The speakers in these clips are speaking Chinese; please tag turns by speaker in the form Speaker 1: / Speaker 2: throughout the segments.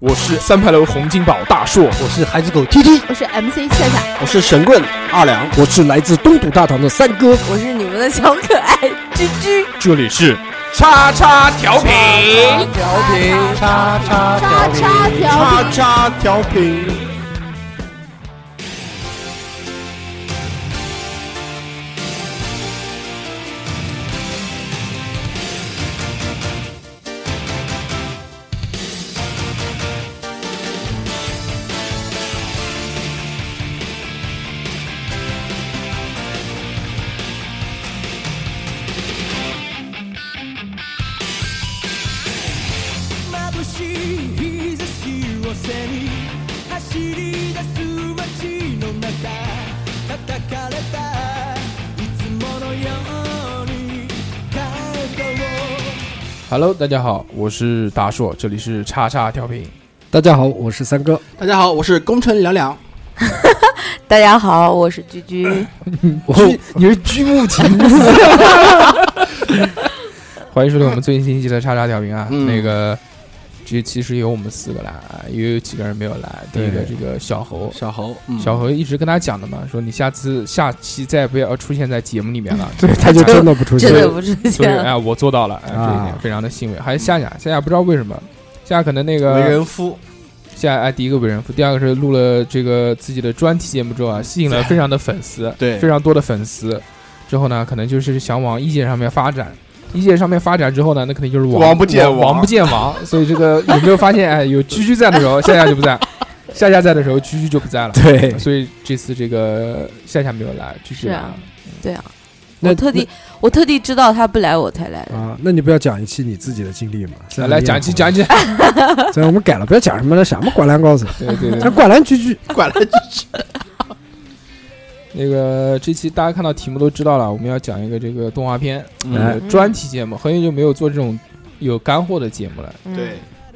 Speaker 1: 我是三牌楼洪金宝大硕，
Speaker 2: 我是孩子狗 T T，
Speaker 3: 我是 MC 夏夏，
Speaker 2: 我是神棍二两，我是来自东土大唐的三哥。
Speaker 3: 我是你们的小可爱芝芝。
Speaker 1: 这里是叉叉调频，
Speaker 2: 调频，叉叉
Speaker 3: 叉叉调
Speaker 2: 叉叉调频。
Speaker 4: 眩しい日差しを背に走り出す街の中叩かれたいつものようにカード を
Speaker 1: Hello，大家好，我是大硕，这里是叉叉调频。
Speaker 2: 大家好，我是三哥。
Speaker 5: 大家好，我是工程两两。
Speaker 3: 大家好，我是居居。
Speaker 2: 我哦你是居木琴子，
Speaker 1: 欢迎收听我们最新一期的叉叉调频啊！
Speaker 5: 嗯
Speaker 1: 那个，这其实有我们四个来，啊，也有几个人没有来。第一个这个小猴，
Speaker 5: 小猴，嗯
Speaker 1: 小猴一直跟他讲的嘛，说你下次下期再不要出现在节目里 面了。
Speaker 2: 对，他就真的不出现
Speaker 3: 真
Speaker 1: 真
Speaker 3: 的
Speaker 1: 的
Speaker 2: 了。
Speaker 3: 不出
Speaker 1: 所以
Speaker 3: 现了，
Speaker 1: 哎，我做到了，哎，这一点
Speaker 2: 啊
Speaker 1: 非常的欣慰。还有夏夏，夏夏不知道为什么，夏夏可能那个
Speaker 5: 为人夫，
Speaker 1: 夏哎，第一个为人夫，第二个是录了这个自己的专题节目之后啊，吸引了非常的粉丝，
Speaker 5: 对
Speaker 1: 非常多的粉丝。之后呢，可能就是想往一姐上面发展，一姐上面发展之后呢，那肯定就是王
Speaker 5: 王不见
Speaker 1: 王，
Speaker 5: 王
Speaker 1: 不见王。所以这个有没有发现？哎，有居居在的时候，夏夏就不在；夏夏在的时候，居居就不在了。
Speaker 2: 对，
Speaker 1: 所以这次这个夏夏没有来，居居
Speaker 3: 是
Speaker 1: 来
Speaker 3: 啊
Speaker 1: 了。
Speaker 3: 对啊，
Speaker 2: 那
Speaker 3: 我特地我特地知道他不来我才来的。
Speaker 2: 啊，那你不要讲一期你自己的经历嘛？
Speaker 1: 来来讲一期，讲一 期。
Speaker 2: 所以我们改了，不要讲什么了，什么灌篮高手，
Speaker 1: 对对
Speaker 2: 那
Speaker 1: 对，
Speaker 2: 灌篮狙击，
Speaker 5: 管了
Speaker 1: 那个这期大家看到题目都知道了，我们要讲一个这个动画片。
Speaker 2: 哎
Speaker 5: 嗯
Speaker 1: 呃，专题节目，很久就没有做这种有干货的节目了，
Speaker 3: 嗯
Speaker 5: 对，，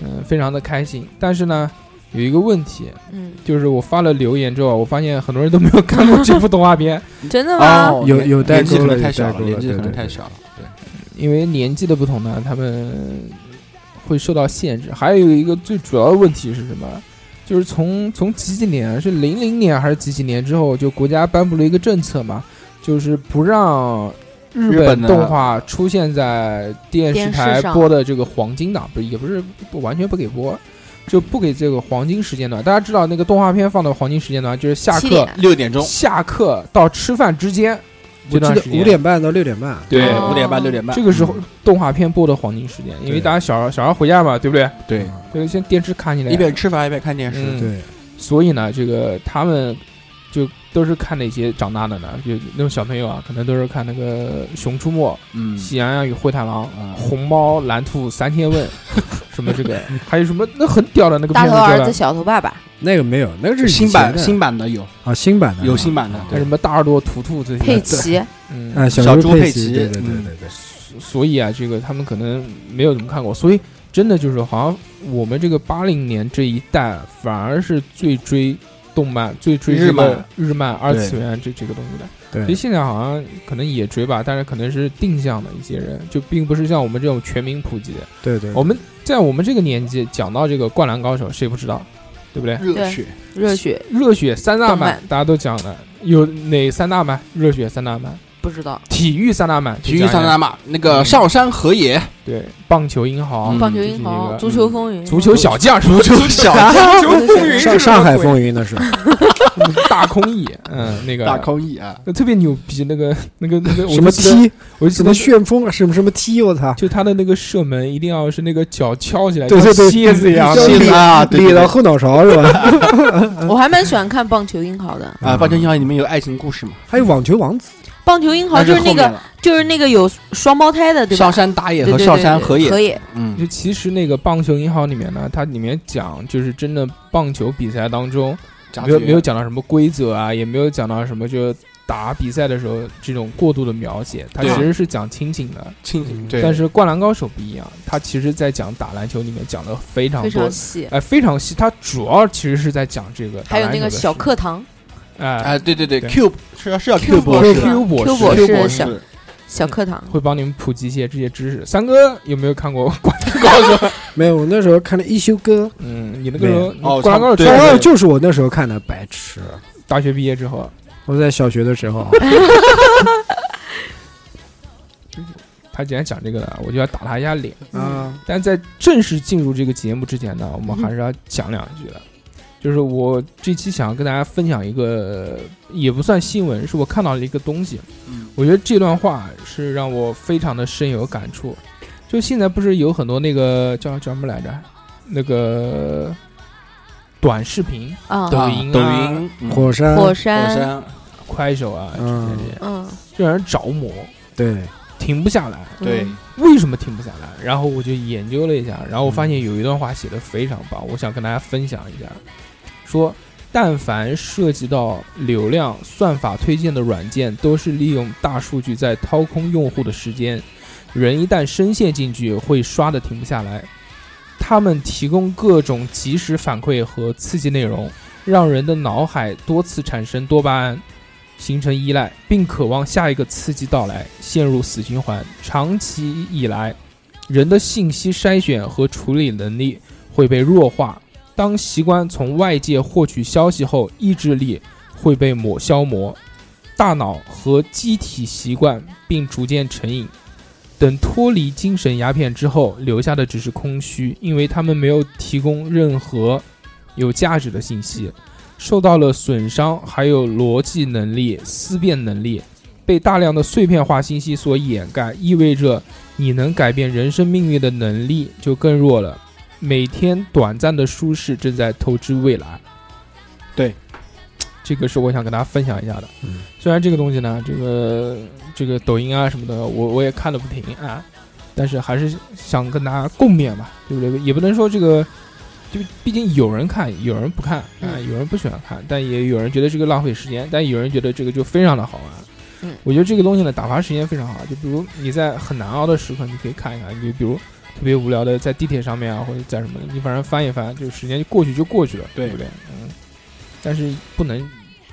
Speaker 1: 嗯、非常的开心。但是呢，有一个问题，
Speaker 3: 嗯，
Speaker 1: 就是我发了留言之后，我发现很多人都没有看过这部动画片，
Speaker 3: 真的吗？
Speaker 1: 啊
Speaker 5: 哦，
Speaker 2: 有有代
Speaker 5: 年纪
Speaker 2: 沟
Speaker 5: 可
Speaker 2: 了
Speaker 5: 能太小
Speaker 2: 有代
Speaker 5: 了，
Speaker 2: 沟了
Speaker 5: 年纪可
Speaker 2: 对
Speaker 5: 能
Speaker 2: 对
Speaker 5: 太
Speaker 2: 对
Speaker 5: 小了。对，
Speaker 1: 因为年纪的不同呢，他们会受到限制。还有一个最主要的问题是什么？就是从从几几年，是零零年还是几几年之后，就国家颁布了一个政策嘛，就是不让日
Speaker 5: 日本
Speaker 1: 本
Speaker 5: 的
Speaker 1: 动画出现在电视
Speaker 3: 电视
Speaker 1: 台
Speaker 3: 上
Speaker 1: 播的这个黄金档，不是也不是不完全不给播，就不给这个黄金时间段。大家知道那个动画片放到黄金时间段，就是下
Speaker 3: 七
Speaker 1: 课
Speaker 3: 点
Speaker 5: 六点钟，
Speaker 1: 下课到吃饭之间
Speaker 2: 我
Speaker 1: 这段
Speaker 2: 记
Speaker 1: 时
Speaker 2: 得
Speaker 1: 间
Speaker 2: 五。点半到六点半，
Speaker 5: 对，
Speaker 3: 哦
Speaker 5: 五点半六点半，
Speaker 1: 这个时候动画片播的黄金时间，因为
Speaker 2: 对
Speaker 1: 大家小孩小孩回家嘛，对不对？
Speaker 5: 对，
Speaker 1: 就是先电视看起来，
Speaker 5: 一边吃饭一边看电视。
Speaker 1: 嗯，
Speaker 2: 对，
Speaker 1: 所以呢，这个他们就都是看那些长大的呢，就那种小朋友啊，可能都是看那个《熊出没》
Speaker 5: 嗯
Speaker 1: 《喜羊羊与灰太狼》
Speaker 5: 啊
Speaker 1: 红猫蓝兔三千问》什么这个，还有什么那很屌的那个片
Speaker 3: 大
Speaker 1: 子
Speaker 3: 头
Speaker 1: 对
Speaker 3: 儿子
Speaker 1: 吧？
Speaker 3: 小头爸爸，
Speaker 2: 那个没有，那个是以
Speaker 5: 新
Speaker 2: 前
Speaker 5: 版
Speaker 2: 的
Speaker 5: 新版的有
Speaker 2: 啊，新版的
Speaker 5: 有新版的，
Speaker 1: 还有
Speaker 5: 对
Speaker 1: 什么大耳朵图图这些
Speaker 3: 佩
Speaker 1: 对
Speaker 3: 奇，
Speaker 1: 嗯
Speaker 2: 啊，
Speaker 5: 小
Speaker 2: 猪
Speaker 5: 猪
Speaker 2: 佩
Speaker 5: 佩奇
Speaker 2: 对对对
Speaker 5: 嗯
Speaker 2: 对对，
Speaker 1: 所以啊，这个他们可能没有怎么看过，所以真的就是好像我们这个八零年这一代，反而是最追动漫、最追这个日漫、二次元这这个东西的。
Speaker 2: 对
Speaker 1: 其实现在好像可能也追吧，但是可能是定向的一些人，就并不是像我们这种全民普及的。
Speaker 2: 对对，
Speaker 1: 我们在我们这个年纪讲到这个《灌篮高手》，谁不知道，对不对？
Speaker 5: 热
Speaker 3: 对
Speaker 5: 血，
Speaker 3: 热血
Speaker 1: 热血三大
Speaker 3: 动
Speaker 1: 漫
Speaker 3: 漫
Speaker 1: 大家都讲的，有哪三大漫？热血三大漫，
Speaker 3: 不知道，
Speaker 1: 体育三大漫，
Speaker 5: 体育三大
Speaker 1: 漫，
Speaker 5: 妈，那个上山河 野，
Speaker 1: 对，棒球英豪，
Speaker 5: 嗯
Speaker 3: 棒球
Speaker 1: 这是
Speaker 3: 英
Speaker 1: 一个
Speaker 3: 豪，足球风云，
Speaker 1: 足球小将是
Speaker 5: 足
Speaker 1: 不 是？
Speaker 5: 球 小
Speaker 1: 足球风云
Speaker 2: 啊上上海
Speaker 1: 云
Speaker 2: 风云那是，
Speaker 1: 大空翼，嗯，那个
Speaker 5: 大空翼啊，
Speaker 1: 那特别牛逼，那个那个那个
Speaker 2: 什么，
Speaker 1: 我就记得
Speaker 2: 踢，
Speaker 1: 我就记
Speaker 2: 什
Speaker 1: 得
Speaker 2: 么旋风，啊什么什么踢，我操！
Speaker 1: 就他的那个射门一定要是那个脚翘起来，
Speaker 2: 对对对
Speaker 1: 哎像蝎子一样
Speaker 2: 像
Speaker 5: 蝎
Speaker 1: 的。
Speaker 5: 子啊，对
Speaker 2: 理
Speaker 5: 对
Speaker 2: 到
Speaker 5: 对
Speaker 2: 后脑勺是吧？
Speaker 3: 我还蛮喜欢看棒球英豪的。
Speaker 5: 啊，棒球英豪里面有爱情故事嘛？
Speaker 2: 还有网球王子，
Speaker 3: 棒球英豪哦就是那
Speaker 5: 后面
Speaker 3: 个
Speaker 5: 了
Speaker 3: 就是那个有双胞胎的，对吧
Speaker 5: 上？山打野
Speaker 3: 对
Speaker 5: 和
Speaker 3: 对
Speaker 5: 上
Speaker 3: 对，
Speaker 5: 山河野，
Speaker 3: 河野，
Speaker 5: 嗯
Speaker 1: 就其实那个棒球银行里面呢，它里面讲就是真的棒球比赛当中，没有没有讲到什么规则啊，也没有讲到什么就打比赛的时候这种过度的描写，它
Speaker 5: 对
Speaker 1: 其实是讲亲情的。
Speaker 5: 亲，对，
Speaker 1: 但是《灌篮高手》不一样，他其实在讲打篮球里面讲的非常
Speaker 3: 非
Speaker 1: 多
Speaker 3: 常，细。
Speaker 1: 哎，非常细。他主要其实是在讲这个，
Speaker 3: 还有那个小
Speaker 1: 克，
Speaker 3: 课堂，
Speaker 1: 哎
Speaker 5: 啊，对对对
Speaker 1: 对
Speaker 5: ，Cube 是要是要
Speaker 3: Cube
Speaker 5: Cube 博
Speaker 3: 博
Speaker 5: 士
Speaker 3: 士
Speaker 5: 的
Speaker 1: ，Q 博
Speaker 3: Q
Speaker 1: 士，
Speaker 3: 博士
Speaker 5: 博
Speaker 3: 小
Speaker 5: 士，
Speaker 3: 小课堂，
Speaker 1: 会帮你们普及一些这些知识。三哥有没有看过《灌篮高手》？
Speaker 2: 没有，我那时候看的《一休哥》，
Speaker 1: 嗯，你那个时候
Speaker 2: 没
Speaker 5: 有
Speaker 1: 《灌篮高手》
Speaker 5: 对
Speaker 2: 当
Speaker 5: 对
Speaker 2: 然
Speaker 5: 对
Speaker 2: 就是我那时候看的，白痴！
Speaker 1: 大学毕业之后，
Speaker 2: 我在小学的时 候，
Speaker 1: 他既然讲这个了，我就要打他一下脸。
Speaker 2: 啊，
Speaker 1: 但在正式进入这个节目之前呢，我们还是要讲两句的。就是我这期想要跟大家分享一个，也不算新闻，是我看到了一个东西。
Speaker 5: 嗯
Speaker 1: 我觉得这段话是让我非常的深有感触。就现在不是有很多那个叫叫什么来着？那个短视频、
Speaker 3: 啊，
Speaker 1: 抖
Speaker 5: 啊
Speaker 1: 音啊
Speaker 5: 抖音、嗯
Speaker 2: 火山，
Speaker 3: 火
Speaker 5: 火
Speaker 3: 山，
Speaker 5: 山，
Speaker 1: 快手啊，
Speaker 2: 嗯
Speaker 1: 这些
Speaker 3: 嗯，
Speaker 1: 就让人着魔，
Speaker 2: 对，
Speaker 1: 停不下来。
Speaker 5: 对，
Speaker 3: 嗯
Speaker 1: 为什么停不下来？然后我就研究了一下，然后我发现有一段话写的非常棒，我想跟大家分享一下，说。但凡涉及到流量、算法推荐的软件，都是利用大数据在掏空用户的时间。人一旦深陷进去，会刷的停不下来。他们提供各种及时反馈和刺激内容，让人的脑海多次产生多巴胺，形成依赖，并渴望下一个刺激到来，陷入死循环。长期以来，人的信息筛选和处理能力会被弱化。当习惯从外界获取消息后，意志力会被抹消磨，大脑和机体习惯并逐渐成瘾。等脱离精神鸦片之后，留下的只是空虚，因为他们没有提供任何有价值的信息，受到了损伤，还有逻辑能力、思辨能力被大量的碎片化信息所掩盖，意味着你能改变人生命运的能力就更弱了。每天短暂的舒适正在透支未来。
Speaker 5: 对，
Speaker 1: 这个是我想跟大家分享一下的。
Speaker 2: 嗯
Speaker 1: 虽然这个东西呢，这个这个抖音啊什么的，我我也看的不停啊，但是还是想跟大家共勉吧，对不对？也不能说这个，就毕竟有人看，有人不看啊，
Speaker 3: 嗯
Speaker 1: 有人不喜欢看，但也有人觉得这个浪费时间，但有人觉得这个就非常的好玩。
Speaker 3: 嗯
Speaker 1: 我觉得这个东西呢，打发时间非常好。就比如你在很难熬的时刻，你可以看一看；就比如特别无聊的，在地铁上面啊，或者在什么的，你反正翻一翻，就时间就过去就过去了，
Speaker 5: 对
Speaker 1: 不对？嗯，但是不能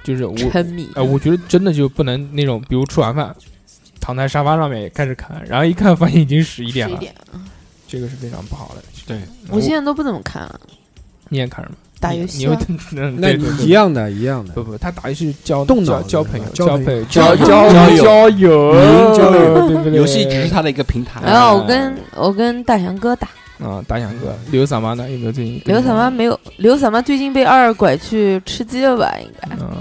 Speaker 1: 就是我
Speaker 3: 沉迷
Speaker 1: 哎、，我觉得真的就不能那种，比如吃完饭，躺在沙发上面也开始看，然后一看发现已经十一点啊
Speaker 3: 一
Speaker 1: 了，
Speaker 3: 点，啊
Speaker 1: 这个是非常不好的。
Speaker 5: 对，
Speaker 3: 我现在都不怎么看了，
Speaker 1: 你也看什么？
Speaker 3: 打
Speaker 1: 你
Speaker 3: 游戏
Speaker 1: 你会
Speaker 3: 啊，
Speaker 1: 嗯
Speaker 2: 那
Speaker 1: 对
Speaker 2: 你
Speaker 1: 对对
Speaker 2: 一样的，一样的，
Speaker 1: 不不，他打游戏交
Speaker 2: 动脑
Speaker 1: 交
Speaker 2: 子
Speaker 1: 交朋友，
Speaker 2: 交朋
Speaker 1: 朋
Speaker 2: 友
Speaker 1: 友，交
Speaker 5: 交
Speaker 1: 交
Speaker 5: 友
Speaker 1: 交友
Speaker 2: 嗯交友
Speaker 1: 对不对？
Speaker 5: 游戏只是他的一个平台。
Speaker 3: 然哎后我跟我跟大翔哥打，
Speaker 1: 啊，打响哥，刘三妈呢？有没有最近？
Speaker 3: 刘三妈，没有，刘三妈最近被二拐去吃鸡了吧？应该
Speaker 1: 嗯，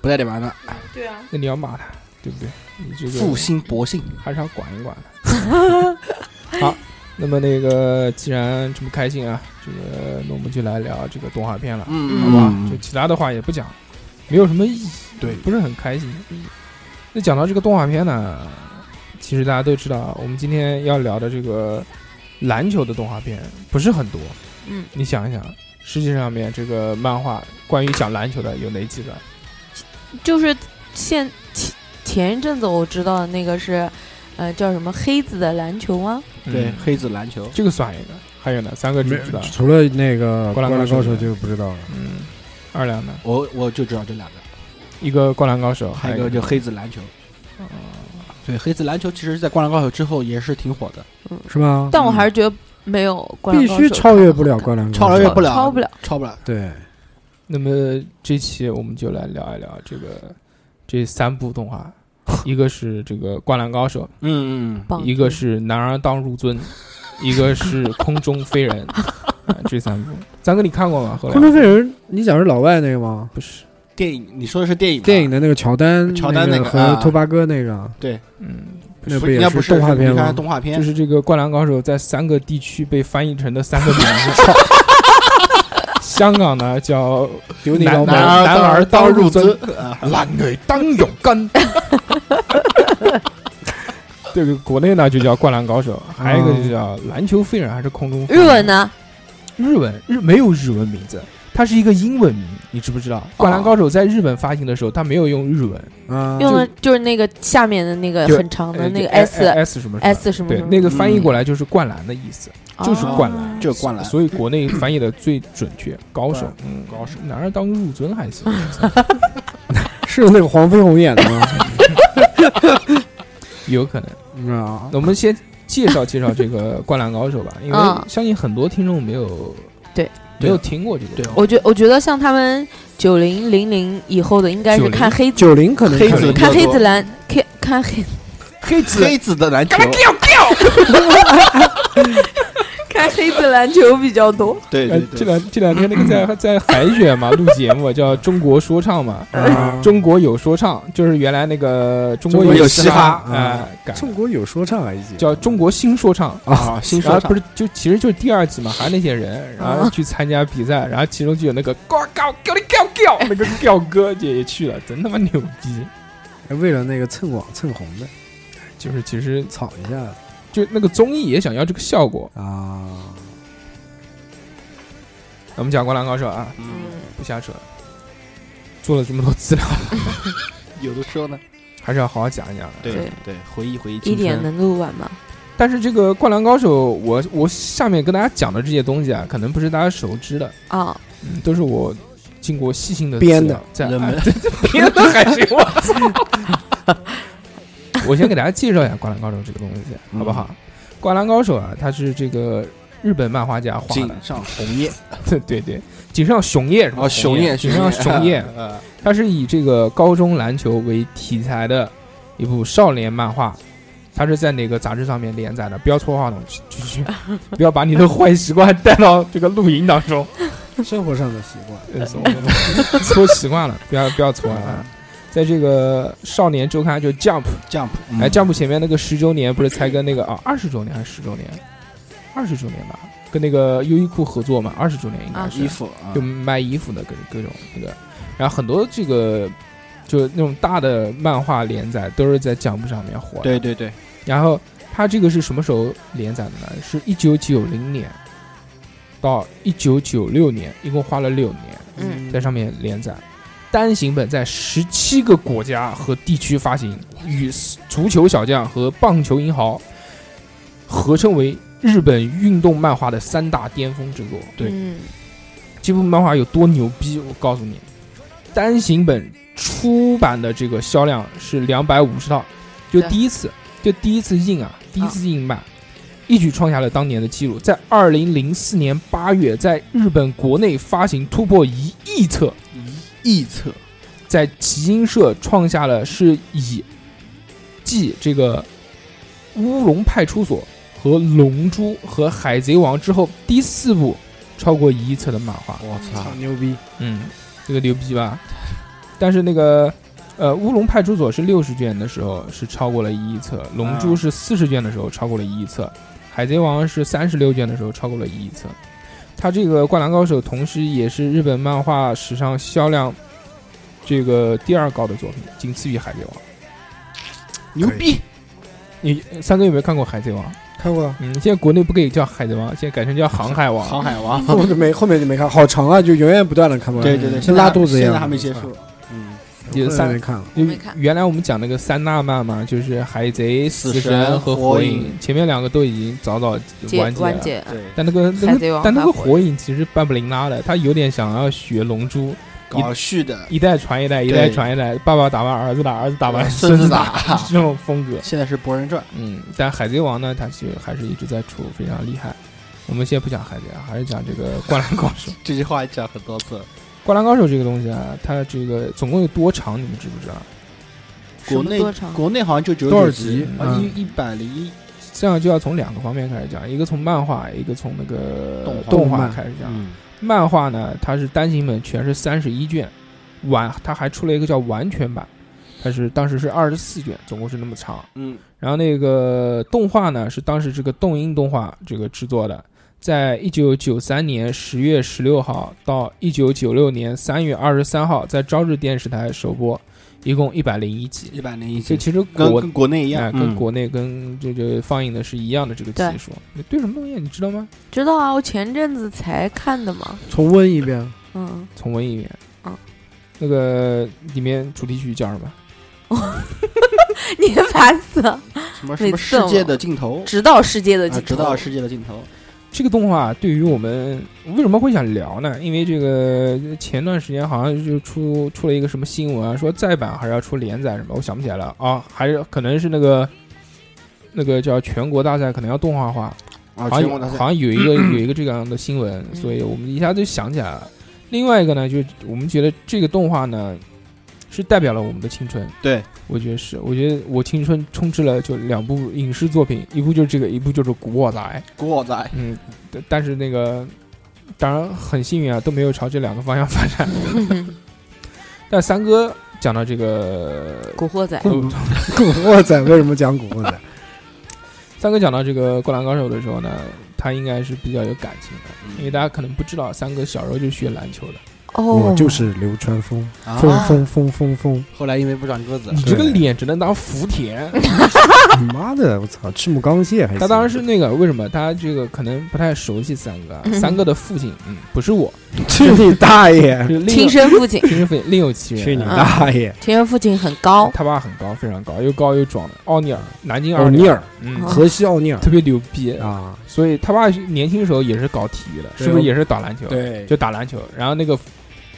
Speaker 5: 不带点玩了，
Speaker 3: 对啊，
Speaker 1: 那你要骂他，对不对？你这个
Speaker 5: 复兴博信，
Speaker 1: 还是要管一管 的。好，那么那个既然这么开心啊，这个那我们就来聊这个动画片了，
Speaker 5: 嗯
Speaker 1: 好吧？就其他的话也不讲，没有什么意义，
Speaker 5: 对
Speaker 1: 不是很开心。那讲到这个动画片呢，其实大家都知道啊，我们今天要聊的这个篮球的动画片不是很多。
Speaker 3: 嗯，
Speaker 1: 你想一想，世界上面这个漫画关于讲篮球的有哪几个？
Speaker 3: 就是现前前一阵子我知道的那个是，呃，叫什么黑子的篮球吗？
Speaker 5: 对
Speaker 1: 嗯，
Speaker 5: 黑子篮球，
Speaker 1: 这个算一个，还有呢，三个知
Speaker 2: 没
Speaker 1: 不知道？
Speaker 2: 除了那个《
Speaker 1: 灌
Speaker 2: 灌
Speaker 1: 篮
Speaker 2: 篮
Speaker 1: 高手
Speaker 2: 高手》就不知道了。
Speaker 1: 嗯，二两呢？
Speaker 5: 我我就知道这两个，
Speaker 1: 一个灌篮高手，
Speaker 5: 还有
Speaker 1: 一
Speaker 5: 一个
Speaker 1: 个
Speaker 5: 就黑子篮球。
Speaker 1: 哦
Speaker 5: 对，黑子篮球其实，在《灌篮高手》之后也是挺火的，
Speaker 2: 是吗？
Speaker 3: 但我还是觉得没有灌篮
Speaker 2: 必
Speaker 3: 高手
Speaker 2: 须超越不了
Speaker 3: 看得好
Speaker 2: 灌篮高手，
Speaker 5: 超越不了，
Speaker 3: 超不了，
Speaker 5: 超不了。
Speaker 2: 对，
Speaker 1: 那么这期我们就来聊一聊这个这三部动 画，一个是这个《灌篮高手
Speaker 5: 嗯嗯》，
Speaker 3: 棒
Speaker 1: 一个是《男儿当入樽》，一个是《空中飞人》 啊，这三部。三哥，你看过吗？后
Speaker 2: 《
Speaker 1: 来
Speaker 2: 空中飞人》，你讲是老外那个吗？
Speaker 1: 不是，
Speaker 5: 嗯，电影，你说的是电影吧？
Speaker 2: 电影的那个乔丹，
Speaker 5: 啊乔丹
Speaker 2: 那
Speaker 5: 那个
Speaker 2: 和
Speaker 5: 啊
Speaker 2: 托巴哥那个，
Speaker 1: 嗯，
Speaker 2: 那
Speaker 5: 不
Speaker 2: 不也
Speaker 5: 那不
Speaker 2: 是动画片
Speaker 5: 你看
Speaker 2: 吗
Speaker 5: 看？动画
Speaker 1: 就
Speaker 5: 片，
Speaker 1: 是这个《灌篮高手》在三个地区被翻译成的三个名字。 香港呢叫
Speaker 2: 有你
Speaker 1: 男
Speaker 2: 老
Speaker 1: 男
Speaker 2: 板，
Speaker 1: 男儿当入樽
Speaker 5: 啊，
Speaker 1: 男女当勇敢。 这个国内呢就叫《灌篮高手》，还有一个就叫《篮球飞人》，还是空中飞
Speaker 3: 日
Speaker 1: 人
Speaker 3: 文？呢？
Speaker 1: 日文日没有日文名字，它是一个英文名，你知不知道？《灌篮高手》在日本发行的时候，它没有用日文，
Speaker 2: 啊，
Speaker 3: 用的就是那个下面的那个
Speaker 1: 嗯就
Speaker 3: 很长的
Speaker 1: 呃
Speaker 3: 那个
Speaker 1: 就 S S
Speaker 3: S
Speaker 1: 嗯什么什么
Speaker 3: S 什么
Speaker 1: 对
Speaker 3: 什，么，
Speaker 1: 那个翻译过来就是灌篮的意思，就是
Speaker 3: 哦
Speaker 1: 灌篮
Speaker 5: 就是 灌篮。
Speaker 1: 所以国内翻译的最准确。高手
Speaker 5: 对，
Speaker 1: 嗯，
Speaker 5: 高手，
Speaker 1: 男儿当入樽还 行。
Speaker 2: 是那个黄飞鸿演的吗？
Speaker 1: 有可能。
Speaker 5: 嗯啊
Speaker 1: 那， 我们先介绍介绍这个《灌篮高 手》吧，因为
Speaker 3: 嗯
Speaker 1: 相信很多听众没有
Speaker 3: 对
Speaker 1: 没有听过这个。
Speaker 5: 对
Speaker 3: 我觉我觉得像他们九零零零以后的，应该是
Speaker 1: 90
Speaker 3: 看黑子
Speaker 2: 九零可能
Speaker 5: 黑
Speaker 2: 看
Speaker 5: 子
Speaker 2: 了
Speaker 5: 比较
Speaker 3: 看黑
Speaker 5: 多
Speaker 3: 子篮，看看黑
Speaker 5: 黑子黑子的篮球，
Speaker 3: 看黑子篮球比较多。
Speaker 5: 对
Speaker 1: 呃
Speaker 5: 对
Speaker 1: 这
Speaker 5: 对，
Speaker 1: 两这两天那个 在在海选嘛录节目叫《中国说唱》 嘛，
Speaker 2: 啊
Speaker 1: 中国有说唱，就是原来那个嗯中国
Speaker 2: 中国有
Speaker 1: 嘻
Speaker 5: 嘻哈
Speaker 1: 啊，哎改
Speaker 2: 中国有说唱啊，已经
Speaker 1: 叫中国新说唱。
Speaker 5: 啊，新
Speaker 1: 然
Speaker 5: 说
Speaker 1: 后
Speaker 5: 唱
Speaker 1: 不是就其实就是第二季嘛，还有那些人，
Speaker 3: 嗯
Speaker 1: 然后去参加比赛，然后其中就有那个高高高的高 高那个高哥也也去了，真他妈牛逼！
Speaker 2: 为了那个蹭网蹭红的，
Speaker 1: 就是其实
Speaker 2: 炒一下
Speaker 1: 就那个综艺也想要这个效果。
Speaker 2: 啊。
Speaker 1: 我们讲《灌篮高手》啊，
Speaker 5: 嗯，
Speaker 1: 不瞎扯，做了这么多资料，
Speaker 5: 有的时候呢，
Speaker 1: 还是要好好讲一讲的。
Speaker 5: 对
Speaker 3: 对
Speaker 5: 对，回忆回忆
Speaker 3: 一
Speaker 5: 青
Speaker 3: 点
Speaker 5: 春，
Speaker 3: 能录完吗？
Speaker 1: 但是这个《灌篮高手》，我我下面跟大家讲的这些东西啊，可能不是大家熟知的，
Speaker 3: 啊，
Speaker 1: 嗯，都是我经过细心的
Speaker 2: 编的，
Speaker 1: 在啊
Speaker 5: 冷门
Speaker 1: 编的还行，我操！我先给大家介绍一下《灌篮高手》这个东西，好不好？灌篮高手》啊，它是这个日本漫画家画的，
Speaker 5: 井上红叶
Speaker 1: 对 对对，井上哦雄彦是吧？
Speaker 5: 啊，熊叶
Speaker 1: 井上雄彦，
Speaker 5: 呃，
Speaker 1: 它是以这个高中篮球为题材的一部少年漫画，它是在哪个杂志上面连载的？不要戳话筒，去去去，不要把你的坏习惯带到这个录音当中，
Speaker 2: 生活上的习惯，
Speaker 1: 呃错戳习惯了，不要不要戳啊！在这个少年周刊就 Jump，
Speaker 5: Jump，
Speaker 1: 哎
Speaker 5: 嗯
Speaker 1: ，Jump 前面那个十周年不是才跟那个啊二十周年还是十周年，二十周年吧，跟那个优衣库合作嘛，二十周年应该是
Speaker 5: 衣服啊
Speaker 1: 就，卖衣服的各各种那个，然后很多这个就那种大的漫画连载都是在讲部上面火的。
Speaker 5: 对对对，
Speaker 1: 然后它这个是什么时候连载的呢？是一九九零年到一九九六年，一共花了六年
Speaker 3: 嗯，
Speaker 1: 在上面连载。单行本在十七个国家和地区发行，与足球小将和棒球英豪合称为日本运动漫画的三大巅峰之作。对
Speaker 3: 嗯
Speaker 1: 这部漫画有多牛逼，我告诉你，单行本出版的这个销量是两百五十套，就
Speaker 3: 对
Speaker 1: 第一次，就第一次印啊，第一次印版，一举创下了当年的记录，在二零零四年八月，在日本国内发行突破一亿册，
Speaker 5: 嗯一册
Speaker 1: 在集英社创下了是以继这个《乌龙派出所》和《龙珠》和《海贼王》之后第四部超过一亿册的漫画。
Speaker 5: 我操
Speaker 2: 操，牛逼！
Speaker 1: 嗯，这个牛逼吧？但是那个呃，《乌龙派出所》是六十卷的时候是超过了一亿册，《龙珠》
Speaker 5: 啊
Speaker 1: 是四十卷的时候超过了一亿册，海贼王》是三十六卷的时候超过了一亿册。它这个《灌篮高手》同时也是日本漫画史上销量这个第二高的作品，仅次于《海贼王》。
Speaker 5: 牛逼，
Speaker 1: 你三哥有没有看过《海贼王》？
Speaker 2: 看过啊，
Speaker 1: 嗯，现在国内不给叫《海贼王》，现在改成叫《航海王》。
Speaker 5: 航海王，
Speaker 2: 我就没后面就没看，好长啊，就源源不断的看完。
Speaker 5: 对对对，
Speaker 1: 嗯
Speaker 5: 现在
Speaker 2: 拉肚子一样
Speaker 5: 现在还没结束，嗯，
Speaker 1: 有
Speaker 2: 后
Speaker 1: 三
Speaker 2: 面看了，
Speaker 1: 因
Speaker 3: 没
Speaker 1: 为
Speaker 3: 看
Speaker 1: 原来我们讲那个三大漫嘛，就是海贼、
Speaker 5: 死
Speaker 1: 死
Speaker 5: 神
Speaker 1: 和
Speaker 5: 火
Speaker 1: 火
Speaker 5: 影
Speaker 1: 影，前面两个都已经早早
Speaker 3: 结
Speaker 1: 完结
Speaker 3: 完
Speaker 1: 了。
Speaker 3: 结，
Speaker 5: 对，
Speaker 1: 但那个那
Speaker 3: 海贼
Speaker 1: 个
Speaker 3: 王
Speaker 1: 但那个
Speaker 3: 还火
Speaker 1: 火影其实半不灵拉的，他有点想要学龙珠，
Speaker 5: 搞续的，
Speaker 1: 一代传一代，一
Speaker 5: 对
Speaker 1: 代传一代，爸爸打完儿子打，儿子打完
Speaker 5: 孙
Speaker 1: 子
Speaker 5: 子
Speaker 1: 打，
Speaker 5: 打，
Speaker 1: 这种风格。
Speaker 5: 现在是《博人传
Speaker 1: 嗯，但海贼王呢，它其实还是一直在出，非常厉害。我们先不讲海贼啊，还是讲这个灌篮高手。》
Speaker 5: 这句话讲很多次，
Speaker 1: 灌篮高手这个东西啊，它这个总共有多长，你们知不知道？
Speaker 3: 什
Speaker 5: 国
Speaker 3: 么
Speaker 5: 内
Speaker 3: 多长？
Speaker 5: 国内好像就九十
Speaker 2: 多少
Speaker 5: 集
Speaker 2: 集
Speaker 5: 啊，
Speaker 1: 嗯
Speaker 5: 一一百零一，
Speaker 1: 这样就要从两个方面开始讲，一个从漫画，一个从那个
Speaker 5: 动画
Speaker 1: 动
Speaker 2: 动
Speaker 1: 画
Speaker 2: 漫
Speaker 1: 开始讲。
Speaker 5: 嗯，
Speaker 1: 漫画呢，它是单行本全是三十一卷，完它还出了一个叫完全版，它是当时是二十四卷，总共是那么长。
Speaker 5: 嗯，
Speaker 1: 然后那个动画呢，是当时这个动音动画这个制作的，在一九九三年十月十六号到一九九六年三月二十三号，在朝日电视台首播，一共一百零一集。
Speaker 5: 一百零一
Speaker 1: 这
Speaker 5: 集，
Speaker 1: 其实
Speaker 5: 跟
Speaker 1: 国
Speaker 5: 跟国内一
Speaker 1: 哎，
Speaker 5: 样，
Speaker 1: 跟
Speaker 5: 嗯
Speaker 1: 国内跟这个放映的是一样的这个技术。你对什么东西你知道吗？
Speaker 3: 知道啊，我前阵子才看的嘛。
Speaker 2: 重温一遍。
Speaker 3: 嗯，
Speaker 1: 重温一遍。
Speaker 3: 嗯，
Speaker 1: 那个里面主题曲叫什么？
Speaker 3: 你烦死了！
Speaker 5: 什么什么世界的尽头，
Speaker 3: 直到世界的
Speaker 5: 啊
Speaker 3: 尽头，
Speaker 5: 直到世界的尽头，
Speaker 1: 这个动画对于我们为什么会想聊呢？因为这个前段时间好像就出出了一个什么新闻啊，说再版还是要出连载什么，我想不起来了啊，还是可能是那个那个叫全国大赛可能要动画化，
Speaker 2: 啊，
Speaker 1: 好
Speaker 2: 全
Speaker 1: 像
Speaker 2: 国大赛
Speaker 1: 好像有一 个有一个这样的新闻，
Speaker 3: 嗯
Speaker 1: 所以我们一下就想起来了。另外一个呢，就是我们觉得这个动画呢，是代表了我们的青春。
Speaker 2: 对，
Speaker 1: 我觉得是，我觉得我青春充斥了就两部影视作品，一部就是这个，一部就是《古惑仔》。
Speaker 2: 国仔，
Speaker 1: 嗯，但但是那个当然很幸运啊，都没有朝这两个方向发 展。但三哥讲到这个，
Speaker 3: 古惑仔，
Speaker 1: 不
Speaker 2: 古惑仔为什么讲古惑仔？
Speaker 1: 三哥讲到这个《灌篮高手》的时候呢，他应该是比较有感情的，
Speaker 2: 嗯
Speaker 1: 因为大家可能不知道，三哥小时候就学篮球的。
Speaker 3: 哦，
Speaker 2: 我就是流川枫，
Speaker 5: 啊
Speaker 2: 风风风风风，
Speaker 5: 后来因为不长个子
Speaker 2: 嗯
Speaker 1: 你，这个脸只能当福田。
Speaker 2: 妈的，我操，赤木刚宪还
Speaker 1: 他当然是
Speaker 2: 行
Speaker 1: 那个为什么？他这个可能不太熟悉三哥啊，三哥的父亲，嗯，不是我，
Speaker 2: 去你大爷，
Speaker 1: 是另
Speaker 3: 亲
Speaker 1: 有
Speaker 3: 生父亲，
Speaker 1: 亲生父亲，另有其人。
Speaker 2: 哎去你
Speaker 1: 啊
Speaker 2: 大爷，
Speaker 3: 亲生父亲很高，
Speaker 1: 他爸很高，非常高，又高又壮的奥尼尔，南京
Speaker 2: 奥
Speaker 1: 奥
Speaker 2: 尼，尔，
Speaker 1: 嗯，
Speaker 3: 哦
Speaker 2: 河西奥尼尔
Speaker 1: 特别牛逼。
Speaker 2: 啊，
Speaker 1: 所以他爸年轻时候也是搞体育的，
Speaker 2: 对
Speaker 1: 是不是也是打篮球？，
Speaker 5: 对，
Speaker 1: 就打篮球。然后那个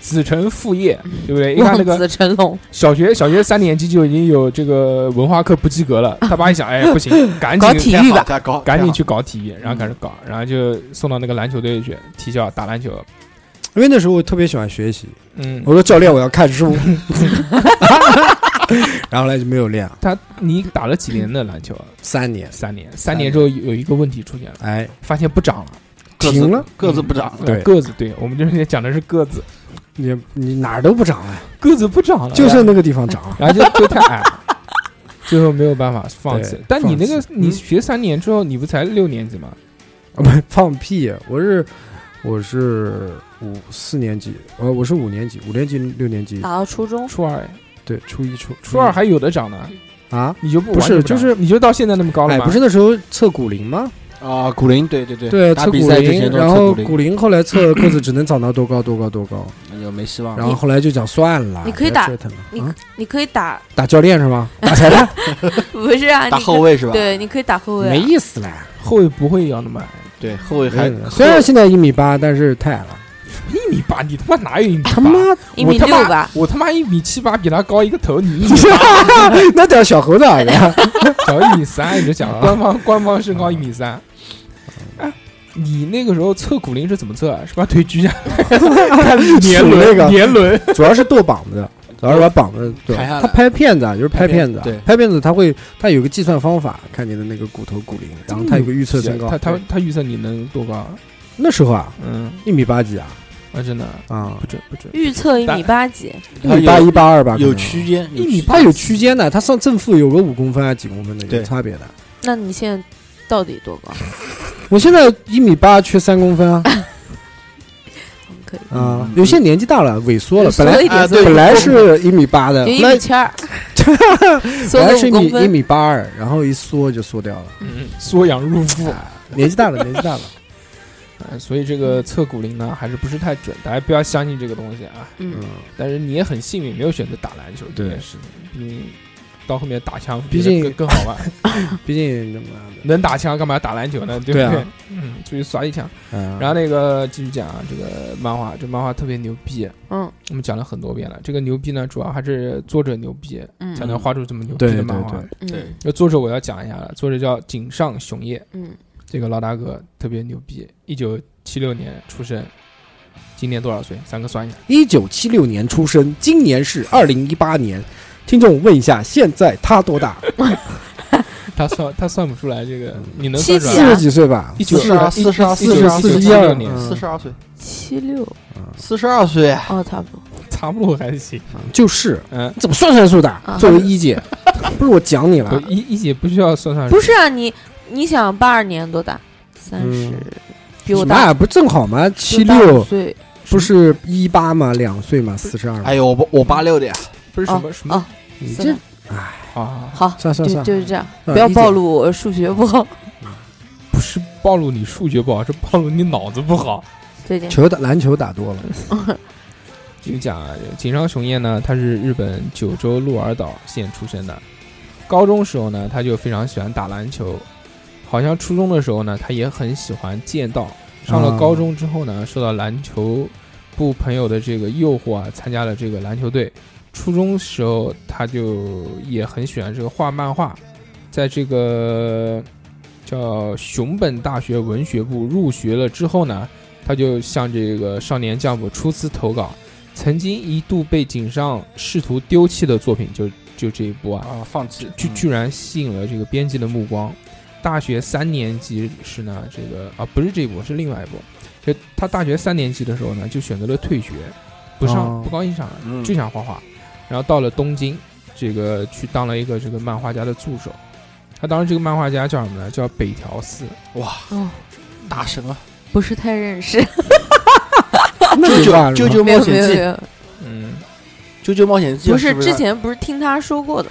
Speaker 1: 子承父业，
Speaker 3: 嗯
Speaker 1: 对不对？哎一看那
Speaker 3: 望
Speaker 1: 个
Speaker 3: 子成龙，
Speaker 1: 小学小学三年级就已经有这个文化课不及格
Speaker 2: 啊
Speaker 1: 了，他爸一想，哎， 不行，赶
Speaker 3: 搞
Speaker 1: 紧
Speaker 3: 体育吧，
Speaker 5: 加高，
Speaker 1: 赶紧
Speaker 5: 挺好
Speaker 1: 去搞体育，
Speaker 2: 嗯
Speaker 1: 然后开始搞，然后就送到那个篮球队去踢校打篮球。
Speaker 2: 因为那时候我特别喜欢学习，
Speaker 1: 嗯，
Speaker 2: 我说教练我要 看书，然后后来就没有练
Speaker 1: 他你打了几年的篮球啊？
Speaker 2: 三年，
Speaker 1: 三年，三年之后有一个问题出现了，
Speaker 2: 哎，
Speaker 1: 发现不长了，
Speaker 5: 个子
Speaker 2: 停了，嗯
Speaker 5: 个子不长，
Speaker 2: 对
Speaker 1: 个子，对我们就是讲的是个子，
Speaker 2: 你你哪儿都不长了，
Speaker 1: 个子不长了，哎
Speaker 2: 就剩那个地方长，
Speaker 1: 然后就就太矮了， 最后没有办法放弃
Speaker 2: 对。
Speaker 1: 但你那个
Speaker 2: 放弃嗯
Speaker 1: 你学三年之后，你不才六年级吗？
Speaker 2: 啊，不是放屁！我是我是五四年级，呃，我是五年级，五年级六年级，
Speaker 3: 打到初中，
Speaker 1: 初二，
Speaker 2: 对，初一初
Speaker 1: 初二
Speaker 2: 一
Speaker 1: 还有的长呢，
Speaker 2: 啊？
Speaker 1: 你就不
Speaker 2: 嗯不是
Speaker 1: 完全长
Speaker 2: 就是
Speaker 1: 你就到现在那么高了
Speaker 2: 哎，
Speaker 1: 吗？
Speaker 2: 不是那时候测骨龄吗？
Speaker 5: 啊，古林，对对对
Speaker 2: 对，
Speaker 5: 打
Speaker 2: 测
Speaker 5: 比
Speaker 2: 骨
Speaker 5: 赛之
Speaker 2: 龄，
Speaker 5: 前都
Speaker 2: 然
Speaker 5: 是
Speaker 2: 后
Speaker 5: 测古哎
Speaker 2: 骨龄后来测个子只能长到多高多高多高，
Speaker 5: 那就没希望
Speaker 2: 然
Speaker 5: 了。
Speaker 2: 后后来就讲算了，
Speaker 3: 你可以
Speaker 2: 不要
Speaker 3: 打
Speaker 2: 折腾了
Speaker 3: 你
Speaker 2: 啊
Speaker 3: 你可以打，
Speaker 2: 打教练是吗？打裁判
Speaker 3: 不是啊，
Speaker 5: 打
Speaker 3: 你
Speaker 5: 后
Speaker 3: 可
Speaker 5: 卫是吧？
Speaker 3: 对，你可以打后卫啊，
Speaker 2: 没意思了。
Speaker 1: 后卫不会一样的嘛？
Speaker 5: 对，后卫还
Speaker 2: 嗯虽然现在一米八，但是太矮了，
Speaker 1: 一米八，你他妈哪有一米八？
Speaker 2: 他 妈
Speaker 3: 一米
Speaker 1: 我他
Speaker 3: 六
Speaker 1: 妈
Speaker 3: 吧，
Speaker 1: 我他妈一米七八，比他高一个头，你一 米
Speaker 2: 那叫小猴子啊矮呀！
Speaker 1: 小一米三，你就讲了官方官方身高一米三。哎，你那个时候测骨龄是怎么测啊？是把腿举起来，看 年
Speaker 2: 数那
Speaker 1: 轮，
Speaker 2: 个
Speaker 1: 年轮，
Speaker 2: 主要是剁膀子，主要是把膀子剁。
Speaker 5: 拍下来
Speaker 2: 他拍片子啊，就是拍片子啊
Speaker 5: 拍片子，
Speaker 2: 拍片子他会他有个计算方法，看你的那个骨头骨龄，然后他有个预测身高。
Speaker 1: 他他
Speaker 2: 对
Speaker 1: 他预测你能多高？
Speaker 2: 那时候啊，
Speaker 1: 嗯，
Speaker 2: 一米八几啊
Speaker 1: 啊，真的
Speaker 2: 啊
Speaker 1: 不，准不准。
Speaker 3: 预测一米
Speaker 1: 打
Speaker 3: 八几，
Speaker 2: 一
Speaker 5: 它
Speaker 2: 米八一八二吧，啊
Speaker 5: 有有
Speaker 2: 区
Speaker 5: 区间，有
Speaker 1: 一米
Speaker 5: 区
Speaker 1: 八
Speaker 2: 他有区间的，他上正负有个五公分啊几公分的有
Speaker 5: 对
Speaker 2: 差别的。
Speaker 3: 那你现在到底多高？
Speaker 2: 我现在一米八缺三公分 啊
Speaker 3: 嗯可以，
Speaker 2: 啊
Speaker 5: 嗯！
Speaker 2: 有些年纪大了萎缩了，
Speaker 3: 缩
Speaker 2: 本来
Speaker 3: 一点
Speaker 5: 啊
Speaker 3: 缩一
Speaker 5: 对
Speaker 2: 本
Speaker 3: 点
Speaker 2: 来是一米八的，
Speaker 3: 有一
Speaker 2: 后来
Speaker 3: 米 七二，缩
Speaker 2: 呃本来
Speaker 3: 了
Speaker 2: 是
Speaker 3: 五
Speaker 2: 一米
Speaker 3: 公
Speaker 2: 一
Speaker 3: 分，
Speaker 2: 米八二，然后一缩就缩掉了。哎
Speaker 1: 嗯，缩阳入腹。
Speaker 2: 年纪大了，年纪大了，
Speaker 1: 呃所以这个测骨龄呢，还是不是太准，大家不要相信这个东西啊。
Speaker 2: 嗯
Speaker 3: 嗯，，
Speaker 1: 但是你也很幸运，没有选择打篮球这
Speaker 2: 对
Speaker 1: 件事情，毕竟到后面打枪，
Speaker 2: 毕竟
Speaker 1: 更更好 玩。
Speaker 2: 毕竟他妈的
Speaker 1: 能打枪干嘛打篮球呢？ 对不
Speaker 2: 对啊
Speaker 1: 对？嗯，出去耍一枪。
Speaker 2: 嗯
Speaker 1: 然后那个继续讲啊，这个漫画，这漫画特别牛逼，
Speaker 3: 嗯
Speaker 1: 我们讲了很多遍了。这个牛逼呢，主要还是作者牛逼，
Speaker 3: 嗯
Speaker 1: 才能画出这么牛逼
Speaker 2: 对
Speaker 1: 的
Speaker 2: 对
Speaker 1: 漫画
Speaker 2: 对。
Speaker 3: 嗯
Speaker 1: 那作者我要讲一下了，作者叫井上雄彦，
Speaker 3: 嗯，
Speaker 1: 这个老大哥特别牛逼，一九七六年出生，今年多少岁？三哥算一下，
Speaker 2: 一九七六年出生，今年是二零一八年。听众问一下，现在他多大？
Speaker 1: 他算他算不出来这个，
Speaker 2: 嗯
Speaker 1: 你能
Speaker 3: 七
Speaker 1: 算
Speaker 3: 几
Speaker 1: 出
Speaker 2: 四
Speaker 1: 来吗？
Speaker 2: 十几岁吧？
Speaker 1: 一九
Speaker 5: 四十二四十二
Speaker 1: 一九
Speaker 2: 四十
Speaker 1: 七
Speaker 2: 一
Speaker 1: 六
Speaker 2: 二
Speaker 1: 年，
Speaker 2: 嗯
Speaker 5: 四十二岁，
Speaker 3: 七六
Speaker 5: 四十二岁，
Speaker 3: 哦，差不多，
Speaker 1: 差不多还行。
Speaker 2: 就是，
Speaker 1: 嗯，
Speaker 2: 你怎么算算数的
Speaker 3: 啊？
Speaker 2: 作为一姐，不是我讲你
Speaker 1: 不
Speaker 2: 了，
Speaker 1: 一一姐不需要算算，
Speaker 3: 不是啊，你你想八二年多大？三十，比我
Speaker 2: 什么
Speaker 3: 大
Speaker 2: 啊？不正好吗？嗯七
Speaker 3: 比我大五
Speaker 2: 六
Speaker 3: 岁
Speaker 2: 不是一八吗？两岁吗？四十二。
Speaker 5: 哎呦，我八我八六的呀，
Speaker 1: 不是什么
Speaker 3: 哦
Speaker 1: 什么
Speaker 3: 哦，
Speaker 2: 你
Speaker 3: 算
Speaker 2: 这
Speaker 3: 了
Speaker 1: 啊，
Speaker 3: 好，
Speaker 2: 算算
Speaker 3: 就
Speaker 2: 算，
Speaker 3: 就是这样，
Speaker 2: 嗯
Speaker 3: 不要
Speaker 2: 一姐
Speaker 3: 暴露我数学不好
Speaker 1: 不是暴露你数学不好，是暴露你脑子不好。
Speaker 3: 这件事。
Speaker 2: 球打篮球打多 了，
Speaker 1: 就讲啊，这个井上雄彦呢，他是日本九州鹿儿岛县出生的。高中时候呢，他就非常喜欢打篮球，好像初中的时候呢，他也很喜欢剑道。上了
Speaker 2: 啊
Speaker 1: 高中之后呢，受到篮球部朋友的这个诱惑啊，参加了这个篮球队。初中时候他就也很喜欢这个画漫画，在这个叫熊本大学文学部入学了之后呢，他就向这个少年将母初次投稿，曾经一度被井上试图丢弃的作品就就这一部啊，
Speaker 5: 啊，放弃
Speaker 1: 居居然吸引了这个编辑的目光。大学三年级时呢，这个啊不是这一部，是另外一部。就他大学三年级的时候呢，就选择了退学，不上、
Speaker 2: 哦
Speaker 1: 不高兴上
Speaker 5: 嗯
Speaker 1: 了，就想画画。然后到了东京，这个去当了一个这个漫画家的助手。他当时这个漫画家叫什么呢？叫北条四。
Speaker 5: 哇，
Speaker 3: 哦，
Speaker 5: 大神啊！
Speaker 3: 不是太认识，
Speaker 2: 那
Speaker 5: 啾
Speaker 2: 就罢
Speaker 5: 啾
Speaker 2: 了
Speaker 5: 啾
Speaker 2: 嘛。
Speaker 5: 啾
Speaker 3: 没有没
Speaker 5: 冒险
Speaker 3: 有
Speaker 5: 记
Speaker 3: 没，有，
Speaker 1: 嗯，
Speaker 5: 啾啾冒险记
Speaker 3: 不
Speaker 5: 是
Speaker 3: 是
Speaker 5: 是
Speaker 3: 之前不是听他说过的，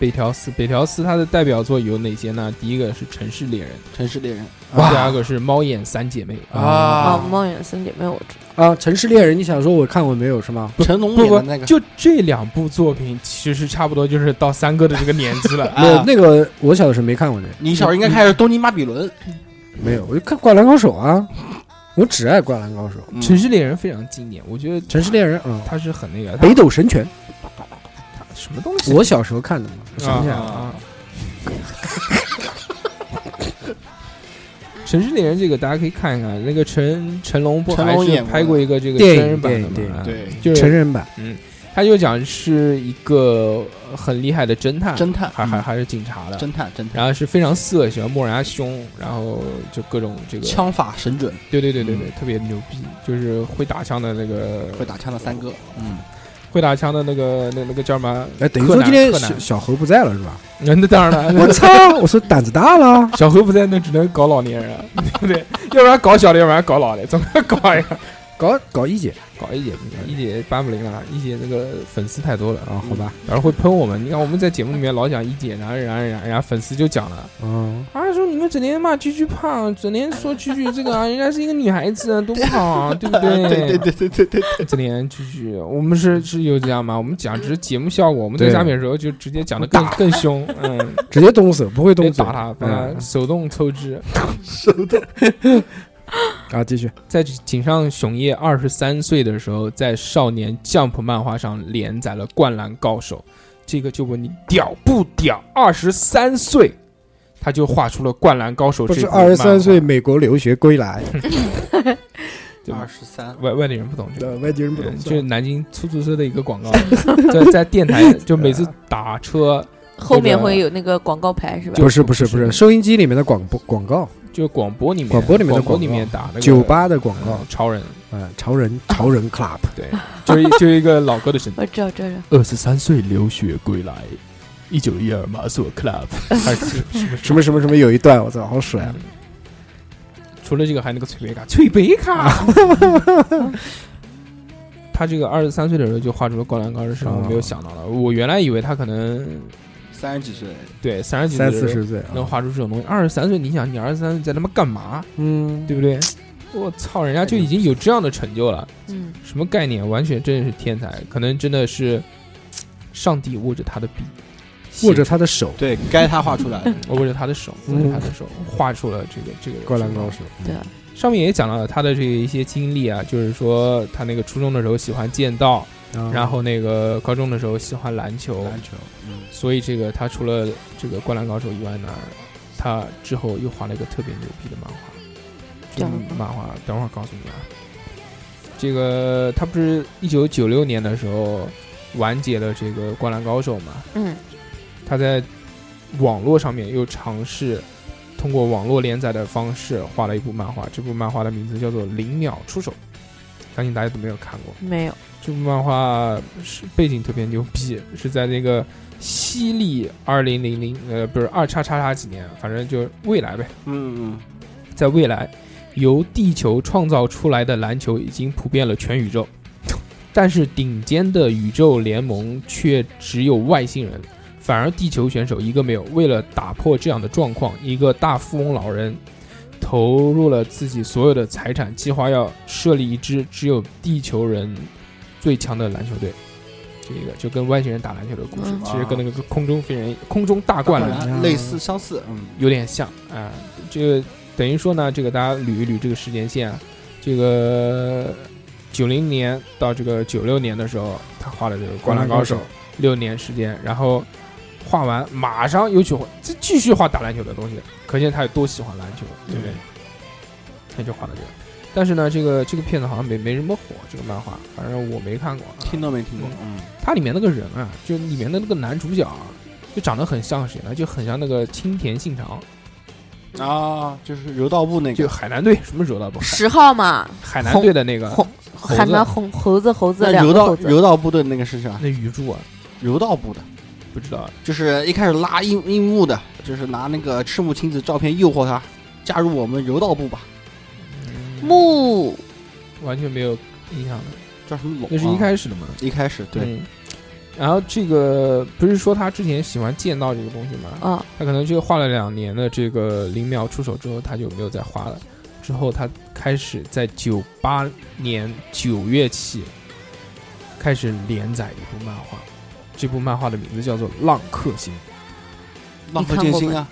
Speaker 1: 北条四，北条四他的代表作有哪些呢？第一个是《城市猎人
Speaker 5: 城市猎人》，
Speaker 1: 第二啊个是《猫眼三姐妹》
Speaker 3: 啊，
Speaker 5: 啊，
Speaker 3: 猫眼三姐妹我知道，
Speaker 2: 啊，《城市猎人》，你想说我看过没有是吗？
Speaker 5: 成龙
Speaker 1: 不
Speaker 5: 演
Speaker 1: 不
Speaker 5: 的那，个，
Speaker 1: 就这两部作品，其实差不多就是到三哥的这个年纪了。
Speaker 2: 没有
Speaker 5: 啊，
Speaker 2: 那个我小的时候没看过这个，
Speaker 5: 你小时候
Speaker 1: 嗯
Speaker 5: 应该看的是《东京巴比伦》
Speaker 2: 没有，我就看《灌篮高手》啊，我只爱《灌篮高手》
Speaker 5: 嗯，
Speaker 1: 城市猎人非常经典，我觉得
Speaker 2: 《城市猎人》啊，
Speaker 1: 他是很那个，
Speaker 2: 《北
Speaker 1: 他
Speaker 2: 斗神拳
Speaker 1: 什么东》 西？
Speaker 2: 我小时候看的嘛，我想不起来
Speaker 1: 啊
Speaker 2: 了。
Speaker 1: 啊。城市猎人这个大家可以看一看，那个成成龙不
Speaker 5: 成
Speaker 1: 还
Speaker 5: 龙
Speaker 1: 是
Speaker 5: 演过
Speaker 1: 拍过一个这个
Speaker 2: 电
Speaker 1: 真
Speaker 2: 影
Speaker 1: 人版的
Speaker 2: 电影
Speaker 1: 嘛？啊
Speaker 5: 对
Speaker 1: 就是
Speaker 2: 成人版
Speaker 1: 他就讲是一个呃很厉害的侦探，
Speaker 5: 侦探，嗯
Speaker 1: 还还还是警察的，
Speaker 5: 侦探侦探，
Speaker 1: 然后是非常色情，漠然凶，然后就各种这个
Speaker 5: 枪法神准，
Speaker 1: 对对对对对，特别牛逼，就是会打枪的那个，
Speaker 5: 嗯会打枪的三哥，嗯，
Speaker 1: 会打枪的那个那那个叫什么？
Speaker 2: 哎，等于
Speaker 1: 柯
Speaker 2: 说
Speaker 1: 南
Speaker 2: 今天
Speaker 1: 柯南
Speaker 2: 小小猴不在了是 吧？
Speaker 1: 那那当 然
Speaker 2: 我
Speaker 1: 了，
Speaker 2: 操！我说胆子大了，
Speaker 1: 小何不在，那只能搞老年人 了，对不对？要不然搞小的，要不然搞老的，怎么搞呀？
Speaker 2: 搞搞一姐
Speaker 1: 搞一姐不行，一姐搬不灵了，啊一姐那个粉丝太多了，
Speaker 2: 啊，好吧，
Speaker 1: 然后会喷我们。你看我们在节目里面老讲一姐，然后然后然后然后粉丝就讲了，
Speaker 2: 嗯，
Speaker 1: 啊说你们整天骂居居胖，整天说居居这个 啊，人家是一个女孩子，多不好 啊，对不对？
Speaker 5: 对对对对，
Speaker 1: 这连继续，我们是是有这样吗？我们讲只是节目效果，我们在
Speaker 2: 对
Speaker 1: 下面的时候就直接讲的更更凶， 嗯，
Speaker 2: 直接动手，不会动
Speaker 1: 得
Speaker 2: 嘴
Speaker 1: 打他，把他
Speaker 2: 嗯
Speaker 1: 手动抽脂。
Speaker 2: 啊，继续
Speaker 1: 在井上雄彦二十三岁的时候，在少年 Jump 漫画上连载了《灌篮高手》，这个就问你屌不屌？二十三岁，他就画出了《灌篮高手》
Speaker 2: 不
Speaker 1: 这
Speaker 2: 是
Speaker 1: 部漫画
Speaker 2: 二十三岁美国留学归来，
Speaker 1: 对吧
Speaker 5: 二十三，
Speaker 1: 外外地人不懂这个。
Speaker 2: 呃外地人 不
Speaker 1: 对
Speaker 2: 懂，
Speaker 1: 这是南京出租车的一个 广告，在在电台就每次打车
Speaker 3: 后面
Speaker 1: 个
Speaker 3: 会有那个广告牌是吧？
Speaker 2: 不是不是
Speaker 1: 不
Speaker 2: 不
Speaker 1: 是
Speaker 2: 是，收音机里面的广播广告，
Speaker 1: 就广播里面，
Speaker 2: 广播里面的
Speaker 1: 广播里
Speaker 2: 广告
Speaker 1: 面打那个
Speaker 2: 酒吧的广告
Speaker 1: 嗯，超人，
Speaker 2: 嗯，潮人潮人 club，
Speaker 1: 对，就是一就是一个老哥的声音。
Speaker 3: 我哦知道，知道知道，
Speaker 1: 二十三岁留学归来，一九一二马索 club，还 是什么
Speaker 2: 什么什么什么有一段，我操，好
Speaker 1: 鬼
Speaker 2: 水
Speaker 1: 啊？
Speaker 2: 啊！
Speaker 1: 除了这个，还有那个崔贝卡，崔贝卡。 他这个二十三岁的时候就画出了《灌篮高手》，是我没有想到的。我原来以为他可能
Speaker 5: 三十几岁，
Speaker 1: 对三十几岁
Speaker 2: 三
Speaker 1: 的时
Speaker 2: 四
Speaker 1: 候
Speaker 2: 十岁啊，
Speaker 1: 能画出这种东西。二十三岁，你想，你二十三岁在他妈干嘛？
Speaker 2: 嗯，
Speaker 1: 对不对？我操，人家就已经有这样的成就了。
Speaker 3: 嗯，
Speaker 1: 什么概念？完全真的是天才，可能真的是上帝握着他的笔，
Speaker 2: 握着他的手，
Speaker 5: 对该他画出来 的，
Speaker 1: 我握着他的手，握
Speaker 2: 嗯
Speaker 1: 着他的手，画出了这个这个
Speaker 2: 灌篮高。手，
Speaker 3: 对，啊
Speaker 1: 上面也讲到了他的这一些经历啊，就是说他那个初中的时候喜欢剑道，
Speaker 2: 啊
Speaker 1: 然后那个高中的时候喜欢篮球，
Speaker 5: 篮球，嗯，
Speaker 1: 所以这个他除了这个灌篮高手以外呢，他之后又画了一个特别牛逼的漫画，这
Speaker 3: 叫
Speaker 1: 个
Speaker 3: 什么
Speaker 1: 漫画等会儿告诉你啊。这个他不是一九九六年的时候完结了这个《灌篮高手》嘛？
Speaker 3: 嗯，
Speaker 1: 他在网络上面又尝试通过网络连载的方式画了一部漫画，这部漫画的名字叫做《零秒出手》，相信大家都没有看过。
Speaker 3: 没有，
Speaker 1: 这部漫画是背景特别牛逼，是在那个西历二零零零呃不是二叉叉叉几年，反正就是未来呗，
Speaker 5: 嗯嗯，
Speaker 1: 在未来由地球创造出来的篮球已经普遍了全宇宙，但是顶尖的宇宙联盟却只有外星人，反而地球选手一个没有。为了打破这样的状况，一个大富翁老人投入了自己所有的财产，计划要设立一支只有地球人最强的篮球队。这个就跟外星人打篮球的故事，
Speaker 3: 嗯
Speaker 1: 其实跟那个空中飞人、空中大灌篮啊
Speaker 2: 篮
Speaker 5: 类似相似，嗯，
Speaker 1: 有点像啊、这个等于说呢，这个大家捋一捋这个时间线啊，这个九零年到这个九六年的时候，他画的这个《灌篮高手》，六年时间，然后画完马上又去画，这继续画打篮球的东西，可见他有多喜欢篮球，对不对？他就画了这个，但是呢，这个这个片子好像没没什么火，这个漫画，反正我没看过啊。
Speaker 5: 听都没听过，嗯，
Speaker 1: 它里面那个人啊，就里面的那个男主角啊，就长得很像谁呢？就很像那个青田信长，
Speaker 5: 啊，就是柔道部那
Speaker 1: 就
Speaker 5: 个，
Speaker 1: 海南队什么柔道部，海
Speaker 3: 十号嘛，
Speaker 1: 海南队的那个
Speaker 3: 红
Speaker 1: 猴
Speaker 3: 海南
Speaker 1: 子，
Speaker 3: 红猴子猴子
Speaker 5: 那
Speaker 3: 两
Speaker 5: 柔
Speaker 3: 个
Speaker 5: 道
Speaker 3: 猴子，
Speaker 5: 柔道部的那个是啥？
Speaker 1: 那鱼柱啊，
Speaker 5: 柔道部的，
Speaker 1: 不知道
Speaker 5: 就是一开始拉樱樱木的，就是拿那个赤木晴子照片诱惑他，加入我们柔道部吧，
Speaker 3: 木
Speaker 1: 完全没有印象了，
Speaker 5: 叫什么龙啊？
Speaker 1: 那是一开始的嘛。
Speaker 5: 一开始对，
Speaker 1: 嗯然后这个不是说他之前喜欢剑道这个东西吗？
Speaker 3: 啊，
Speaker 1: 他可能就画了两年的这个零秒出手之后，他就没有再画了。之后他开始在九八年九月起开始连载一部漫画，这部漫画的名字叫做《浪客行》。
Speaker 5: 浪客剑心啊，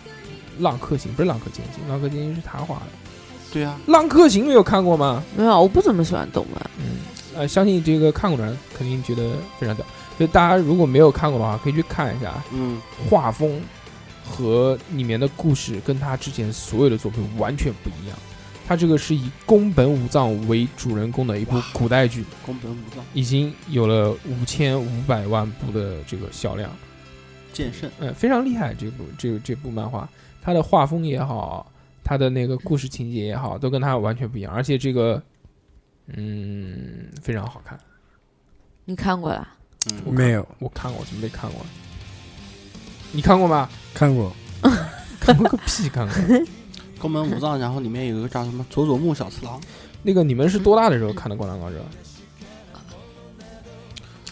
Speaker 1: 浪客行不是浪客剑心，浪客剑心是他画的。
Speaker 5: 对啊，
Speaker 1: 浪客行没有看过吗？
Speaker 3: 没有，我不怎么喜欢动漫，
Speaker 1: 嗯，呃，相信这个看过的人肯定觉得非常屌。所以大家如果没有看过的话，可以去看一下。
Speaker 5: 嗯，
Speaker 1: 画风和里面的故事跟他之前所有的作品完全不一样。他这个是以宫本武藏为主人公的一部
Speaker 5: 哇
Speaker 1: 古代剧，
Speaker 5: 宫本武藏
Speaker 1: 已经有了五千五百万部的这个销量，
Speaker 5: 剑圣，
Speaker 1: 嗯，非常厉害。这部这这部漫画，它的画风也好，它的那个故事情节也好，都跟它完全不一样，而且这个，嗯，非常好看。
Speaker 3: 你看过啦？
Speaker 1: 我看
Speaker 5: 嗯，
Speaker 2: 没有
Speaker 1: 我看过，怎么没看过？你看过吗？
Speaker 2: 看过，
Speaker 1: 看过个屁，看过。
Speaker 5: 宫本武藏，然后里面有一个叫什么佐佐木小次郎，
Speaker 1: 那个你们是多大的时候看的《灌篮高手》？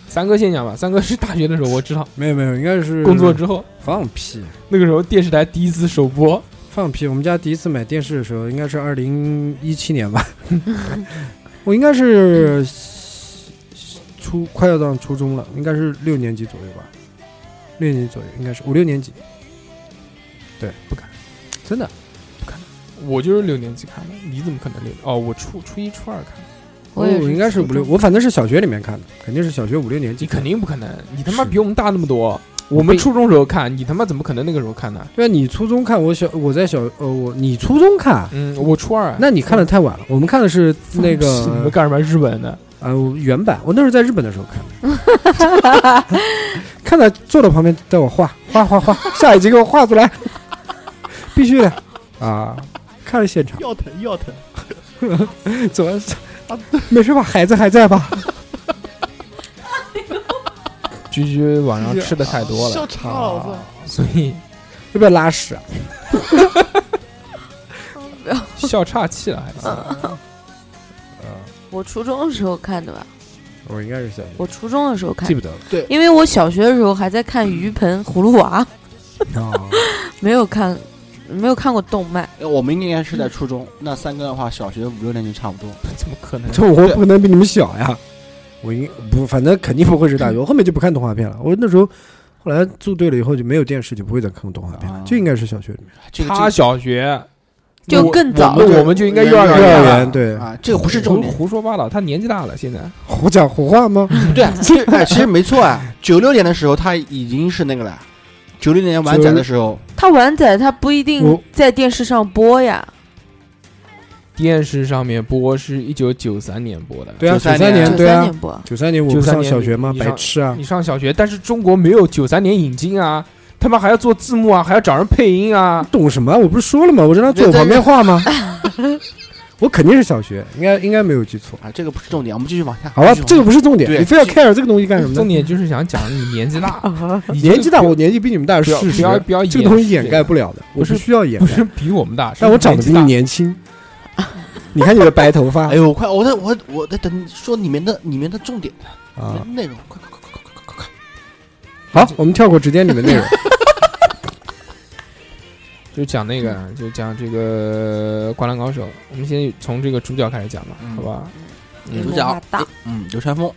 Speaker 1: 三哥先讲吧，三哥是大学的时候，我知道
Speaker 2: 没有没有，应该是
Speaker 1: 工作之后，
Speaker 2: 放屁
Speaker 1: 那个时候电视台第一次首播，
Speaker 2: 放屁！我们家第一次买电视的时候，应该是二零一七年 吧，我应该是初快要到初中了，应该是六年级左右吧，六年级左右应该是五六年级，对，
Speaker 1: 不敢，
Speaker 2: 真的
Speaker 1: 我就是六年级看的，你怎么可能六？哦，我初初一初二看的，
Speaker 3: 我也是
Speaker 2: 哦应该是
Speaker 3: 初
Speaker 2: 五六，
Speaker 3: 中
Speaker 2: 我反正是小学里面看的，肯定是小学五六年级
Speaker 1: 你
Speaker 2: 看
Speaker 1: 肯
Speaker 2: 的。
Speaker 1: 定不可能，你他妈
Speaker 2: 是
Speaker 1: 比我们大那么多。我们
Speaker 2: 被
Speaker 1: 初中时候看，你他妈怎么可能那个时候看呢？
Speaker 2: 对啊，你初中看，我小我在小呃我你初中看，
Speaker 1: 嗯，我初二啊，
Speaker 2: 那你看的太晚了。我们看的是那
Speaker 1: 放屁你
Speaker 2: 个
Speaker 1: 们干什么？日本的
Speaker 2: 呃原版，我那时候在日本的时候看的， 看到坐到旁边带我画画画画，下一集给我画出来，必须的啊！看了现场，
Speaker 5: 要疼要疼，
Speaker 2: 怎么没事吧？孩子还在吧？
Speaker 1: 居居晚上吃的太多了，
Speaker 5: 岔
Speaker 2: 啊，
Speaker 1: 所以
Speaker 2: 要不要拉屎啊？
Speaker 1: 笑岔气了，还是
Speaker 3: 我初中的时候看的吧，
Speaker 2: 我应该是小学，
Speaker 3: 我初中的时候看
Speaker 2: 记，不得了
Speaker 3: 因为我小学的时候还在看《鱼盆葫芦娃》，
Speaker 2: 啊。
Speaker 3: 没有看，没有看过动漫。
Speaker 5: 哎我们应该是在初中，那三哥的话，小学五六年级差不多。
Speaker 1: 怎么可能？
Speaker 2: 这我不可能比你们小呀，我应不，反正肯定不会是大学。我后面就不看动画片了。我那时候后来住对了以后就没有电视，就不会再看动画片了，
Speaker 5: 啊
Speaker 2: 就应该是小学里面。
Speaker 5: 这个
Speaker 1: 他小学
Speaker 3: 就
Speaker 1: 我
Speaker 3: 更早
Speaker 1: 我们我们就应该幼儿
Speaker 2: 园
Speaker 1: 园
Speaker 2: 幼
Speaker 1: 了
Speaker 2: 儿园对
Speaker 5: 啊，这个不是 重点，
Speaker 1: 胡胡说八道。他年纪大了，现在
Speaker 2: 胡讲胡话吗？
Speaker 1: 嗯
Speaker 5: 对啊，其实哎，其实没错啊。九六年的时候，他已经是那个了。九六年晚载的时候，
Speaker 3: 他晚载，他不一定
Speaker 2: 我
Speaker 3: 在电视上播呀。
Speaker 1: 电视上面播是一九九三年播的。
Speaker 2: 对啊，九
Speaker 5: 93
Speaker 2: 三
Speaker 5: 年
Speaker 3: 九
Speaker 2: 对
Speaker 3: 三
Speaker 2: 啊，
Speaker 3: 年播，
Speaker 2: 九三年我不
Speaker 1: 93
Speaker 2: 上
Speaker 1: 年
Speaker 2: 小学吗？
Speaker 1: 你上
Speaker 2: 白痴啊！
Speaker 1: 你上小学，但是中国没有九三年引进啊，他妈还要做字幕啊，还要找人配音啊。
Speaker 2: 懂什么啊？我不是说了吗？我让他坐我旁边画吗？ 我肯定是小学，应该应该没有记错。
Speaker 5: 啊，这个不是重点，我们继续往下。
Speaker 2: 好吧，
Speaker 5: 继续往
Speaker 2: 这个不是重
Speaker 5: 对
Speaker 2: 点，你非要
Speaker 5: 这
Speaker 2: care 这个东西干什么呢？
Speaker 1: 重点就是想讲你年纪 大，你
Speaker 2: 嗯年纪大，
Speaker 1: 不
Speaker 2: 我年纪比你们大
Speaker 1: 不
Speaker 2: 是
Speaker 1: 要
Speaker 2: 事
Speaker 1: 不
Speaker 2: 实，
Speaker 1: 要不要
Speaker 2: 这个
Speaker 1: 掩
Speaker 2: 东西
Speaker 1: 饰
Speaker 2: 掩
Speaker 1: 这
Speaker 2: 盖
Speaker 1: 个
Speaker 2: 不了的，我
Speaker 1: 不是
Speaker 2: 需要掩
Speaker 1: 不
Speaker 2: 盖。
Speaker 1: 是比我们大，是
Speaker 2: 但我长得比
Speaker 1: 纪
Speaker 2: 你
Speaker 1: 大
Speaker 2: 年轻。 你看你的白头发
Speaker 5: 哎呦，快！我在我我在等你说里面的里面的重点
Speaker 2: 啊！
Speaker 5: 内容，快快快快快快快快！
Speaker 2: 好，我们跳过直接你 们内容。
Speaker 1: 就讲那个，就讲这个《灌篮高手》。我们先从这个主角开始讲吧，
Speaker 5: 嗯
Speaker 1: 好吧？
Speaker 3: 嗯
Speaker 5: 主
Speaker 3: 我
Speaker 5: 角
Speaker 3: 大，
Speaker 5: 嗯，流川枫，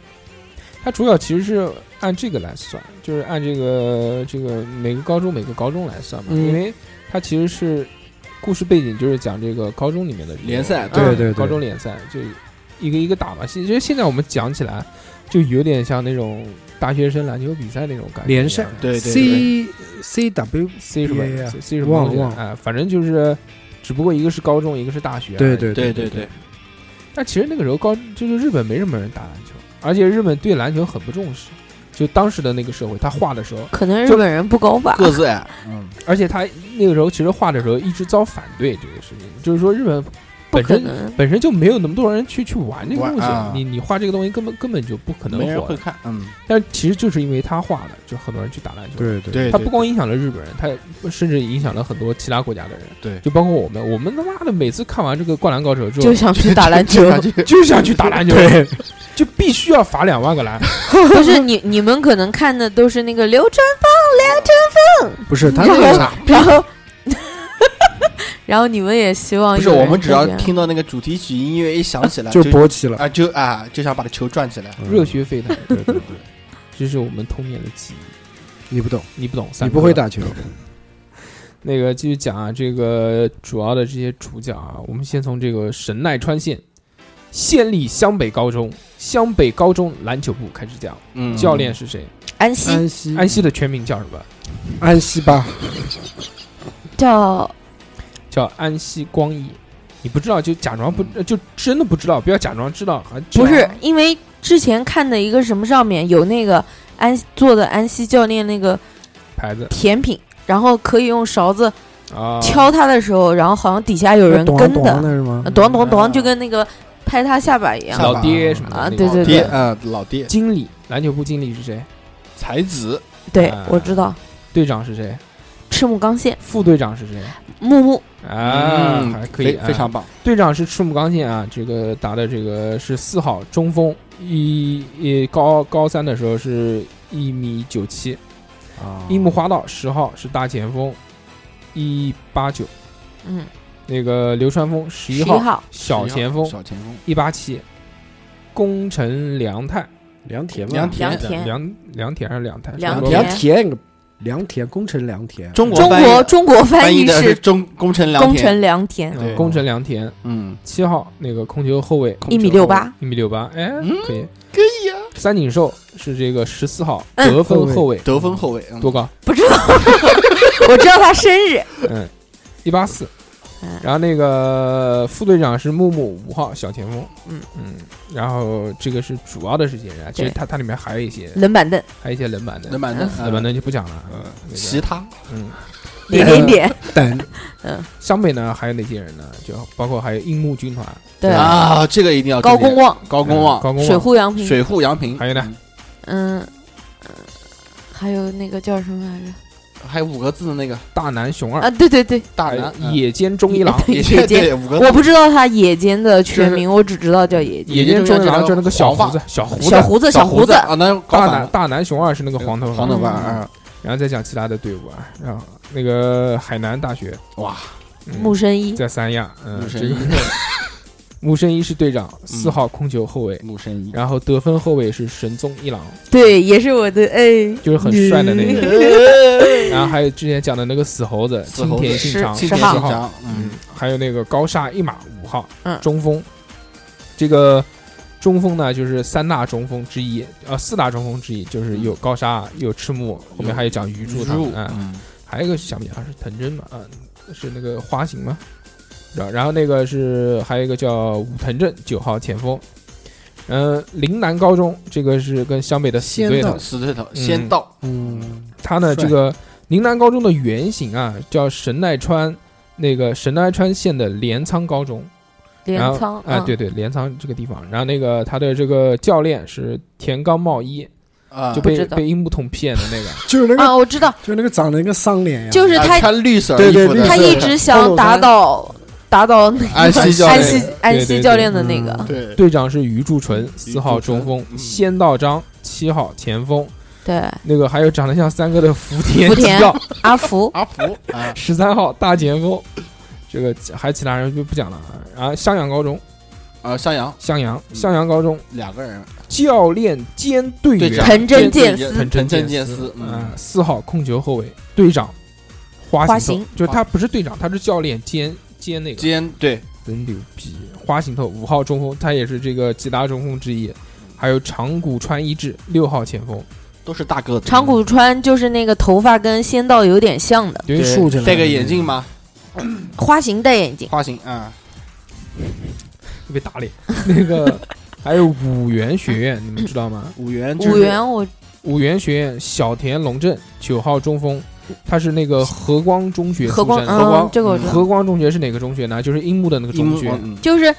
Speaker 1: 它主要其实是按这个来算，就是按这个这个每个高中每个高中来算嘛，
Speaker 2: 嗯
Speaker 1: 因为它其实是故事背景就是讲这个高中里面的这个
Speaker 5: 联赛
Speaker 1: 嗯
Speaker 5: 对
Speaker 2: 对对
Speaker 1: 高中联赛就一个一个打嘛。其实现在我们讲起来，就有点像那种大学生篮球比赛那种感觉，
Speaker 2: 联赛
Speaker 5: 对对对，
Speaker 2: C C W
Speaker 1: C 什么
Speaker 2: Yeah,
Speaker 1: C- C 什么
Speaker 2: 忘了
Speaker 1: 东西
Speaker 2: 忘了
Speaker 1: 哎，反正就是，只不过一个是高中，一个是大学。
Speaker 2: 对。对对
Speaker 5: 对对对，
Speaker 1: 但其实那个时候高就是日本没什么人打篮球，而且日本对篮球很不重视。就当时的那个社会，他画的时候，
Speaker 3: 可能日
Speaker 1: 就
Speaker 3: 本人不高吧，
Speaker 5: 个子矮，嗯，
Speaker 1: 而且他那个时候其实画的时候一直遭反对这个事情，就是说日本
Speaker 3: 不
Speaker 1: 本
Speaker 3: 可
Speaker 1: 身
Speaker 3: 能。
Speaker 1: 本身就没有那么多人去去玩这个东西，
Speaker 5: 玩啊
Speaker 1: 你你画这个东西根本根本就不可能
Speaker 5: 没人
Speaker 1: 火
Speaker 5: 会。看，嗯，
Speaker 1: 但其实就是因为他画了，就很多人去打篮球。
Speaker 2: 对对
Speaker 5: 对，
Speaker 1: 他
Speaker 5: 对
Speaker 1: 不光影响了日本人，他甚至影响了很多其他国家的人。
Speaker 5: 对
Speaker 1: 就包括我们，我们他妈的每次看完这个《灌篮高手》之
Speaker 3: 就
Speaker 1: 后，
Speaker 3: 想去打篮球，
Speaker 5: 就感觉
Speaker 1: 就想去打篮球，就必须要罚两万个篮。
Speaker 3: 不是你你们可能看的都是那个流川
Speaker 2: 不是他
Speaker 3: 然
Speaker 2: 那
Speaker 3: 后
Speaker 2: 个啥，
Speaker 3: 然后， 然后你们也希望
Speaker 5: 不是
Speaker 3: 有人
Speaker 5: 我们只要
Speaker 3: 这样
Speaker 5: 听到那个主题曲音乐一响起来，
Speaker 2: 就
Speaker 5: 就
Speaker 2: 勃起了，
Speaker 5: 啊就啊就想把这球转起来，
Speaker 2: 嗯
Speaker 1: 哎热血沸腾，
Speaker 2: 对对对，
Speaker 1: 这是我们童年的记忆。
Speaker 2: 你不懂，
Speaker 1: 你不懂，三
Speaker 2: 你
Speaker 1: 哥
Speaker 2: 不会打球，
Speaker 1: 那个继续讲啊，这个主要的这些主角啊，我们先从这个神奈川县县立湘北高中湘北高中篮球部开始讲。
Speaker 5: 嗯
Speaker 1: 教练是谁？
Speaker 3: 安西
Speaker 2: 安息
Speaker 1: 安西的全名叫什么？
Speaker 2: 安息吧，
Speaker 3: 叫
Speaker 1: 叫安西光一。你不知道就假装不，呃就真的不知道，不要假装知道，还知道
Speaker 3: 不是因为之前看的一个什么上面有那个安做的安西教练那个
Speaker 1: 牌子
Speaker 3: 甜品，然后可以用勺子
Speaker 1: 啊。
Speaker 3: 敲它的时候，然后好像底下有人
Speaker 2: 懂啊
Speaker 3: 跟
Speaker 2: 懂
Speaker 3: 的，
Speaker 2: 那是吗？
Speaker 3: 咚咚
Speaker 5: 啊
Speaker 3: 咚，就跟那个拍他下巴一样
Speaker 5: 下。
Speaker 1: 老爹什么的
Speaker 3: 啊
Speaker 1: 那个
Speaker 3: 对对
Speaker 5: 爹
Speaker 3: 对
Speaker 5: 啊老爹
Speaker 1: 经理篮球部经理是谁？
Speaker 5: 才子
Speaker 3: 对
Speaker 1: 啊，
Speaker 3: 我知道，
Speaker 1: 队长是谁？
Speaker 3: 赤木刚宪、
Speaker 1: 副队长是谁？
Speaker 3: 木木
Speaker 1: 啊，
Speaker 5: 嗯
Speaker 1: 还可以
Speaker 5: 非，非
Speaker 1: 啊
Speaker 5: 常棒，
Speaker 1: 队长是赤木刚宪啊，这个打的这个是四号中锋，一一高高三的时候是一米九七，樱木花道十号是大前锋，一八九，
Speaker 3: 嗯，
Speaker 1: 那个流川枫十
Speaker 3: 十一
Speaker 1: 一号
Speaker 3: 号，
Speaker 1: 小前锋
Speaker 5: 小前锋
Speaker 1: 一八七，宫城良太
Speaker 2: 良田
Speaker 5: 良
Speaker 3: 良
Speaker 5: 田
Speaker 3: 田，
Speaker 1: 良良田还是良太？
Speaker 3: 良
Speaker 1: 什么
Speaker 3: 田
Speaker 2: 良田，良田，工程良田，
Speaker 5: 中国
Speaker 3: 中
Speaker 5: 翻译
Speaker 3: 国中国翻
Speaker 5: 翻译
Speaker 3: 译
Speaker 5: 的是
Speaker 3: 是
Speaker 5: 中宫城良
Speaker 3: 宫
Speaker 5: 田，
Speaker 3: 城良田，
Speaker 1: 嗯
Speaker 5: 对
Speaker 1: 宫城良田
Speaker 5: 嗯，
Speaker 1: 七号那个控球后卫
Speaker 3: 一米六八，嗯
Speaker 1: 一米六八，哎，可以。
Speaker 5: 可以啊，
Speaker 1: 三井寿是这个十四号
Speaker 3: 嗯
Speaker 1: 得分后卫，
Speaker 5: 得分后卫，嗯
Speaker 1: 多高？
Speaker 3: 不知道， 我知道他生日，
Speaker 1: 嗯，一八四
Speaker 3: 嗯。
Speaker 1: 然后那个副队长是木木五号小前锋，
Speaker 3: 嗯
Speaker 1: 嗯，然后这个是主要的这些人啊，其实
Speaker 3: 对
Speaker 1: 它它里面还有一些
Speaker 3: 冷板凳，
Speaker 1: 还有一些冷呃板的，
Speaker 5: 能板凳，
Speaker 1: 冷板
Speaker 5: 凳，
Speaker 1: 凳就不讲了，嗯，那个
Speaker 5: 其他
Speaker 1: 嗯，
Speaker 3: 点点点，
Speaker 2: 等
Speaker 1: 湘北呢还有哪些人呢？就包括还有樱木军团，
Speaker 3: 对，
Speaker 5: 啊，这个一定要
Speaker 3: 高
Speaker 5: 重点
Speaker 3: 公望、
Speaker 5: 高公
Speaker 1: 嗯
Speaker 5: 望
Speaker 1: 高公
Speaker 3: 水
Speaker 1: 望，
Speaker 3: 户洋平，
Speaker 5: 水户洋平，
Speaker 1: 还有呢
Speaker 5: 嗯，
Speaker 3: 嗯，呃还有那个叫什么来着？
Speaker 5: 还有五个字的那个
Speaker 1: 大南雄二
Speaker 3: 啊，，对对对，
Speaker 5: 大
Speaker 1: 还有
Speaker 5: 南嗯
Speaker 1: 野间忠一郎，
Speaker 5: 也
Speaker 3: 野间
Speaker 5: 是对五个字
Speaker 3: 我不知道他野间的全名，我只知道叫野间。
Speaker 1: 野间忠一郎
Speaker 5: 野间忠一郎
Speaker 1: 就是那个小胡子，小胡子
Speaker 3: 小，胡子，小
Speaker 5: 胡
Speaker 3: 胡子，
Speaker 5: 啊，那
Speaker 1: 大
Speaker 5: 高反
Speaker 1: 南大南雄二是那个黄头发
Speaker 5: 黄头发
Speaker 3: 嗯
Speaker 5: 啊，
Speaker 1: 然后再讲其他的队伍啊，然后那个海南大学，
Speaker 5: 哇，
Speaker 1: 嗯
Speaker 3: 木生一，
Speaker 1: 在三亚，嗯，
Speaker 5: 木
Speaker 1: 这
Speaker 5: 神嗯
Speaker 1: 个
Speaker 5: 医，
Speaker 1: 木生一是队长，四号控球后 卫，
Speaker 5: 木神医，
Speaker 1: 然后得分后卫是神宗一郎，
Speaker 3: 对，也是我的哎，
Speaker 1: 就是很帅的那个。
Speaker 5: 哎
Speaker 1: 然后还有之前讲的那个死猴子
Speaker 5: 死
Speaker 1: 青
Speaker 5: 猴子
Speaker 1: 田信长，
Speaker 5: 青
Speaker 3: 十
Speaker 5: 田
Speaker 3: 号
Speaker 5: 信
Speaker 1: 号，
Speaker 5: 长，
Speaker 1: 嗯
Speaker 5: 嗯，，
Speaker 1: 还有那个高沙一马五号，
Speaker 3: 嗯
Speaker 1: 中锋，这个。中锋呢，就是三大中锋之一，呃，四大中锋之一，就是有高沙，有赤木，后面还有讲鱼
Speaker 5: 鱼
Speaker 1: 柱他们，嗯，还有一个想不起来是藤真嘛，啊，是那个花形嘛，然然后那个是还有一个叫武藤镇九号前锋，嗯、陵南高中这个是跟湘北的死对
Speaker 2: 仙
Speaker 1: 头
Speaker 2: 道，
Speaker 5: 死对头，
Speaker 1: 嗯
Speaker 5: 仙道，
Speaker 2: 嗯，
Speaker 1: 他呢
Speaker 5: 帅
Speaker 1: 这个陵南高中的原型啊叫神奈川那个神奈川县的镰仓高中，
Speaker 3: 镰
Speaker 1: 然后
Speaker 3: 仓
Speaker 1: 啊、
Speaker 3: 嗯
Speaker 1: 对对镰仓这个地方，然后那个他的这个教练是田冈茂一，
Speaker 5: 啊，
Speaker 1: 就
Speaker 3: 不
Speaker 1: 被
Speaker 3: 知道
Speaker 1: 被樱木桶骗的那个，
Speaker 2: 就是那个
Speaker 3: 啊，我知道，
Speaker 2: 就是那个长得跟丧脸一样，
Speaker 3: 就是
Speaker 5: 啊
Speaker 3: 他，
Speaker 5: 穿绿色
Speaker 2: 对
Speaker 5: 衣
Speaker 2: 对
Speaker 5: 服的，
Speaker 2: 绿色
Speaker 3: 他
Speaker 2: 的
Speaker 3: 一直想打倒打倒那个
Speaker 5: 安西教
Speaker 3: 安
Speaker 5: 练
Speaker 3: 西安西教练的那个
Speaker 2: 嗯，
Speaker 5: 对
Speaker 1: 队长是于柱纯，四号
Speaker 5: 柱纯
Speaker 1: 中锋，
Speaker 5: 嗯
Speaker 1: 仙道章七号前锋，
Speaker 3: 对，
Speaker 1: 那个还有长得像三哥的福田
Speaker 3: 福
Speaker 1: 纪
Speaker 3: 田
Speaker 1: 耀，
Speaker 3: 阿福，
Speaker 5: 阿福啊，
Speaker 1: 十三号大前锋，这个还有其他人就不讲了啊。然后襄阳高中，
Speaker 5: 啊，襄阳
Speaker 1: 襄阳
Speaker 5: 嗯
Speaker 1: 襄阳高中
Speaker 5: 两个人，
Speaker 1: 教练兼队
Speaker 5: 队
Speaker 1: 员
Speaker 5: 长
Speaker 3: 藤真健司
Speaker 5: 藤
Speaker 1: 真
Speaker 5: 真真
Speaker 1: 健
Speaker 5: 健司，
Speaker 1: 啊
Speaker 5: 嗯，，
Speaker 1: 四号控球后卫队长花
Speaker 3: 花
Speaker 1: 形
Speaker 3: 形啊
Speaker 1: 就是他不是队长，他是教练兼兼那个
Speaker 5: 兼对
Speaker 1: 真牛逼！花形透五号中锋，他也是这个几大中锋之一，还有长谷川一志六号前锋，
Speaker 5: 都是大个子，
Speaker 3: 长谷川就是那个头发跟仙道有点像的，
Speaker 1: 对
Speaker 5: 对
Speaker 2: 竖起来
Speaker 5: 戴个眼镜嘛，
Speaker 3: 花形戴眼镜，
Speaker 5: 花型啊，
Speaker 1: 特别打脸。 那个还有五原学院，你们知道吗？
Speaker 5: 五元就是
Speaker 3: 五元我
Speaker 1: 五原学院小田龙正九号中锋，他是那个和光中学
Speaker 3: 和
Speaker 1: 出
Speaker 3: 光
Speaker 1: 身。和
Speaker 3: 嗯
Speaker 1: 光
Speaker 3: 这个我知道，
Speaker 1: 和光中学是哪个中学呢？就是樱木的那个
Speaker 5: 樱
Speaker 1: 中
Speaker 5: 木
Speaker 1: 学。
Speaker 5: 嗯
Speaker 3: 就是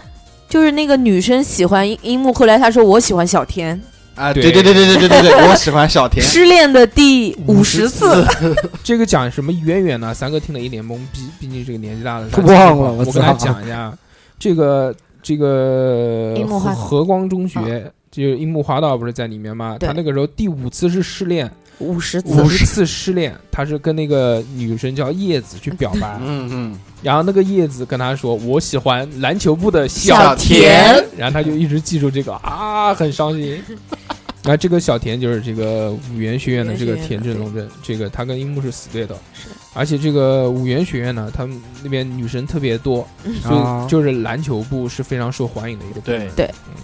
Speaker 3: 就是那个女生喜欢樱樱木，后来她说我喜欢小田，
Speaker 5: 啊，
Speaker 1: 对
Speaker 5: 对对对对对对对，我喜欢小田，
Speaker 3: 失恋的第五十次，
Speaker 1: 这个讲什么渊源呢？三哥听了一脸懵逼，毕竟这个年纪大了，他
Speaker 2: 忘了
Speaker 1: 听不懂我
Speaker 2: 我操
Speaker 1: 跟他讲一下，这个这个
Speaker 3: 樱木花啊
Speaker 1: 和和光中学，就是樱木花道不是在里面吗？
Speaker 3: 对
Speaker 1: 他那个时候第五次是失恋，
Speaker 3: 五十次
Speaker 1: 五，十次失恋，他是跟那个女生叫叶子去表白，
Speaker 5: 嗯嗯，
Speaker 1: 然后那个叶子跟他说：“我喜欢篮球部的
Speaker 3: 小
Speaker 1: 田。
Speaker 3: 田
Speaker 1: 然后他就一直记住这个 啊，很伤心。然后这个小田就是这个五原学院的这个田震龙正，这个他跟樱木是死对头。
Speaker 3: 是，
Speaker 1: 而且这个五原学院呢，他们那边女生特别多，所
Speaker 2: 啊
Speaker 1: 以就是篮球部是非常受欢迎的一个部门
Speaker 3: 对
Speaker 5: 对
Speaker 1: 嗯，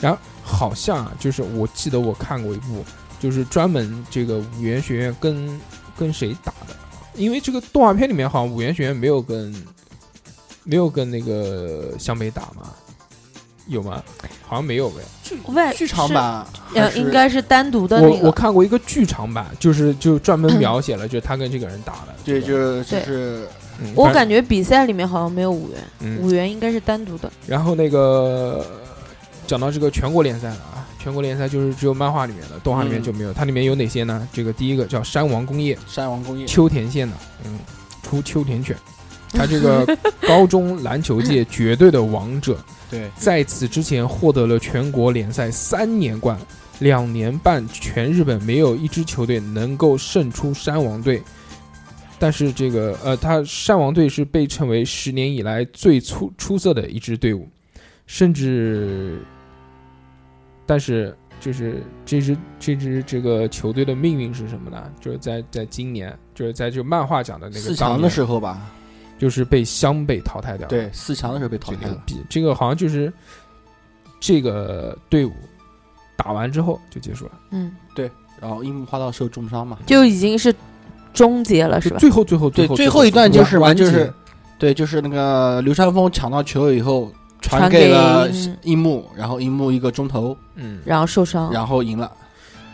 Speaker 1: 然后好像啊，就是我记得我看过一部，就是专门这个五原学院跟跟谁打的，因为这个动画片里面好像五原学院没有跟没有跟那个湘北打嘛，有吗？好像没有呗。
Speaker 3: 外
Speaker 5: 剧场版
Speaker 3: 是，呃
Speaker 5: 还是
Speaker 3: 应该是单独的
Speaker 1: 我
Speaker 3: 那
Speaker 1: 我
Speaker 3: 个，
Speaker 1: 看过一个剧场版，就是就专门描写了，就是他跟这个人打的。
Speaker 5: 对，
Speaker 1: 这个
Speaker 5: 就是就
Speaker 3: 对
Speaker 5: 是
Speaker 1: 嗯
Speaker 3: 我
Speaker 1: 反
Speaker 3: 感觉比赛里面好像没有五元，
Speaker 1: 嗯
Speaker 3: 五元应该是单独的，
Speaker 1: 然后那个讲到这个全国联赛了啊，全国联赛就是只有漫画里面的，动画里面就没有。它里面有哪些呢？这个第一个叫山王工业，
Speaker 5: 山王工业，
Speaker 1: 秋田县的，嗯，出秋田犬，他这个高中篮球界绝对的王者，
Speaker 5: 对，
Speaker 1: 在此之前获得了全国联赛三连冠，两年半全日本没有一支球队能够胜出山王队。但是这个呃，他山王队是被称为十年以来最出出色的一支队伍，甚至，但是就是这支这支这个球队的命运是什么呢？就是在在今年，就是在这漫画讲的那个
Speaker 5: 四
Speaker 1: 当
Speaker 5: 强
Speaker 1: 年
Speaker 5: 的时候吧，
Speaker 1: 就是被湘北淘汰掉了。
Speaker 5: 对，四强的时候被淘
Speaker 1: 这
Speaker 5: 汰
Speaker 1: 个
Speaker 5: 了，
Speaker 1: 比这个好像就是这个队伍打完之后就结束了，
Speaker 3: 嗯，
Speaker 5: 然后樱木花道受重伤嘛，
Speaker 3: 就已经是终结了，是
Speaker 1: 就
Speaker 3: 吧？
Speaker 1: 最后最后
Speaker 5: 对，
Speaker 1: 后
Speaker 5: 最
Speaker 1: 最
Speaker 5: 后一段就是嘛，
Speaker 2: 完
Speaker 5: 就
Speaker 2: 结
Speaker 5: 是对，就是那个流川枫抢到球以后传
Speaker 3: 传给
Speaker 5: 了
Speaker 3: 嗯
Speaker 5: 樱木，然后樱木一个中投，
Speaker 1: 嗯，
Speaker 3: 然后受伤，
Speaker 5: 然后赢了，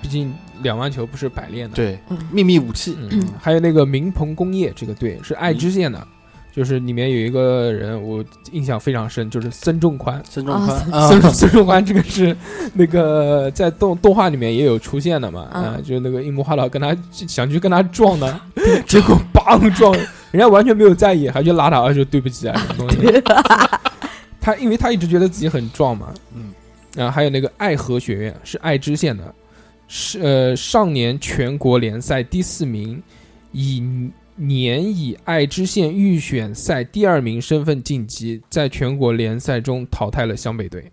Speaker 1: 毕竟两万球不是百练的。，
Speaker 5: 对，
Speaker 3: 嗯
Speaker 5: 秘密武器，
Speaker 1: 嗯，还有那个明鹏工业这个队是爱
Speaker 5: 嗯
Speaker 1: 知县的，就是里面有一个人我印象非常深，就是孙仲宽。
Speaker 5: 孙中宽
Speaker 3: 啊
Speaker 5: 啊，
Speaker 1: 孙孙仲宽这个是那个在动动画里面也有出现的嘛，
Speaker 3: 嗯
Speaker 1: 啊，就是那个樱木花道跟他想去跟他撞呢，结果 梆撞，人家完全没有在意，还去拉他，而且对不起啊什么东西。 他因为他一直觉得自己很壮嘛，
Speaker 5: 嗯，
Speaker 1: 然后还有那个爱河学院是爱知县的，是呃上年全国联赛第四名，以年以爱知县预选赛第二名身份晋级，在全国联赛中淘汰了湘北队。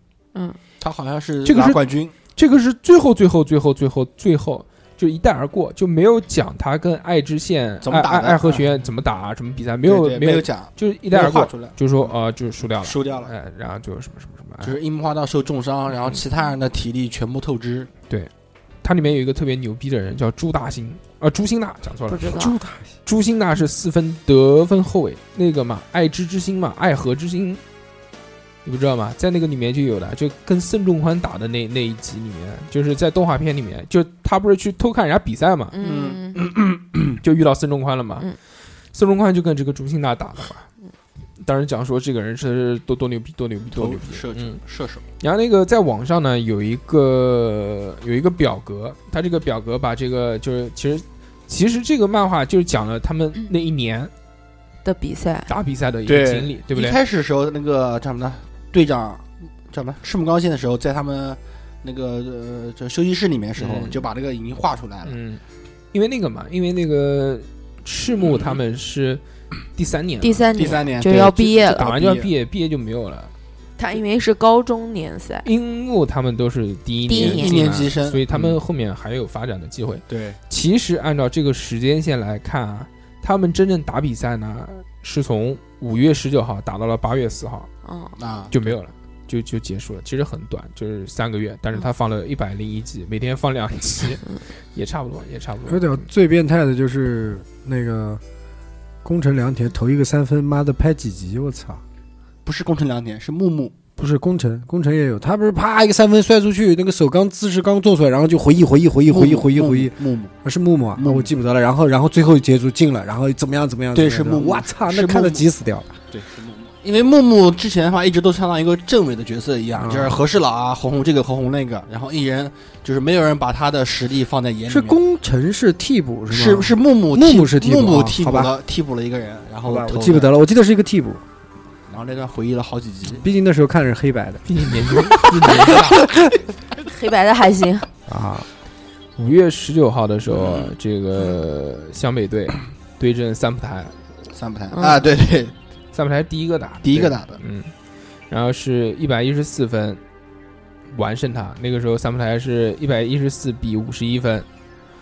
Speaker 5: 他好像是
Speaker 1: 这个
Speaker 5: 拿
Speaker 1: 是
Speaker 5: 冠军，
Speaker 1: 这个是最后最后最后最后最后就一带而过，就没有讲他跟爱知县
Speaker 5: 怎么打的
Speaker 1: 爱爱爱河学院怎么打，什么比赛没
Speaker 5: 没
Speaker 1: 有
Speaker 5: 没有
Speaker 1: 有，
Speaker 5: 讲，
Speaker 1: 就是一
Speaker 5: 一
Speaker 1: 带而
Speaker 5: 画
Speaker 1: 过，
Speaker 5: 出来，
Speaker 1: 就说呃就是输掉了，
Speaker 5: 输掉了。
Speaker 1: 哎，然后就什么什么什么，哎
Speaker 5: 就是樱木花道受重伤，然后其他人的体力全部透支。
Speaker 1: 它里面有一个特别牛逼的人叫朱大兴，啊朱星大讲错
Speaker 3: 不
Speaker 1: 了，
Speaker 3: 知道，
Speaker 2: 就他
Speaker 1: 朱星大是四分得分后卫，那个嘛爱知之星嘛爱河之星。你不知道吗？在那个里面就有的，就跟孙仲宽打的那那一集里面，就是在动画片里面，就他不是去偷看人家比赛嘛，
Speaker 3: 嗯，
Speaker 1: 就遇到孙仲宽了嘛。
Speaker 3: 嗯
Speaker 1: 孙仲宽就跟这个朱星大打了嘛。当时讲说这个人是多多牛逼，多牛逼，多牛逼。
Speaker 5: 射
Speaker 1: 嗯，
Speaker 5: 射手，
Speaker 1: 然后那个在网上呢有一个有一个表格，他这个表格把这个就是其实其实这个漫画就是讲了他们那一年
Speaker 3: 的比赛，
Speaker 1: 打比赛的一个经历，对不
Speaker 5: 一
Speaker 1: 对？
Speaker 5: 开始的时候，那个叫什么呢？队长叫什么？赤木刚宪的时候，在他们那个呃就休息室里面的时候，
Speaker 1: 嗯
Speaker 5: 就把这个已经画出来了。
Speaker 1: 嗯，因为那个嘛，因为那个赤木他们是第三年了，
Speaker 3: 第三
Speaker 5: 第
Speaker 3: 年
Speaker 5: 三年
Speaker 3: 就
Speaker 5: 对
Speaker 3: 要毕业
Speaker 1: 打
Speaker 3: 了，
Speaker 1: 完就要毕业，毕业就没有了。
Speaker 3: 他因为是高中联赛，
Speaker 1: 樱木他们都是第一
Speaker 3: 第一
Speaker 1: 年
Speaker 3: 年
Speaker 5: 一年级生
Speaker 1: 所以他们后面还有发展的机会。
Speaker 5: 对，
Speaker 1: 其实按照这个时间线来看啊，他们真正打比赛呢，是从五月十九号打到了八月四号，
Speaker 3: 嗯，
Speaker 5: 啊，
Speaker 1: 就没有了，就就结束了。其实很短，就是三个
Speaker 3: 嗯
Speaker 1: 月，但是他放了一百零一集，每天放两 集，也差不多，也差不 多。
Speaker 2: 有点最变态的就是那个宫城良田投一个三分，妈的拍几集？我操！
Speaker 5: 不是宫城良田，是木木。
Speaker 2: 不是宫城，宫城也有，他不是啪一个三分摔出去，那个手刚姿势刚做出来，然后就回忆回忆回忆回忆回忆回忆，
Speaker 5: 木木，
Speaker 2: 啊是木木啊，
Speaker 5: 木木
Speaker 2: 我记不得了。然后然后最后结束进了，然后怎么样怎么样？
Speaker 5: 对
Speaker 2: 怎么样
Speaker 5: 是木木
Speaker 2: 我操，
Speaker 5: 是
Speaker 2: 那看
Speaker 5: 木
Speaker 2: 得
Speaker 5: 木
Speaker 2: 急死掉了。
Speaker 5: 对，是木木。因为木木之前的话，一直都相当于一个政委的角色一样，
Speaker 2: 啊
Speaker 5: 就是和事佬啊，红红这个，红红那个，然后一人就是没有人把他的实力放在眼里面。
Speaker 2: 是宫城是替补是
Speaker 5: 是
Speaker 2: 吗？
Speaker 5: 是木木
Speaker 2: 木
Speaker 5: 替
Speaker 2: 木是替补
Speaker 5: 木木
Speaker 2: 啊
Speaker 5: 替
Speaker 2: 好
Speaker 5: 补
Speaker 2: 吧
Speaker 5: 了替补了一个人，然后
Speaker 2: 好吧，
Speaker 5: 投
Speaker 2: 我记不
Speaker 5: 的
Speaker 2: 得，了，我记得是一个替补，
Speaker 5: 然后那段回忆了好几集。
Speaker 2: 毕竟那时候看的是黑白的
Speaker 1: 毕竟年纪毕竟年纪大。
Speaker 3: 黑白的还行，
Speaker 2: 啊。
Speaker 1: 五月十九号的时候，这个湘北队对阵三浦台，
Speaker 5: 三不太
Speaker 3: 嗯
Speaker 5: 啊，对对，
Speaker 1: 三浦台第一个打，
Speaker 5: 第一个打的
Speaker 1: 对，嗯，然后是一百一十四分完胜他。那个时候三浦台是一百一十四比五十一分，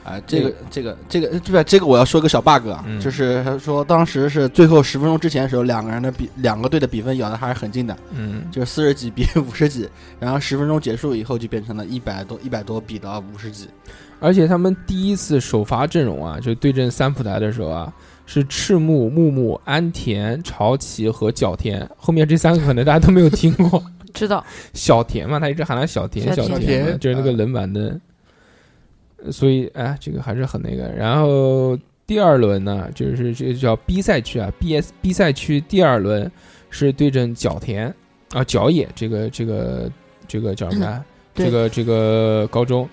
Speaker 5: 啊，这个这个这个这边这个我要说个小 bug 啊，
Speaker 1: 嗯
Speaker 5: 就是他说当时是最后十分钟之前的时候，两个人的比两个队的比分咬的还是很近的，
Speaker 1: 嗯，
Speaker 5: 就是四十几比五十几，然后十分钟结束以后就变成了一百多一百多比到五十几，
Speaker 1: 而且他们第一次首发阵容啊，就对阵三浦台的时候啊，是赤木、木木、安田、朝崎和小田。后面这三个可能大家都没有听过，
Speaker 3: 知道
Speaker 1: 小田嘛，他一直喊他小田，
Speaker 3: 小
Speaker 1: 小
Speaker 3: 田
Speaker 5: 小
Speaker 1: 嘛
Speaker 5: 田
Speaker 1: 就是那个冷板凳。所以啊，这个还是很那个。然后第二轮呢，就是这叫 B 赛区啊，B S B 赛区第二轮是对阵角田啊，角野这个这个这个叫什么来？
Speaker 3: 嗯对
Speaker 1: 这个这个高中，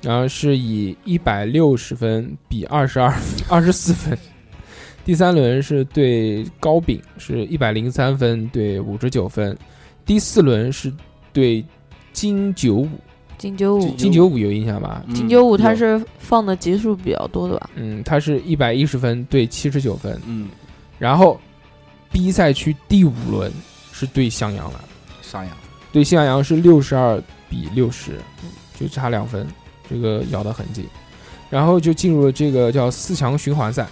Speaker 1: 然后是以一百六十分比二十二 二十四分。第三轮是对高饼，是一百零三分对五十九分。第四轮是对金九五，
Speaker 3: 金九五，
Speaker 1: 金九五有嗯印象
Speaker 5: 嗯
Speaker 1: 吧？
Speaker 3: 金九五他
Speaker 5: 有
Speaker 3: 是放的集数比较多的吧？
Speaker 1: 嗯，他是一百一十分对七十九分。
Speaker 5: 嗯
Speaker 1: 然后 B 赛区第五轮是对襄阳了，
Speaker 5: 上扬，
Speaker 1: 对襄阳是六十二比六十，就差两分，这个咬得很紧。然后就进入了这个叫四强循环赛，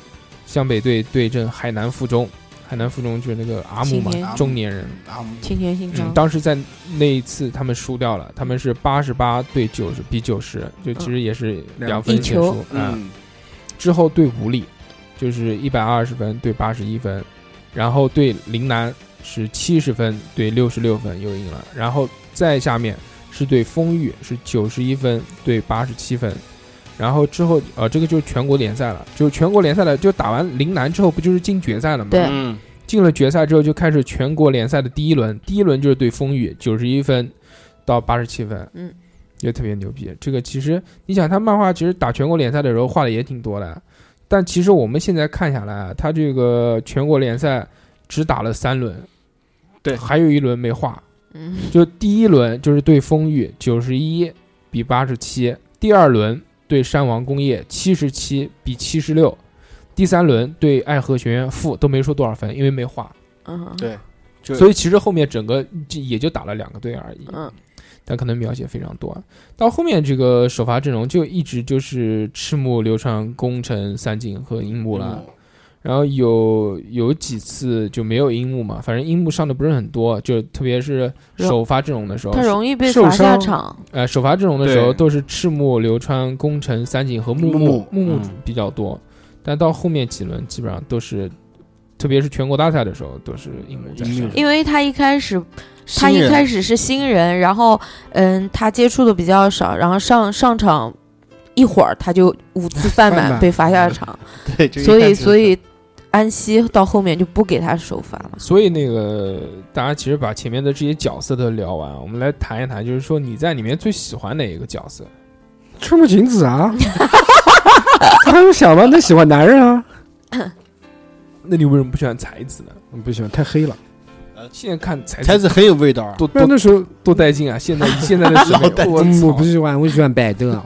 Speaker 1: 湘北队对阵海南附中，海南附中就是那个阿姆嘛
Speaker 3: 青
Speaker 5: 年，
Speaker 1: 中年人。
Speaker 5: 啊，
Speaker 3: 青田信
Speaker 1: 嗯，
Speaker 3: 长，
Speaker 1: 当时在那一次他们输掉了，他们是八十八对九十比九十，就其实也是两分
Speaker 3: 嗯一
Speaker 1: 全
Speaker 3: 球
Speaker 1: 输。啊。
Speaker 5: 嗯，
Speaker 1: 之后对武里就是一百二十分对八十一分，然后对陵南是七十分对六十六分又赢了，然后再下面是对丰裕是九十一分对八十七分。然后之后，呃，这个就是全国联赛了，就全国联赛了，就打完陵南之后，不就是进决赛了吗？
Speaker 3: 对
Speaker 5: 嗯
Speaker 1: 进了决赛之后，就开始全国联赛的第一轮，第一轮就是对丰裕，九十一分到八十七分，
Speaker 3: 嗯，
Speaker 1: 也特别牛逼。这个其实你想，他漫画其实打全国联赛的时候画的也挺多的，但其实我们现在看下来啊，他这个全国联赛只打了三轮，
Speaker 5: 对
Speaker 1: 还有一轮没画，
Speaker 3: 嗯，
Speaker 1: 就第一轮就是对丰裕九十一比八十七，第二轮对山王工业七十七比七十六，第三轮对爱河学院负都没说多少分，因为没画。
Speaker 3: 嗯，
Speaker 5: 对，就
Speaker 1: 所以其实后面整个就也就打了两个队而已，
Speaker 3: 嗯，
Speaker 1: 但可能描写非常多。到后面这个首发阵容就一直就是赤木、流川、宫城、三井和樱木
Speaker 5: 嗯
Speaker 1: 了，然后有有几次就没有樱木嘛，反正樱木上的不是很多，就特别是首发阵容的时候
Speaker 3: 他，容易被
Speaker 2: 受
Speaker 3: 罚下
Speaker 2: 伤
Speaker 3: 场，
Speaker 1: 呃，首发阵容的时候
Speaker 5: 对
Speaker 1: 都是赤木、流川、宫城、三井和木木
Speaker 5: 木木
Speaker 1: 木木
Speaker 5: 嗯
Speaker 1: 比较多，但到后面几轮基本上都是，特别是全国大赛的时候都是樱木在
Speaker 5: 樱木
Speaker 1: 上。
Speaker 3: 因为他一开始他
Speaker 5: 新
Speaker 3: 一
Speaker 5: 人
Speaker 3: 开始是新人，然后嗯，他接触的比较少，然后上上场一会儿他就五 次犯
Speaker 2: 犯
Speaker 3: 满
Speaker 2: 满
Speaker 3: 被罚下场，
Speaker 5: 对，嗯就一
Speaker 3: 所
Speaker 5: 开
Speaker 3: 以
Speaker 5: 始
Speaker 3: 所以安西到后面就不给他首发了。
Speaker 1: 所以那个大家其实把前面的这些角色都聊完，我们来谈一谈，就是说你在里面最喜欢哪一个角色？
Speaker 2: 赤木晴子 啊，他们想吧，他喜欢男人啊，
Speaker 1: 那你为什么不喜欢才子呢？
Speaker 2: 不喜欢太黑了。
Speaker 1: 现在看才
Speaker 5: 才子很有味道啊，
Speaker 1: 多
Speaker 2: 那
Speaker 1: 多
Speaker 2: 那时候
Speaker 1: 多带劲啊！现在以现在的审
Speaker 5: 老带
Speaker 1: 美，我
Speaker 2: 嗯我
Speaker 1: 操
Speaker 2: 不！喜欢，我喜欢白 的。啊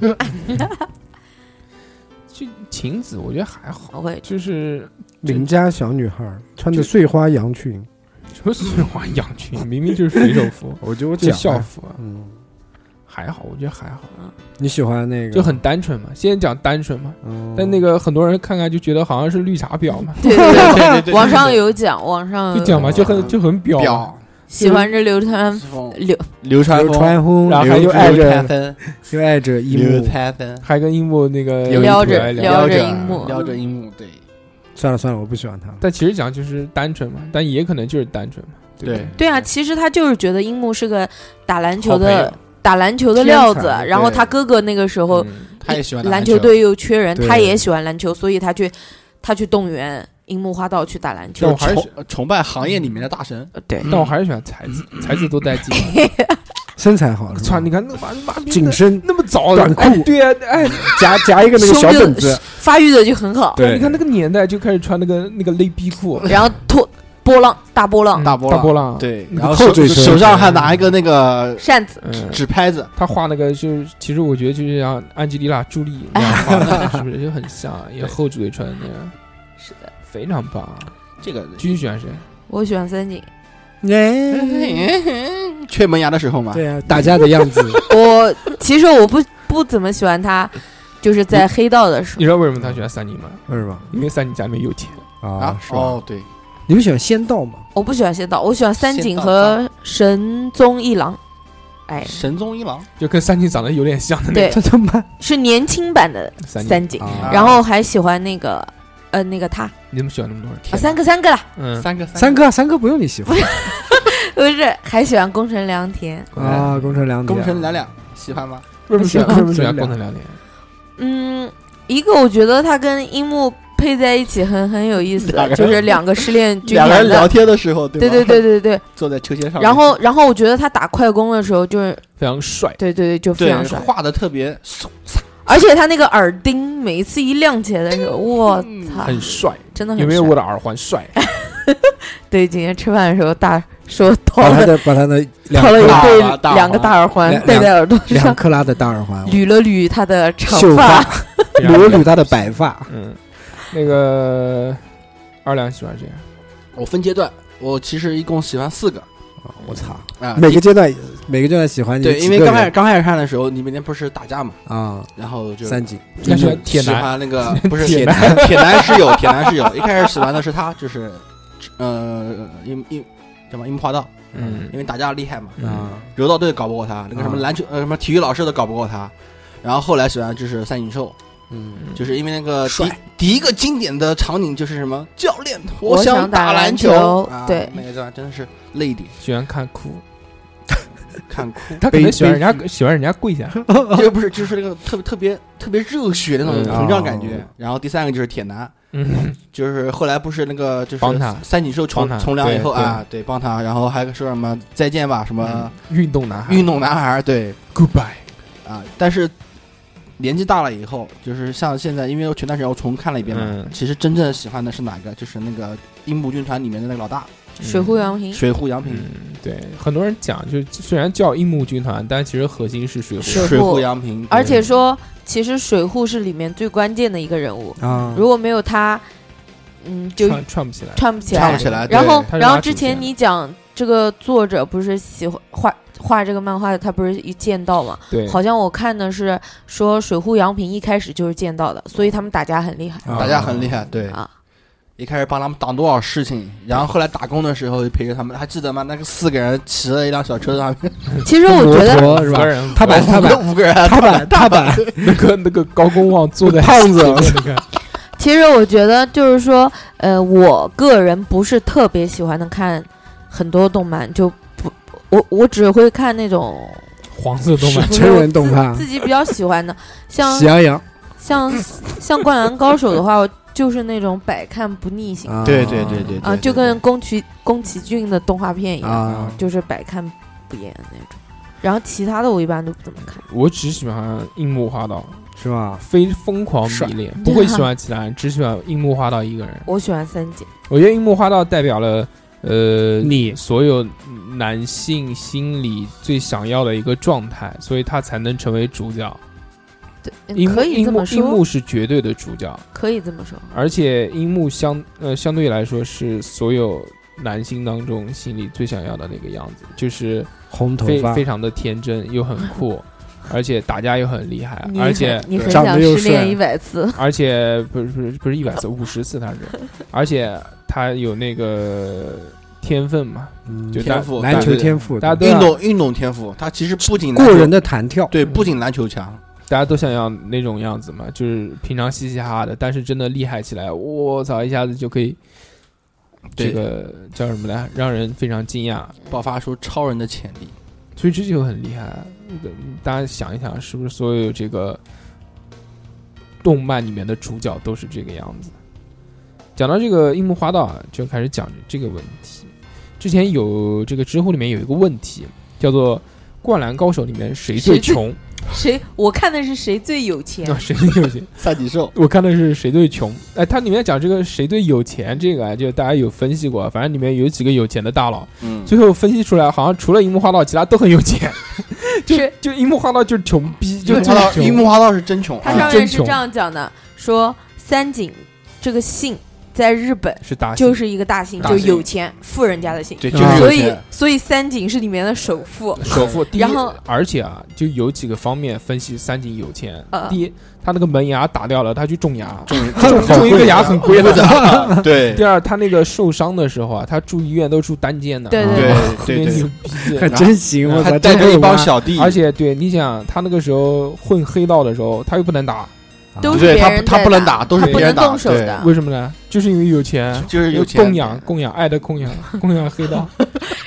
Speaker 1: 就晴子，我觉得还好，
Speaker 3: 我 会
Speaker 1: 就是
Speaker 2: 邻家小女孩穿着碎花洋裙，
Speaker 1: 什么碎花洋裙，明明就是水手
Speaker 2: ，
Speaker 1: 服
Speaker 2: 我就我
Speaker 1: 就
Speaker 2: 讲
Speaker 1: 校
Speaker 2: 啊，
Speaker 1: 服啊，
Speaker 2: 嗯，
Speaker 1: 还好，我觉得还好，
Speaker 2: 你喜欢那个？
Speaker 1: 就很单纯嘛。现在讲单纯嘛，
Speaker 2: 嗯，
Speaker 1: 但那个很多人看看就觉得好像是绿茶婊嘛，
Speaker 3: 对对
Speaker 5: 对对对
Speaker 3: 对，网上有讲，网上
Speaker 1: 就讲嘛，就很就很婊嘛。
Speaker 5: 表
Speaker 3: 喜欢着流川
Speaker 5: 风
Speaker 3: 流
Speaker 5: 流川
Speaker 2: 流
Speaker 5: 枫，
Speaker 2: 川枫，
Speaker 1: 然后
Speaker 2: 然
Speaker 1: 还有爱
Speaker 5: 刘
Speaker 1: 人
Speaker 5: 川枫，
Speaker 2: 又爱着一
Speaker 5: 刘
Speaker 2: 幕。
Speaker 5: 川枫，
Speaker 1: 还跟樱木那个
Speaker 5: 有一
Speaker 3: 撩
Speaker 1: 腿
Speaker 3: 着
Speaker 1: 来
Speaker 3: 撩着樱
Speaker 2: 嗯
Speaker 3: 木，
Speaker 5: 撩着樱木，对
Speaker 2: 算了算了，我不喜欢他了。
Speaker 1: 但其实讲就是单纯嘛，但也可能就是单纯嘛，对不对？
Speaker 3: 对啊，其实他就是觉得樱木是个打篮球
Speaker 5: 好朋
Speaker 3: 的
Speaker 5: 友
Speaker 3: 打篮球的料子
Speaker 2: 天才，
Speaker 3: 然后
Speaker 5: 对
Speaker 3: 他哥哥那个时候
Speaker 1: 嗯
Speaker 5: 他也喜欢打
Speaker 3: 篮球队又缺人，
Speaker 2: 对
Speaker 3: 他也喜欢篮球，所以他去他去动员樱木花道去打篮
Speaker 5: 就
Speaker 3: 球
Speaker 1: 但
Speaker 5: 是。
Speaker 1: 我还是
Speaker 5: 崇崇拜行业里面的大神，
Speaker 3: 呃对，
Speaker 1: 但我还是喜欢才子，
Speaker 3: 嗯
Speaker 1: 才子多带 劲。
Speaker 3: 哎
Speaker 2: 身材好，是吧
Speaker 1: 操，你看那妈妈逼
Speaker 2: 紧
Speaker 1: 的
Speaker 2: 身
Speaker 1: 那么早
Speaker 2: 短裤
Speaker 1: 哎对啊，哎，
Speaker 2: 夹夹一个那个小
Speaker 3: 胸就
Speaker 2: 本子，
Speaker 3: 发育的就很好，
Speaker 2: 对，
Speaker 1: 你看那个年代就开始穿那个那个勒逼裤，
Speaker 3: 然后拖波浪大波浪
Speaker 1: 嗯
Speaker 5: 大波
Speaker 1: 大
Speaker 5: 浪
Speaker 1: 波浪，，
Speaker 5: 对，
Speaker 1: 那个
Speaker 5: 然后
Speaker 2: 后
Speaker 5: 手
Speaker 2: 缀是
Speaker 5: 手上还拿一个那个
Speaker 3: 扇子，
Speaker 1: 嗯，
Speaker 5: 纸拍子，
Speaker 1: 他画那个就是，其实我觉得就是像安吉丽娜·朱莉那样画的， 是不是就很像，也厚嘴唇那样，
Speaker 3: 是的，
Speaker 1: 非常棒。
Speaker 5: 这个
Speaker 1: 继续喜欢谁？
Speaker 3: 我喜欢三井，
Speaker 2: 哎，
Speaker 5: 缺门牙的时候嘛，
Speaker 2: 对啊，打架的样子，
Speaker 3: 我其实我不不怎么喜欢他，就是在黑道的时
Speaker 1: 你
Speaker 3: 候，
Speaker 1: 知道为什么他喜欢三井吗？
Speaker 2: 为什么
Speaker 1: 因为三井家里面有钱。
Speaker 2: 啊
Speaker 5: 啊？，
Speaker 2: 是吧？
Speaker 5: 哦，对，
Speaker 2: 你们喜欢仙道吗？
Speaker 3: 我不喜欢仙道，我喜欢三
Speaker 5: 仙
Speaker 3: 井
Speaker 5: 道
Speaker 3: 和神宗一郎，哎，
Speaker 5: 神宗一郎，
Speaker 1: 就跟三井长得有点像的那
Speaker 3: 对
Speaker 1: 个，
Speaker 2: 他妈
Speaker 3: 是年轻版的
Speaker 1: 三井。
Speaker 3: 三井，
Speaker 2: 啊
Speaker 3: 然后还喜欢那个呃那个他啊
Speaker 1: 你怎么喜欢那么多人？
Speaker 5: 天哪
Speaker 3: 三个三个啦，
Speaker 1: 嗯，
Speaker 5: 三个
Speaker 2: 三哥，三哥不用你喜欢
Speaker 3: 不是还喜欢宫城良田，
Speaker 2: 啊，宫城良田，
Speaker 5: 宫嗯城两两喜欢吗？
Speaker 1: 为什么喜欢
Speaker 2: 不
Speaker 1: 为
Speaker 2: 行
Speaker 1: 什么喜欢
Speaker 2: 不
Speaker 1: 光
Speaker 2: 行
Speaker 1: 头两脸？
Speaker 3: 嗯，一个我觉得他跟樱木配在一起很很有意思
Speaker 5: 两个，人
Speaker 3: 就是两个失恋军
Speaker 5: 两个
Speaker 3: 团
Speaker 5: 人聊
Speaker 3: 的，
Speaker 5: 天的时候，对
Speaker 3: 对
Speaker 5: 吧
Speaker 3: 对对对对，
Speaker 5: 坐在秋千上面，
Speaker 3: 然后然后我觉得他打快攻的时候就是
Speaker 1: 非常帅，
Speaker 3: 对对对就非
Speaker 5: 对
Speaker 3: 常帅，
Speaker 5: 画的特别
Speaker 3: 而且他那个耳钉每一次一亮起来的时候，我操，
Speaker 1: 很帅。
Speaker 3: 真啊的很
Speaker 1: 有没有
Speaker 3: 帅
Speaker 1: 我的耳环帅？
Speaker 3: 对，今天吃饭的时候大说掏
Speaker 2: 把他
Speaker 3: 了
Speaker 2: 的把他的两
Speaker 3: 掏了一
Speaker 5: 大
Speaker 3: 对
Speaker 5: 耳大
Speaker 3: 两个
Speaker 5: 环
Speaker 3: 大耳环
Speaker 2: 两
Speaker 3: 戴在耳朵
Speaker 2: 两
Speaker 3: 上，
Speaker 2: 克拉的大耳环，
Speaker 3: 捋了捋他的长
Speaker 2: 秀
Speaker 3: 发
Speaker 2: 发，捋了捋他的白发，
Speaker 1: 嗯，那个二两喜欢谁？
Speaker 5: 我分阶段，我其实一共喜欢四个
Speaker 2: 我操！
Speaker 5: 啊。
Speaker 2: 每个阶段每个阶段喜欢你
Speaker 5: 对，
Speaker 2: 几
Speaker 5: 因为
Speaker 2: 个
Speaker 5: 刚开始
Speaker 2: 人
Speaker 5: 刚开始看的时候，你每天不是打架嘛，
Speaker 2: 啊，
Speaker 5: 然后就
Speaker 2: 三井
Speaker 1: 那喜欢铁
Speaker 5: 喜
Speaker 1: 男，
Speaker 5: 欢那个不是
Speaker 1: 铁
Speaker 5: 男，铁男室友，铁男室友。一开始喜欢的是他，就是呃樱樱什么樱木花道，
Speaker 1: 嗯
Speaker 5: 因为打架厉害嘛，
Speaker 1: 嗯，
Speaker 2: 啊，
Speaker 5: 柔道队搞不过他，那个什么
Speaker 2: 啊
Speaker 5: 篮球呃什么体育老师都搞不过他。然后后来喜欢就是三井寿，
Speaker 2: 嗯，
Speaker 5: 就是因为那个第
Speaker 2: 帅
Speaker 5: 第一个经典的场景就是什么教练，
Speaker 3: 我
Speaker 5: 想
Speaker 3: 想打
Speaker 5: 打
Speaker 3: 篮球
Speaker 5: 球，啊
Speaker 3: 对
Speaker 5: 那个段真的是泪点
Speaker 1: 喜欢看哭，
Speaker 5: 看 哭。
Speaker 1: 他可能喜欢人家喜欢人家跪下，
Speaker 5: 这个不是，就是那个特别特别特别热血的那种
Speaker 1: 嗯
Speaker 5: 膨胀感觉。
Speaker 2: 哦
Speaker 5: 然后第三个就是铁男，
Speaker 1: 嗯，
Speaker 5: 就是后来不是那个就是
Speaker 1: 帮他
Speaker 5: 三井寿从
Speaker 1: 帮他
Speaker 5: 从良以后
Speaker 1: 对
Speaker 5: 啊，对，嗯帮他，然后还说什么再见吧，什么
Speaker 1: 运动男孩，
Speaker 5: 运动男孩儿，对
Speaker 1: goodbye，
Speaker 5: 啊。但是年纪大了以后，就是像现在，因为我前段时间我重看了一遍嘛
Speaker 1: 嗯，
Speaker 5: 其实真正喜欢的是哪个？就是那个樱木军团里面的那个老大
Speaker 3: 水户洋平，
Speaker 5: 水户洋平，
Speaker 1: 嗯，对，很多人讲，就是虽然叫樱木军团，但其实核心是水户。
Speaker 3: 是水户
Speaker 5: 水户洋平，
Speaker 3: 而且说其实水户是里面最关键的一个人物，
Speaker 2: 啊，
Speaker 3: 如果没有他，嗯，就
Speaker 1: 串串不起来，
Speaker 3: 串不起
Speaker 5: 唱
Speaker 3: 来
Speaker 5: 不。起来。
Speaker 3: 然后
Speaker 1: 啊对他，是
Speaker 3: 然后
Speaker 1: 拉
Speaker 3: 之
Speaker 1: 主
Speaker 3: 前
Speaker 1: 线
Speaker 3: 你讲这个作者不是喜欢画画这个漫画，他不是一剑道嘛？
Speaker 1: 对，
Speaker 3: 好像我看的是说水户洋平一开始就是剑道的，所以他们打架很厉害
Speaker 5: 对
Speaker 2: 啊
Speaker 5: 打架很厉害，对
Speaker 3: 啊。
Speaker 5: 一开始帮他们挡多少事情，然后后来打工的时候就陪着他们，还记得吗？那个四个人骑了一辆小车上面，
Speaker 1: 嗯
Speaker 3: 其实我觉得，
Speaker 2: 摩托是
Speaker 1: 五
Speaker 2: 吧
Speaker 1: 个？人，
Speaker 2: 他把
Speaker 1: 然后
Speaker 2: 他把
Speaker 5: 五个人，
Speaker 2: 踏板踏板
Speaker 1: 那个那个高公望坐在
Speaker 2: 胖 子
Speaker 1: 前面那个，
Speaker 3: 其实我觉得就是说，呃，我个人不是特别喜欢的看很多动漫，就不，我我只会看 那种
Speaker 1: 黄色动漫，
Speaker 2: 真人动画，
Speaker 3: 自己比较喜欢的， 像
Speaker 2: 喜羊羊
Speaker 3: 像像灌篮高手的话，我就是那种百看不腻型
Speaker 2: 啊，
Speaker 5: 对对对对
Speaker 3: 啊，就跟宫崎宫崎骏的动画片一样，
Speaker 2: 啊，
Speaker 3: 就是百看不厌那种。然后其他的我一般都不怎么看。
Speaker 1: 我只喜欢樱木花道，
Speaker 2: 是吧？
Speaker 1: 非疯狂迷
Speaker 5: 帅
Speaker 1: 恋，不会喜欢其他人，只喜欢樱木花道一个人。
Speaker 3: 我喜欢三姐，
Speaker 1: 我觉得樱木花道代表了呃
Speaker 2: 你
Speaker 1: 所有男性心里最想要的一个状态，所以他才能成为主角。
Speaker 3: 对，
Speaker 1: 樱
Speaker 3: 嗯
Speaker 1: 木
Speaker 3: 可以这
Speaker 1: 樱木
Speaker 3: 么
Speaker 1: 樱
Speaker 3: 说
Speaker 1: 木，是绝对的主角，
Speaker 3: 可以这么说。
Speaker 1: 而且樱木相呃相对来说是所有男性当中心里最想要的那个样子，就是
Speaker 2: 红头
Speaker 1: 非
Speaker 2: 发
Speaker 1: 非，常的天真又很酷，而且打架又很厉害，
Speaker 3: 你
Speaker 1: 啊而
Speaker 3: 很
Speaker 1: 且
Speaker 3: 你很
Speaker 2: 长得
Speaker 3: 想
Speaker 2: 又
Speaker 3: 失恋
Speaker 2: 帅
Speaker 3: 一 百次，
Speaker 1: 而且不是不是不是一百次，五十次他是，而且他有那个天分嘛，
Speaker 2: 嗯
Speaker 1: 就
Speaker 5: 天赋，
Speaker 2: 篮球
Speaker 5: 对
Speaker 2: 天赋，
Speaker 1: 大家都
Speaker 3: 啊
Speaker 5: 运
Speaker 1: 要
Speaker 5: 动运动天赋，他其实不仅
Speaker 2: 过
Speaker 5: 篮球
Speaker 2: 人的弹跳，
Speaker 5: 对，不仅篮球强，
Speaker 1: 大家都想要那种样子嘛，就是平常嘻嘻哈哈的，但是真的厉害起来，我操，一下子就可以这
Speaker 5: 对
Speaker 1: 个叫什么来，让人非常惊讶。
Speaker 5: 爆发出超人的潜力。
Speaker 1: 所以这就很厉害。大家想一想，是不是所有这个动漫里面的主角都是这个样子？讲到这个樱木花道啊，就开始讲这个问题。之前有这个知乎里面有一个问题，叫做《灌篮高手》里面谁最
Speaker 3: 谁最
Speaker 1: 穷？
Speaker 3: 谁？我看的是谁最有钱
Speaker 1: 那、？谁最有钱？
Speaker 5: 赛季兽，
Speaker 1: 我看的是谁最穷。哎，它里面讲这个谁最有钱，这个啊，就大家有分析过，啊反正里面有几个有钱的大佬，
Speaker 5: 嗯，
Speaker 1: 最后分析出来，好像除了樱木花道，其他都很有 钱。就是就樱木花道就是穷逼，
Speaker 5: 樱
Speaker 1: 就
Speaker 5: 木花道，
Speaker 1: 就是穷
Speaker 5: 樱木花道是真穷，
Speaker 3: 他
Speaker 5: 啊
Speaker 3: 上
Speaker 1: 真
Speaker 3: 面是
Speaker 1: 穷
Speaker 3: 这样讲的，说三井这个姓在日本
Speaker 1: 是大型
Speaker 3: 就是一个大姓，
Speaker 5: 大
Speaker 3: 就
Speaker 5: 姓
Speaker 3: 有钱富人家的姓，
Speaker 5: 对，
Speaker 2: 嗯
Speaker 5: 就是有
Speaker 3: 所以
Speaker 5: 钱
Speaker 3: 所以三井是里面的首富。
Speaker 1: 首富。第一
Speaker 3: 然后，
Speaker 1: 而且啊，就有几个方面分析三井有钱。
Speaker 3: 呃
Speaker 1: 第一，他那个门牙打掉了，他去种牙，
Speaker 5: 种
Speaker 1: 种种一个牙很贵的。
Speaker 5: 的， 对
Speaker 1: 第二，他那个受伤的时候啊，他住医院都住单间的，
Speaker 3: 对
Speaker 1: 啊
Speaker 5: 对
Speaker 1: 特别
Speaker 5: 对
Speaker 1: 牛
Speaker 5: 对，
Speaker 2: 还
Speaker 1: 逼。
Speaker 2: 真行，我操，
Speaker 5: 还带
Speaker 2: 真啊
Speaker 5: 着
Speaker 2: 会
Speaker 5: 一帮
Speaker 2: 玩，
Speaker 5: 小弟，
Speaker 1: 而且，对，你想他那个时候混黑道的时候，他又不能打，啊
Speaker 3: 都是
Speaker 5: 对
Speaker 3: 别
Speaker 5: 他
Speaker 3: 人
Speaker 5: 他
Speaker 3: 在
Speaker 5: 不能
Speaker 3: 打
Speaker 5: 打，都是
Speaker 1: 他
Speaker 3: 不
Speaker 5: 别人
Speaker 3: 能
Speaker 5: 打，
Speaker 3: 动手
Speaker 5: 对
Speaker 3: 的啊
Speaker 1: 为什么呢？就是因为啊有钱，
Speaker 5: 就是有钱
Speaker 1: 供养供养，爱的供养，供养黑 道，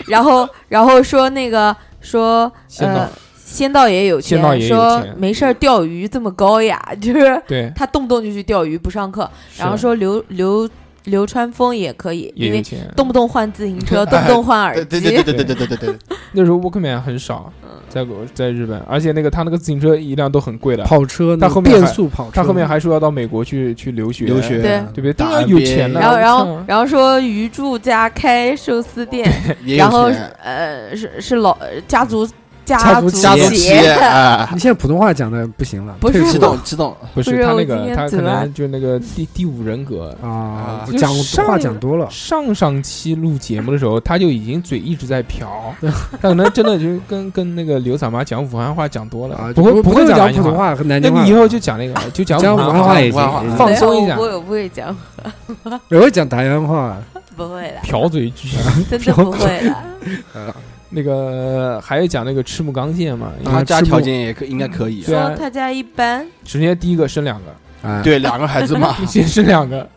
Speaker 3: 然后然后说那个说
Speaker 1: 仙道
Speaker 3: 呃。仙道也有钱
Speaker 1: 仙道，也有
Speaker 3: 说
Speaker 1: 钱
Speaker 3: 没事儿钓鱼这么高雅， 就是
Speaker 1: 对。
Speaker 3: 他动不动就去钓鱼不上课，
Speaker 1: 是
Speaker 3: 然后说流流流川枫也可以，因
Speaker 1: 也有
Speaker 3: 为
Speaker 1: 钱，
Speaker 3: 动不动换自行车，动不动换耳
Speaker 5: 对
Speaker 3: 机，
Speaker 5: 对 对对对对对对对，
Speaker 1: 那时候 Walkman 很少，
Speaker 3: 嗯
Speaker 1: 在国在日本，而且那个他那个自行车一辆都很贵的，
Speaker 2: 跑车，
Speaker 1: 他
Speaker 2: 那
Speaker 1: 后面
Speaker 2: 变
Speaker 1: 还
Speaker 2: 速跑车，
Speaker 1: 他后面还说要到美国去去留学，
Speaker 5: 留学
Speaker 3: 对
Speaker 1: 对不对？
Speaker 5: 打
Speaker 1: 当然有
Speaker 5: NBA
Speaker 1: 钱了，
Speaker 3: 然
Speaker 1: 我
Speaker 3: 后，然 后
Speaker 1: 操，
Speaker 3: 然后说鱼住家开寿司店，
Speaker 5: 也
Speaker 3: 然后
Speaker 5: 有钱，
Speaker 3: 呃，是是老家族
Speaker 2: 家族
Speaker 3: 族
Speaker 5: 家族
Speaker 2: 企
Speaker 5: 企
Speaker 3: 企
Speaker 5: 业，啊，
Speaker 2: 你现在普通话讲的不行了，
Speaker 3: 不是
Speaker 1: 嗯
Speaker 2: 退
Speaker 5: 激
Speaker 2: 步
Speaker 5: 动激动，
Speaker 1: 不是
Speaker 3: 不是
Speaker 1: 他
Speaker 3: 我
Speaker 1: 那
Speaker 3: 今
Speaker 1: 个
Speaker 3: 天
Speaker 1: 他
Speaker 3: 怎
Speaker 1: 可
Speaker 3: 么
Speaker 1: 能就那个第第五人格。
Speaker 2: 啊
Speaker 5: 啊，
Speaker 2: 讲
Speaker 1: 上
Speaker 2: 话讲多了，
Speaker 1: 上上期录节目的时候，他就已经嘴一直在瓢，他可能真的就跟跟那个刘三妈讲武汉话讲多
Speaker 2: 啊
Speaker 1: 了，，
Speaker 2: 就
Speaker 1: 会
Speaker 2: 不
Speaker 1: 不会
Speaker 2: 用
Speaker 1: 讲
Speaker 2: 普通，话和南
Speaker 1: 那
Speaker 2: 京话
Speaker 1: 你以，后就讲那个，就讲
Speaker 2: 讲
Speaker 1: 武
Speaker 2: 武汉
Speaker 1: 汉
Speaker 2: 话
Speaker 1: 话
Speaker 2: 也
Speaker 5: 武汉话
Speaker 2: 行，
Speaker 1: 放
Speaker 3: 没有
Speaker 1: 松一下
Speaker 3: 我也不会讲，
Speaker 2: 我会讲台湾话，
Speaker 3: 不会 的，
Speaker 1: 瓢嘴剧。
Speaker 3: 真的不会的。
Speaker 1: 那个还有讲那个赤木刚宪嘛，因为
Speaker 5: 他家
Speaker 2: 吃不
Speaker 5: 条件也可应该可以
Speaker 1: 对，啊
Speaker 3: 说他家一般，
Speaker 1: 首先第一个生两个，
Speaker 2: 啊，
Speaker 5: 对，两个孩 子嘛，
Speaker 1: 先生两个。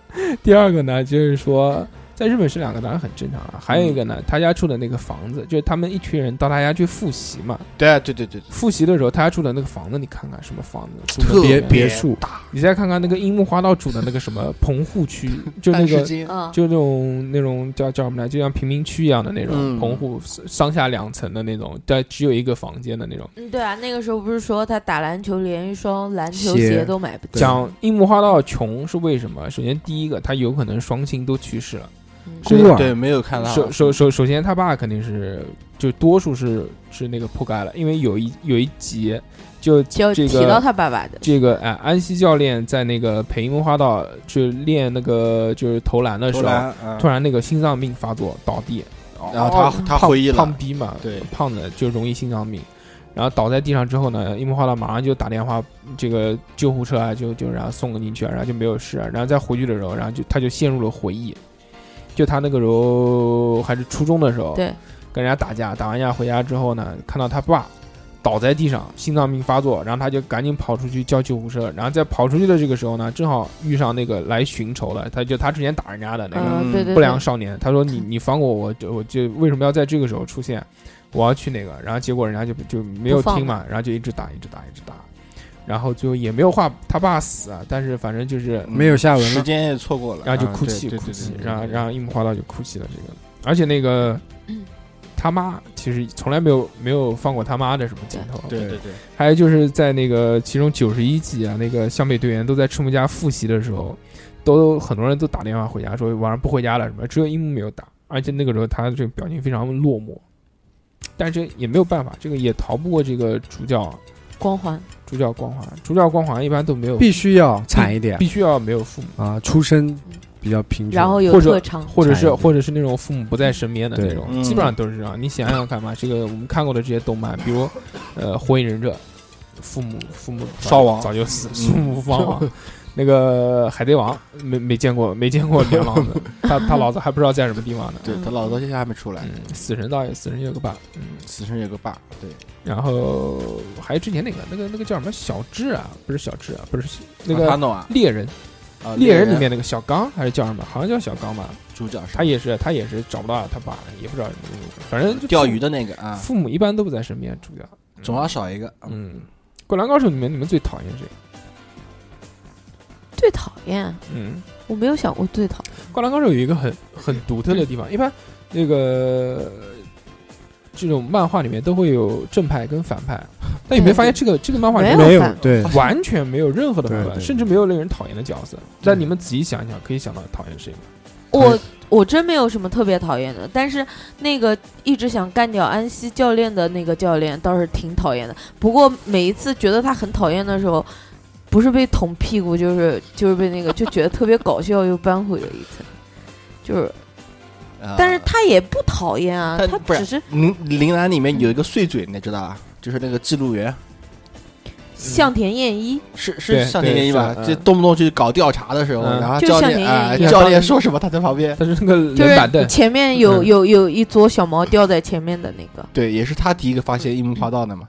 Speaker 1: 第二个呢，就是说在日本生两个当然很正常了。还有一个呢，他家住的那个房子，就是他们一群人到他家去复习嘛。
Speaker 5: 对对对对，
Speaker 1: 复习的时候，他家住的那个房子，你看看什么房子？
Speaker 5: 特
Speaker 1: 别
Speaker 2: 别墅，
Speaker 1: 你再看看那个樱木花道住的那个什么棚户区，就那
Speaker 5: 但是
Speaker 1: 个
Speaker 5: 今
Speaker 3: 嗯，
Speaker 1: 就那种那种叫叫什么来，就像贫民区一样的那种
Speaker 5: 嗯
Speaker 1: 棚户，上下两层的那种，但只有一个房间的那种。
Speaker 3: 嗯对啊，那个时候不是说他打篮球连一双篮球
Speaker 2: 鞋
Speaker 3: 鞋都买不起，嗯
Speaker 1: 讲樱木花道穷是为什么？首先第一个，他有可能双亲都去世了。
Speaker 3: 嗯
Speaker 2: 孤
Speaker 1: 是
Speaker 2: 儿
Speaker 5: 对没有看到
Speaker 1: 首首首首先，他爸肯定是就多数是是那个铺盖了，因为有一有一集就
Speaker 3: 就
Speaker 1: 这
Speaker 3: 提到
Speaker 1: 个
Speaker 3: 他爸爸的，
Speaker 1: 这个哎安西教练在那个培樱木花道去练那个就是投篮的时
Speaker 5: 投
Speaker 1: 候，
Speaker 5: 篮，嗯
Speaker 1: 突然那个心脏病发作倒地，
Speaker 5: 然
Speaker 3: 哦
Speaker 5: 后他他
Speaker 1: 胖
Speaker 5: 回忆
Speaker 1: 胖
Speaker 5: 了，
Speaker 1: 逼嘛，
Speaker 5: 对
Speaker 1: 胖的就容易心脏病。然后倒在地上之后呢，樱木花道马上就打电话，这个救护车啊，就就然后送了进去，然后就没有事。然后再回去的时候，然后就他就陷入了回忆，就他那个时候还是初中的时候，
Speaker 3: 对，
Speaker 1: 跟人家打架，打完架回家之后呢，看到他爸倒在地上，心脏病发作，然后他就赶紧跑出去叫救护车。然后在跑出去的这个时候呢，正好遇上那个来寻仇的，他就他之前打人家的那个，
Speaker 3: 嗯，
Speaker 5: 嗯
Speaker 3: 对对，
Speaker 1: 不良
Speaker 3: 对
Speaker 1: 少年，他说你你放过我，我就我就为什么要在这个时候出现？我要去那个，然后结果人家就就没有
Speaker 3: 不放
Speaker 1: 听嘛，然后就一直打，一直打，一直打，然后最后也没有话他爸死啊，但是反正就是，
Speaker 5: 嗯
Speaker 2: 没有下文
Speaker 5: 时
Speaker 2: 了，
Speaker 5: 间也错过了，
Speaker 1: 然后就
Speaker 5: 啊
Speaker 1: 哭
Speaker 5: 对
Speaker 1: 泣
Speaker 5: 对
Speaker 1: 哭
Speaker 5: 对
Speaker 1: 泣
Speaker 5: 对，对
Speaker 1: 然后
Speaker 5: 对
Speaker 1: 然后樱木花道就哭泣了这个，而且那个
Speaker 3: 嗯
Speaker 1: 他妈其实从来没有没有放过他妈的什么镜头，
Speaker 5: 对对对，
Speaker 1: 还有就是在那个其中九十一集啊，那个湘北队员都在赤木家复习的时候，都很多人都打电话回家说晚上不回家了什么，只有樱木没有打，而且那个时候他这个表情非常落寞，但是也没有办法，这个也逃不过这个主角
Speaker 3: 光环，
Speaker 1: 主角光环，主角光环一般都没有
Speaker 2: 必须要惨一点
Speaker 1: 必须要没有父母，
Speaker 2: 啊，出身比较贫穷，
Speaker 3: 然后有
Speaker 1: 或者
Speaker 3: 特长，
Speaker 1: 或者是
Speaker 2: 惨一点
Speaker 1: 或者是那种父母不在身边的那
Speaker 5: 对
Speaker 1: 种，
Speaker 5: 嗯
Speaker 1: 基本上都是这样。你想想看嘛，这个我们看过的这些动漫，比如呃《火影忍者》，父母父母早
Speaker 5: 烧亡嗯
Speaker 1: 早就死，父母双 亡。那个海贼王没没见过，没 见过连王的，他他老子还不知道在什么地方呢。
Speaker 5: 对他老到现在还没出来，
Speaker 1: 嗯，死神倒也死神有个 bug，嗯，
Speaker 5: 死神有个 bug，对，
Speaker 1: 然后还有之前那个那个那个叫什么小智啊，不是小智啊，不是那
Speaker 5: 阿
Speaker 1: 个
Speaker 5: 诺啊，
Speaker 1: 猎人，
Speaker 5: 啊
Speaker 1: 猎人里面那个小刚还是叫什么？好像叫小刚吧，
Speaker 5: 主角是
Speaker 1: 他也是他也是找不到他爸，也不知道什么原因，反正就
Speaker 5: 钓鱼的那个啊，
Speaker 1: 父母一般都不在身边，主要
Speaker 5: 总要少一个。嗯，
Speaker 1: 嗯，灌篮高手里面你们最讨厌谁？
Speaker 3: 最讨厌，
Speaker 1: 嗯，
Speaker 3: 我没有想过最讨
Speaker 1: 灌篮高手有一个很很独特的地方，一般那个这种漫画里面都会有正派跟反派，但有没有发现这个这个漫画里
Speaker 3: 没
Speaker 1: 面
Speaker 3: 有
Speaker 2: 没有
Speaker 3: 反
Speaker 2: 对
Speaker 1: 完全没有任何的反
Speaker 2: 对
Speaker 1: 派，
Speaker 2: 对
Speaker 1: 甚至没有令人讨厌的角色？但你们仔细想一想，可以想到讨厌谁吗？
Speaker 3: 我我真没有什么特别讨厌的，但是那个一直想干掉安西教练的那个教练倒是挺讨厌的。不过每一次觉得他很讨厌的时候，不是被捅屁股，就是就是被那个，就觉得特别搞笑，又扳回了一次。就是，
Speaker 5: 啊
Speaker 3: 但是他也不讨厌啊，
Speaker 5: 但
Speaker 3: 他
Speaker 5: 不是
Speaker 3: 只是
Speaker 5: 铃铃嗯兰里面有一个碎嘴，你知道吧？就是那个记录员，
Speaker 3: 向田彦一，
Speaker 5: 是
Speaker 1: 对
Speaker 5: 是向田研一吧
Speaker 1: 对？是
Speaker 5: 就
Speaker 1: 嗯
Speaker 5: 动不动去搞调查的时候，
Speaker 1: 嗯
Speaker 5: 然后
Speaker 3: 就是
Speaker 5: 教
Speaker 3: 向
Speaker 5: 练
Speaker 3: 田
Speaker 5: 啊
Speaker 3: 研一，
Speaker 1: 然后
Speaker 5: 教练说什么他在旁边，
Speaker 1: 他是那个
Speaker 3: 就
Speaker 1: 嗯冷板
Speaker 3: 是
Speaker 1: 凳，
Speaker 3: 前面有
Speaker 1: 嗯
Speaker 3: 有有一撮小毛掉在前面的那个，
Speaker 5: 对，也是他第一个发现樱木花道的嘛，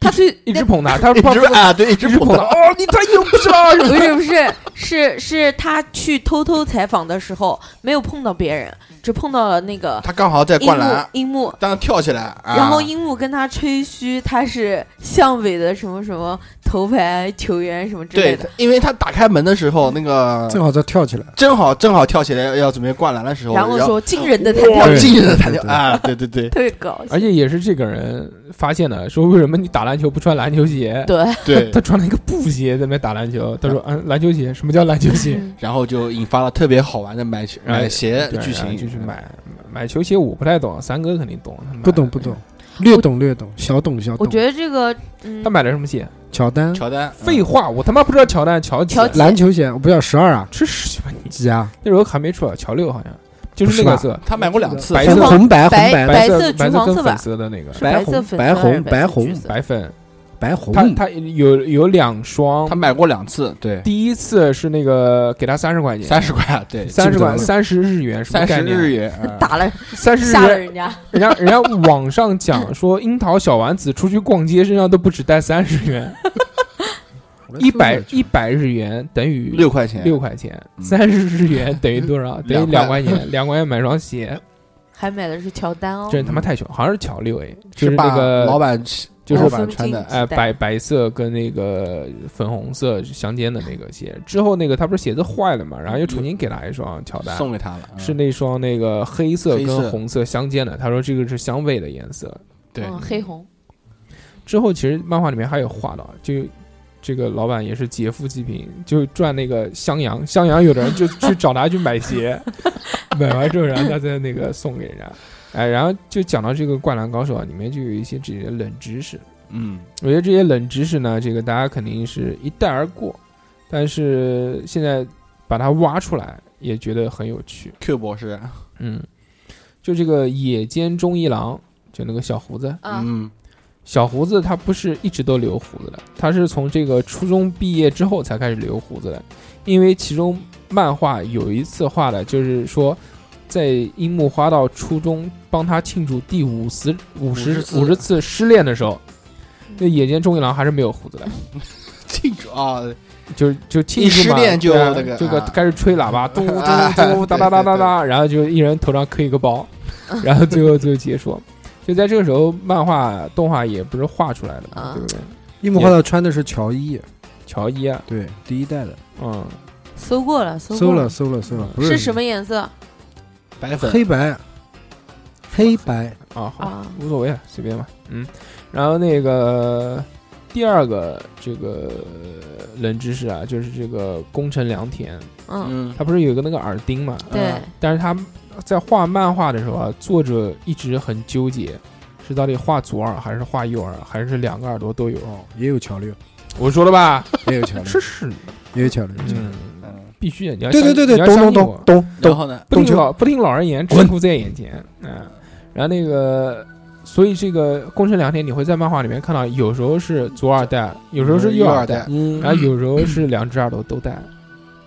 Speaker 3: 他最
Speaker 1: 一直捧他，他
Speaker 5: 嗯 一
Speaker 1: 是
Speaker 5: 直
Speaker 1: 捧
Speaker 5: 啊，对，一直
Speaker 1: 一直
Speaker 5: 捧
Speaker 1: 捧
Speaker 5: 他
Speaker 1: 他，哦，你太牛逼了！
Speaker 3: 不是不 是，是是他去偷偷采访的时候没有碰到别人，只碰到了那个
Speaker 5: 他刚好在
Speaker 3: 樱
Speaker 5: 灌
Speaker 3: 木
Speaker 5: 篮，
Speaker 3: 樱木。
Speaker 5: 当时跳起来，啊
Speaker 3: 然后樱木跟他吹嘘他是巷尾的什么什么头牌球员什么之类
Speaker 5: 对
Speaker 3: 的，，
Speaker 5: 因为他打开门的时候，那个
Speaker 2: 正好再跳起来，
Speaker 5: 正好正好跳起来要准备灌篮的时候，
Speaker 3: 然后说惊人的弹
Speaker 5: 哦哇
Speaker 3: 跳
Speaker 2: 对
Speaker 3: 力，
Speaker 5: 惊人的弹跳
Speaker 2: 对对
Speaker 5: 啊，对对对
Speaker 3: 特别搞笑
Speaker 1: 而。且也是这个人发现的，说为什么你打篮球不穿篮球鞋？
Speaker 3: 对，
Speaker 5: 对
Speaker 1: 他，穿了一个布鞋在那边打篮球，他说：“嗯，篮球鞋，什么叫篮球鞋
Speaker 3: 嗯
Speaker 5: 然后就引发了特别好玩的买鞋
Speaker 1: 哎
Speaker 5: 买？”鞋
Speaker 1: 对
Speaker 5: 剧
Speaker 1: 然后
Speaker 5: 情，
Speaker 1: 就去买买球鞋，我不太懂，三哥肯定懂，他买
Speaker 2: 不懂不懂，略懂略懂，小懂小
Speaker 3: 我
Speaker 2: 懂。
Speaker 3: 觉得这个嗯
Speaker 1: 他，买的什么鞋？
Speaker 2: 乔丹
Speaker 5: 乔丹，嗯
Speaker 1: 废话，我他妈不知道乔丹乔几
Speaker 3: 乔几
Speaker 2: 篮球鞋，我不要十二啊，
Speaker 1: 吃屎吧你！
Speaker 2: 几啊？
Speaker 1: 那时候还没出来，乔六好像就是
Speaker 2: 不是
Speaker 1: 那个
Speaker 2: 吧
Speaker 1: 色，
Speaker 5: 他买过两次，
Speaker 1: 白
Speaker 2: 红
Speaker 1: 色
Speaker 2: 红白红
Speaker 3: 白
Speaker 2: 白
Speaker 1: 白
Speaker 3: 色橘
Speaker 1: 白色
Speaker 3: 黄
Speaker 1: 跟
Speaker 3: 色
Speaker 1: 粉
Speaker 3: 吧
Speaker 1: 色的那个
Speaker 3: 是
Speaker 2: 白
Speaker 3: 白色
Speaker 2: 红
Speaker 3: 粉
Speaker 2: 白
Speaker 3: 色还是
Speaker 2: 红
Speaker 3: 白色
Speaker 2: 白红
Speaker 3: 橘色
Speaker 1: 白粉。
Speaker 2: 白红，
Speaker 1: 他他有有两双
Speaker 5: 他，买过两次，对，
Speaker 1: 第一次是那个给他三十块钱，
Speaker 5: 三十块，啊对，
Speaker 1: 三十
Speaker 2: 记不得
Speaker 1: 块
Speaker 2: 了
Speaker 1: 三十日元，什么
Speaker 5: 三
Speaker 1: 概
Speaker 5: 十
Speaker 1: 念啊
Speaker 5: 日元，嗯
Speaker 3: 打 了
Speaker 1: 三十日
Speaker 3: 吓了
Speaker 1: 元，
Speaker 3: 人家，
Speaker 1: 人家人家网上讲说，樱桃小丸子出去逛街身上都不止带三十元，一百一百日元等于
Speaker 5: 六块钱，
Speaker 1: 六块钱，
Speaker 5: 嗯
Speaker 1: 三十日元等于多 少？等于
Speaker 5: 两
Speaker 1: 两块钱，两块钱买双鞋，
Speaker 3: 还买的是乔丹哦，
Speaker 1: 真他妈太穷，好像是乔六哎，就是
Speaker 5: 把
Speaker 1: 那
Speaker 5: 老
Speaker 1: 个
Speaker 5: 板
Speaker 1: 就是
Speaker 3: 哦
Speaker 5: 老板穿的，
Speaker 1: 哎
Speaker 3: 带
Speaker 1: 白白色跟那个粉红色相间的那个鞋，之后那个他不是鞋子坏了嘛，然后又重新给他一双乔丹。
Speaker 5: 送给他了，嗯
Speaker 1: 是那双那个黑色
Speaker 5: 黑色
Speaker 1: 跟红色相间的，他说这个是香味的颜色，
Speaker 5: 对
Speaker 3: 嗯，黑红，
Speaker 1: 之后其实漫画里面还有画到，就这个老板也是劫富济贫，就赚那个襄阳，襄阳有的人就去找他去买鞋，买完之后，然后他再那个送给人家。哎，然后就讲到这个《灌篮高手》啊，里面就有一些这些冷知识。呃
Speaker 5: 嗯，
Speaker 1: 我觉得这些冷知识呢，这个大家肯定是一带而过，但是现在把它挖出来，也觉得很有趣。
Speaker 5: Q 博士，
Speaker 1: 嗯，就这个野间忠一郎，就那个小胡子，
Speaker 3: 嗯，
Speaker 5: 嗯，
Speaker 1: 小胡子他不是一直都留胡子的，他是从这个初中毕业之后才开始留胡子的，因为其中漫画有一次画的就是说，在樱木花道初中帮他庆祝第五十五十
Speaker 5: 50次
Speaker 1: 五十次失恋的时候，那野间忠一郎还是没有胡 子的，
Speaker 5: 庆祝啊，
Speaker 1: 哦就就庆祝
Speaker 5: 一失
Speaker 1: 嘛
Speaker 5: 恋就
Speaker 1: 对啊
Speaker 5: 那个
Speaker 1: 就个
Speaker 5: 啊
Speaker 1: 开始吹喇 叭，咚咚
Speaker 5: 啊
Speaker 1: 咚，哒哒哒哒
Speaker 5: 对对
Speaker 1: 哒，然后就一人头上磕一个包，然后最后最后结束。就在这个时候，漫画动画也不是画出来的嘛，
Speaker 3: 啊
Speaker 1: 对不对？
Speaker 2: 樱木花道穿的是乔伊，
Speaker 1: 乔伊啊，
Speaker 2: 对，第一代的，
Speaker 1: 嗯，
Speaker 3: 搜过了，搜
Speaker 2: 搜
Speaker 3: 过
Speaker 2: 了，搜了搜了，不
Speaker 3: 是什
Speaker 2: 什
Speaker 3: 么颜色
Speaker 5: 白粉，
Speaker 2: 黑白，黑白
Speaker 1: 啊，好，
Speaker 3: 啊？
Speaker 1: 无所谓了，随便吧，嗯。然后那个第二个这个冷知识啊，就是这个宫城良田，
Speaker 3: 嗯，
Speaker 5: 嗯，
Speaker 1: 他不是有一个那个耳钉嘛？
Speaker 3: 对，
Speaker 1: 但是他在画漫画的时候啊，作者一直很纠结，是到底画左耳还是画右耳，还是两个耳朵都有？
Speaker 2: 哦，也有乔六，
Speaker 1: 我说了吧，
Speaker 2: 也有 乔
Speaker 1: 吃
Speaker 2: 六，
Speaker 1: 屎！
Speaker 2: 也有乔六。
Speaker 1: 嗯，
Speaker 5: 嗯，
Speaker 1: 必须的，你要
Speaker 2: 对对
Speaker 1: 相你
Speaker 2: 对对，
Speaker 1: 要
Speaker 2: 懂
Speaker 1: 相
Speaker 2: 懂
Speaker 1: 信我
Speaker 2: 懂懂
Speaker 5: 然
Speaker 2: 懂，
Speaker 5: 后呢，
Speaker 1: 不听
Speaker 2: 懂
Speaker 1: 老不听老人言，吃
Speaker 2: 滚
Speaker 1: 苦在眼前。嗯，然后那个所以这个宫城良田，你会在漫画里面看到，有时候是左耳戴，有时候是右耳戴，
Speaker 2: 嗯
Speaker 1: 然后有时候是两只耳朵都戴，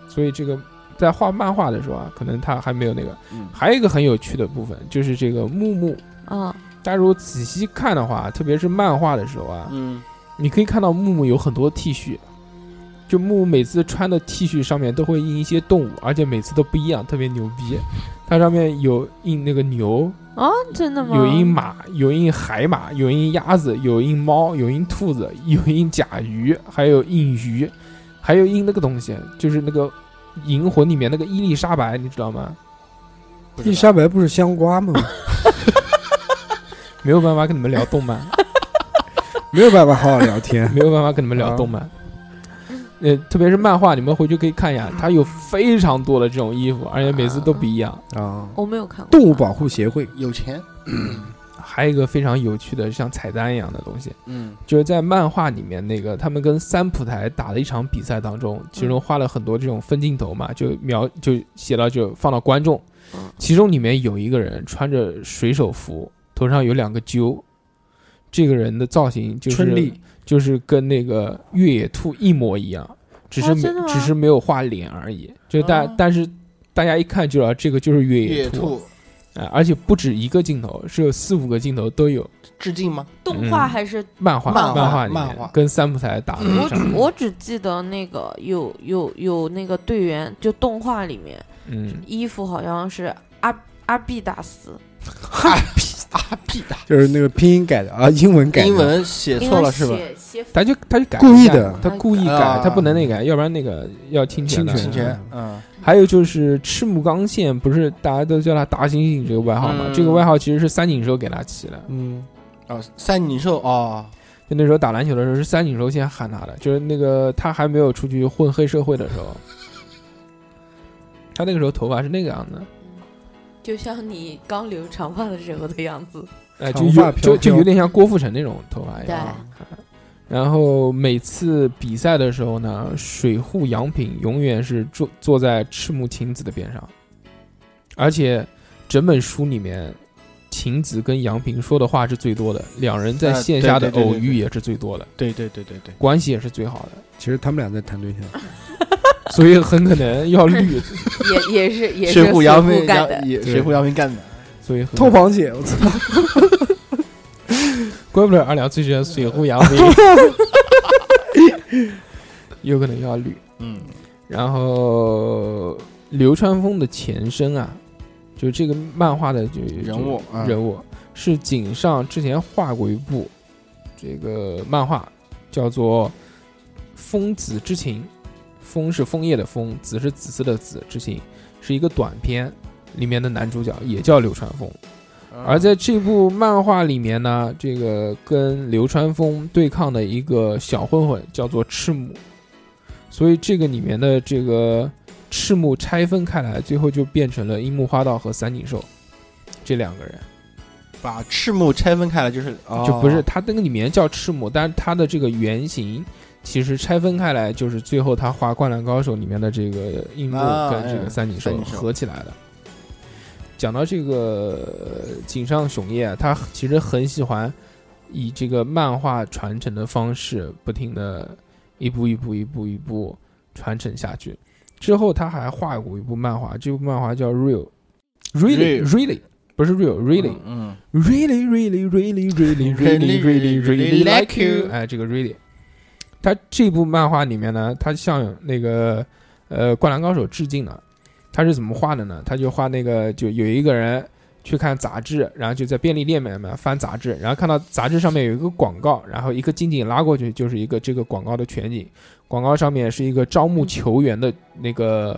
Speaker 1: 所以这个在画漫画的时候啊，可能他还没有那个。
Speaker 5: 嗯
Speaker 1: 还有一个很有趣的部分就是这个木木，
Speaker 3: 嗯，
Speaker 1: 大家如果仔细看的话，特别是漫画的时候啊，
Speaker 5: 嗯，
Speaker 1: 你可以看到木木有很多 T 恤，就木木每次穿的 T 恤上面都会印一些动物，而且每次都不一样，特别牛逼。它上面有印那个牛，
Speaker 3: 哦真的吗？
Speaker 1: 有印马，有印海马，有印鸭子，有印猫，有印兔子，有印甲鱼，还有印鱼，还有印那个东西，就是那个《银魂》里面那个伊丽莎白，你知道吗？
Speaker 5: 不知
Speaker 2: 伊嗯
Speaker 5: 道
Speaker 2: 莎白不是香 瓜吗？
Speaker 1: 没有办法跟你们聊动漫，
Speaker 2: 没有办法好好 聊天。
Speaker 1: 没有办法跟你们聊动
Speaker 2: 啊
Speaker 1: 漫。呃，特别是漫画，你们回去可以看一下，它有非常多的这种衣服，而且每次都不一样。
Speaker 2: 啊，
Speaker 3: 我没有看过
Speaker 2: 动物保护协会
Speaker 5: 有钱，
Speaker 1: 还有一个非常有趣的，像彩蛋一样的东西，
Speaker 5: 嗯
Speaker 1: 就是在漫画里面那个他们跟三浦台打的一场比赛当中，其中画了很多这种分镜头嘛，就描就写到就放到观众
Speaker 3: 嗯，
Speaker 1: 其中里面有一个人穿着水手服，头上有两个揪，这个人的造型就是
Speaker 2: 春丽，
Speaker 1: 就是跟那个越野兔一模一样，只是
Speaker 3: 哦
Speaker 1: 没、
Speaker 3: 真的吗
Speaker 1: 只是没有画脸而已。就大、
Speaker 5: 哦
Speaker 1: 但是大家一看就知道这个就是越
Speaker 5: 野
Speaker 1: 野
Speaker 5: 兔
Speaker 1: 啊、而且不止一个镜头，是有四五个镜头都有。
Speaker 5: 致敬吗？
Speaker 3: 动画
Speaker 1: 嗯
Speaker 3: 还是
Speaker 1: 漫画
Speaker 5: 漫画
Speaker 1: 画里
Speaker 5: 漫
Speaker 1: 面
Speaker 5: 画
Speaker 1: 跟三浦台打的
Speaker 3: 我
Speaker 1: 一
Speaker 3: 只
Speaker 1: 场，
Speaker 3: 我只记得那个有有有那个队员，就动画里面
Speaker 1: 嗯，
Speaker 3: 衣服好像是阿阿必达斯，
Speaker 5: 哈屁啊屁的，
Speaker 2: 就是那个拼音改的啊，英文改的。
Speaker 5: 英文写
Speaker 3: 因
Speaker 5: 错
Speaker 3: 为
Speaker 5: 了是吧？
Speaker 3: 写写
Speaker 1: 他就他就改
Speaker 2: 故
Speaker 1: 一
Speaker 2: 意
Speaker 1: 下
Speaker 2: 的
Speaker 1: 他故意改
Speaker 5: 啊，
Speaker 1: 他不能那个，要不然那个要侵权的。
Speaker 2: 侵
Speaker 5: 之
Speaker 2: 权
Speaker 5: 前，嗯，
Speaker 1: 还有就是赤木刚宪，不是大家都叫他达猩猩这个外号嘛？
Speaker 5: 嗯
Speaker 1: 这个外号其实是三井寿给他起的，
Speaker 2: 嗯，
Speaker 5: 哦，三井寿哦，
Speaker 1: 就那时候打篮球的时候是三井寿先喊他的，就是那个他还没有出去混黑社会的时候，他那个时候头发是那个样子，
Speaker 3: 就像你刚留长发的时候的样子。
Speaker 1: 哎，就
Speaker 2: 长发
Speaker 1: 有
Speaker 2: 飘飘
Speaker 1: 就就有点像郭富城那种头发一
Speaker 3: 对
Speaker 1: 样。，
Speaker 5: 哦
Speaker 1: 然后每次比赛的时候呢，水户洋平永远是坐坐在赤木晴子的边上，而且整本书里面，晴子跟洋平说的话是最多的，两人在
Speaker 5: 啊
Speaker 1: 线下的
Speaker 5: 对对对
Speaker 1: 偶
Speaker 5: 对
Speaker 1: 遇
Speaker 5: 对
Speaker 1: 也是最多的，
Speaker 5: 对对对对对，
Speaker 1: 关系也是最好的。
Speaker 2: 其实他们俩在谈对象。
Speaker 1: 所以很可能要绿，
Speaker 3: 也也是也是
Speaker 5: 水户洋
Speaker 3: 平
Speaker 5: 平
Speaker 3: 干的
Speaker 5: 洋，也
Speaker 2: 对
Speaker 5: 水户洋平干的，
Speaker 1: 所以很
Speaker 2: 偷螃蟹，我操！
Speaker 1: 怪不得二两最喜欢 水户洋平，有可能要绿。
Speaker 5: 嗯，
Speaker 1: 然后流川枫的前身啊，就是这个漫画的就
Speaker 5: 人物
Speaker 1: 就
Speaker 5: 嗯
Speaker 1: 人物是井上之前画过一部这个漫画，叫做《枫子之情》，枫是枫叶的枫，子是紫色的紫，之情是一个短片，里面的男主角也叫流川枫。
Speaker 5: 嗯
Speaker 1: 而在这部漫画里面呢，这个跟流川枫对抗的一个小混混叫做赤木，所以这个里面的这个赤木拆分开来，最后就变成了樱木花道和三井寿这两个人，
Speaker 5: 把赤木拆分开来就是，哦
Speaker 1: 就不是他那个里面叫赤木，但是他的这个原型其实拆分开来就是最后他画《灌篮高手》里面的这个樱木
Speaker 5: 啊
Speaker 1: 跟这
Speaker 5: 哎
Speaker 1: 个三井寿
Speaker 5: 三井寿
Speaker 1: 合起来的。讲到这个呃井上雄彦，他其实很喜欢以这个漫画传承的方式，不停的一步一步一步一步传承下去。之后他还画过一部漫画，这部漫画叫 Real Really
Speaker 5: Real
Speaker 1: Really，不是 Real Really，
Speaker 5: 嗯，
Speaker 1: really really really really really really really like you，哎，这个 really，他这部漫画里面呢，他向那个呃《灌篮高手》致敬了。他是怎么画的呢？他就画那个，就有一个人去看杂志，然后就在便利店里面翻杂志，然后看到杂志上面有一个广告，然后一个近景拉过去就是一个这个广告的全景，广告上面是一个招募球员的那个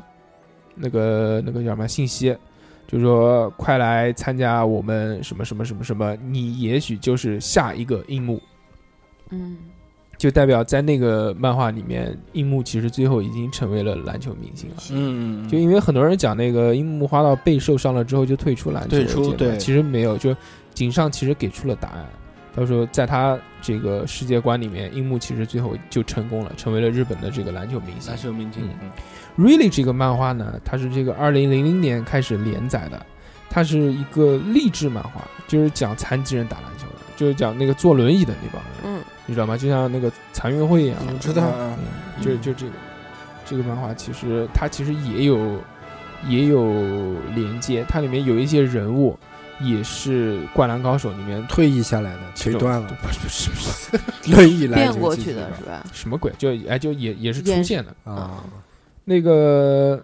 Speaker 1: 那个那个叫什么信息，就是说快来参加我们什么什么什么什么，你也许就是下一个樱木，
Speaker 3: 嗯，
Speaker 1: 就代表在那个漫画里面，樱木其实最后已经成为了篮球明星了。
Speaker 5: 嗯，嗯
Speaker 1: 就因为很多人讲那个樱木花道被受伤了之后就退出篮球
Speaker 5: 退
Speaker 1: 界
Speaker 5: 出
Speaker 1: 嘛
Speaker 5: 对
Speaker 1: 其实没有，就井上其实给出了答案。他说，在他这个世界观里面，樱木其实最后就成功了，成为了日本的这个篮球明星
Speaker 5: 那。是有明星，
Speaker 1: 嗯 Really 这个漫画呢，它是这个二零零零年开始连载的，它是一个励志漫画，就是讲残疾人打篮球的，就是讲那个坐轮椅的那帮人，
Speaker 3: 嗯，
Speaker 1: 你知道吗？就像那个残运会一样，
Speaker 5: 我
Speaker 2: 知道
Speaker 1: 嗯，就就这个这个漫画，其实它其实也有也有连接，它里面有一些人物也是《灌篮高手》里面
Speaker 2: 退役下来的，
Speaker 1: 这
Speaker 2: 腿
Speaker 1: 种
Speaker 2: 断了，，
Speaker 1: 不是不是不是
Speaker 2: 轮椅来
Speaker 3: 变
Speaker 2: 这个
Speaker 3: 过
Speaker 2: 技
Speaker 3: 去
Speaker 2: 术
Speaker 3: 的是吧？
Speaker 1: 什么鬼，就哎就也也是出
Speaker 3: 也
Speaker 1: 现的。
Speaker 2: 啊，
Speaker 1: 那个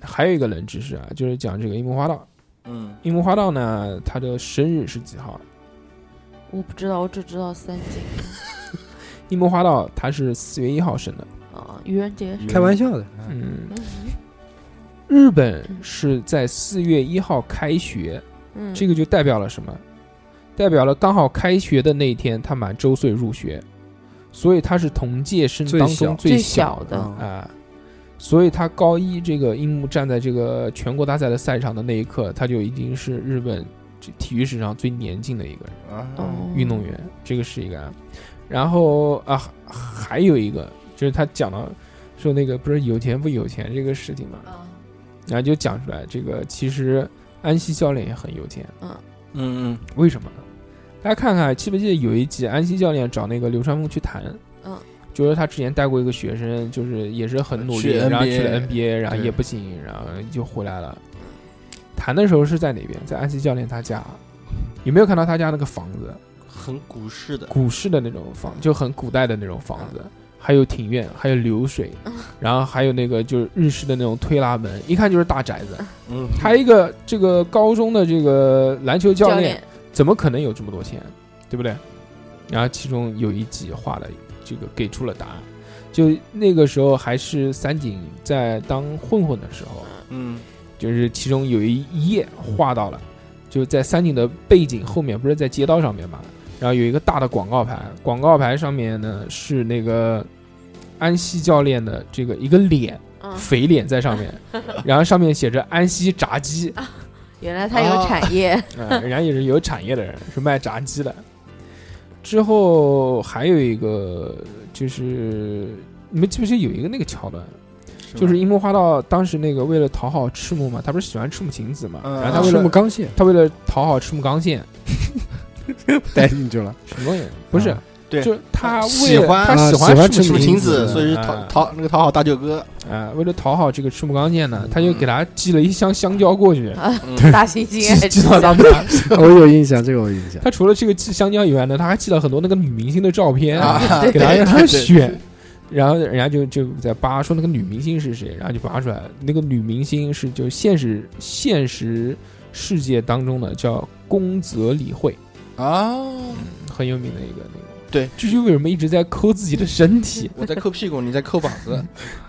Speaker 1: 还有一个冷知识啊，就是讲这个樱木花道。
Speaker 5: 嗯，
Speaker 1: 樱木花道呢，他的生日是几号？
Speaker 3: 我不知道，我只知道三井
Speaker 1: 樱木花道他是四月一号生的。
Speaker 3: 啊，愚人节
Speaker 5: 嗯
Speaker 2: 开玩笑的，
Speaker 1: 嗯，
Speaker 3: 嗯
Speaker 1: 日本是在四月一号开学，
Speaker 3: 嗯，
Speaker 1: 这个就代表了什么？代表了刚好开学的那一天，他满周岁入学，所以他是同届生
Speaker 2: 最
Speaker 1: 当
Speaker 2: 小
Speaker 1: 中
Speaker 3: 最
Speaker 1: 小
Speaker 3: 小
Speaker 1: 的
Speaker 3: 的
Speaker 2: 啊
Speaker 1: 啊、所以他高一这个樱木站在这个全国大赛的赛场的那一刻，他就已经是日本这体育史上最年轻的一个人。
Speaker 5: 啊，
Speaker 3: 哦
Speaker 1: 嗯运动员，这个是一个啊。然后啊，还还有一个就是他讲到说那个不是有钱不有钱这个事情嘛，
Speaker 3: 啊，
Speaker 1: 然后就讲出来这个其实安西教练也很有钱，
Speaker 5: 嗯嗯，
Speaker 1: 为什么呢？大家看看记不记得有一集安西教练找那个流川枫去谈，
Speaker 3: 嗯，
Speaker 1: 就是他之前带过一个学生，就是也是很努力，
Speaker 5: 去 NBA
Speaker 1: 然后去了 NBA，然后
Speaker 5: 对
Speaker 1: 也不行，然后就回来了。谈的时候是在哪边？在安西教练他家，有没有看到他家那个房子？
Speaker 5: 很古式的，
Speaker 1: 古式的那种房，就很古代的那种房子，还有庭院，还有流水，然后还有那个就是日式的那种推拉门，一看就是大宅子。
Speaker 5: 嗯，
Speaker 1: 他一个这个高中的这个篮球教
Speaker 3: 教
Speaker 1: 练，怎么可能有这么多钱，对不对？然后其中有一集画了这个给出了答案，就那个时候还是三井在当混混的时候，
Speaker 5: 嗯
Speaker 1: 就是其中有一页画到了，就是在三井的背景后面，不是在街道上面嘛，然后有一个大的广告牌，广告牌上面呢是那个安西教练的这个一个脸，
Speaker 3: 嗯，
Speaker 1: 肥脸在上面，然后上面写着安西炸鸡，
Speaker 3: 原来他有产业，
Speaker 5: 嗯
Speaker 1: 啊，
Speaker 5: 哎
Speaker 1: 人家也是有产业的人，是卖炸鸡的。之后还有一个就是，你们记不记得有一个那个桥段，就是樱木花道当时那个为了讨好赤木嘛，他不是喜欢赤木晴子嘛，
Speaker 5: 嗯
Speaker 1: 然后他
Speaker 5: 啊
Speaker 1: 为
Speaker 2: 赤
Speaker 1: 了
Speaker 2: 木刚宪
Speaker 1: 他为了讨好赤木刚宪，
Speaker 2: 带进去了，
Speaker 1: 什么东西？不是，
Speaker 5: 啊对
Speaker 1: 就是他为
Speaker 5: 喜
Speaker 1: 了
Speaker 5: 欢
Speaker 1: 他
Speaker 2: 啊
Speaker 1: 喜
Speaker 2: 喜欢
Speaker 1: 赤
Speaker 2: 赤
Speaker 1: 木
Speaker 2: 木
Speaker 5: 晴
Speaker 2: 晴
Speaker 5: 子，
Speaker 2: 子
Speaker 5: 哎
Speaker 2: 啊
Speaker 5: 所以是讨讨那个讨好大舅哥，
Speaker 1: 啊，为了讨好这个赤木刚宪呢，他就
Speaker 5: 嗯
Speaker 1: 给他寄了一箱香蕉过去，
Speaker 5: 嗯
Speaker 3: 啊大猩
Speaker 1: 寄
Speaker 3: 猩，
Speaker 1: 寄到他们家。
Speaker 2: 我有印象，这个我有印象，
Speaker 1: 他除了这个寄香蕉以外呢，他还寄了很多那个女明星的照片
Speaker 5: 啊
Speaker 1: 给他
Speaker 5: 对
Speaker 1: 让他
Speaker 5: 对对
Speaker 1: 选。然后人家就就在扒说那个女明星是谁，然后就扒出来，那个女明星是就现实现实世界当中的叫宫泽理惠，
Speaker 5: 啊，
Speaker 1: 很有名的一个那个。
Speaker 5: 对，
Speaker 1: 这就是为什么一直在抠自己的身 体，
Speaker 5: 我在抠屁股，你在抠膀子，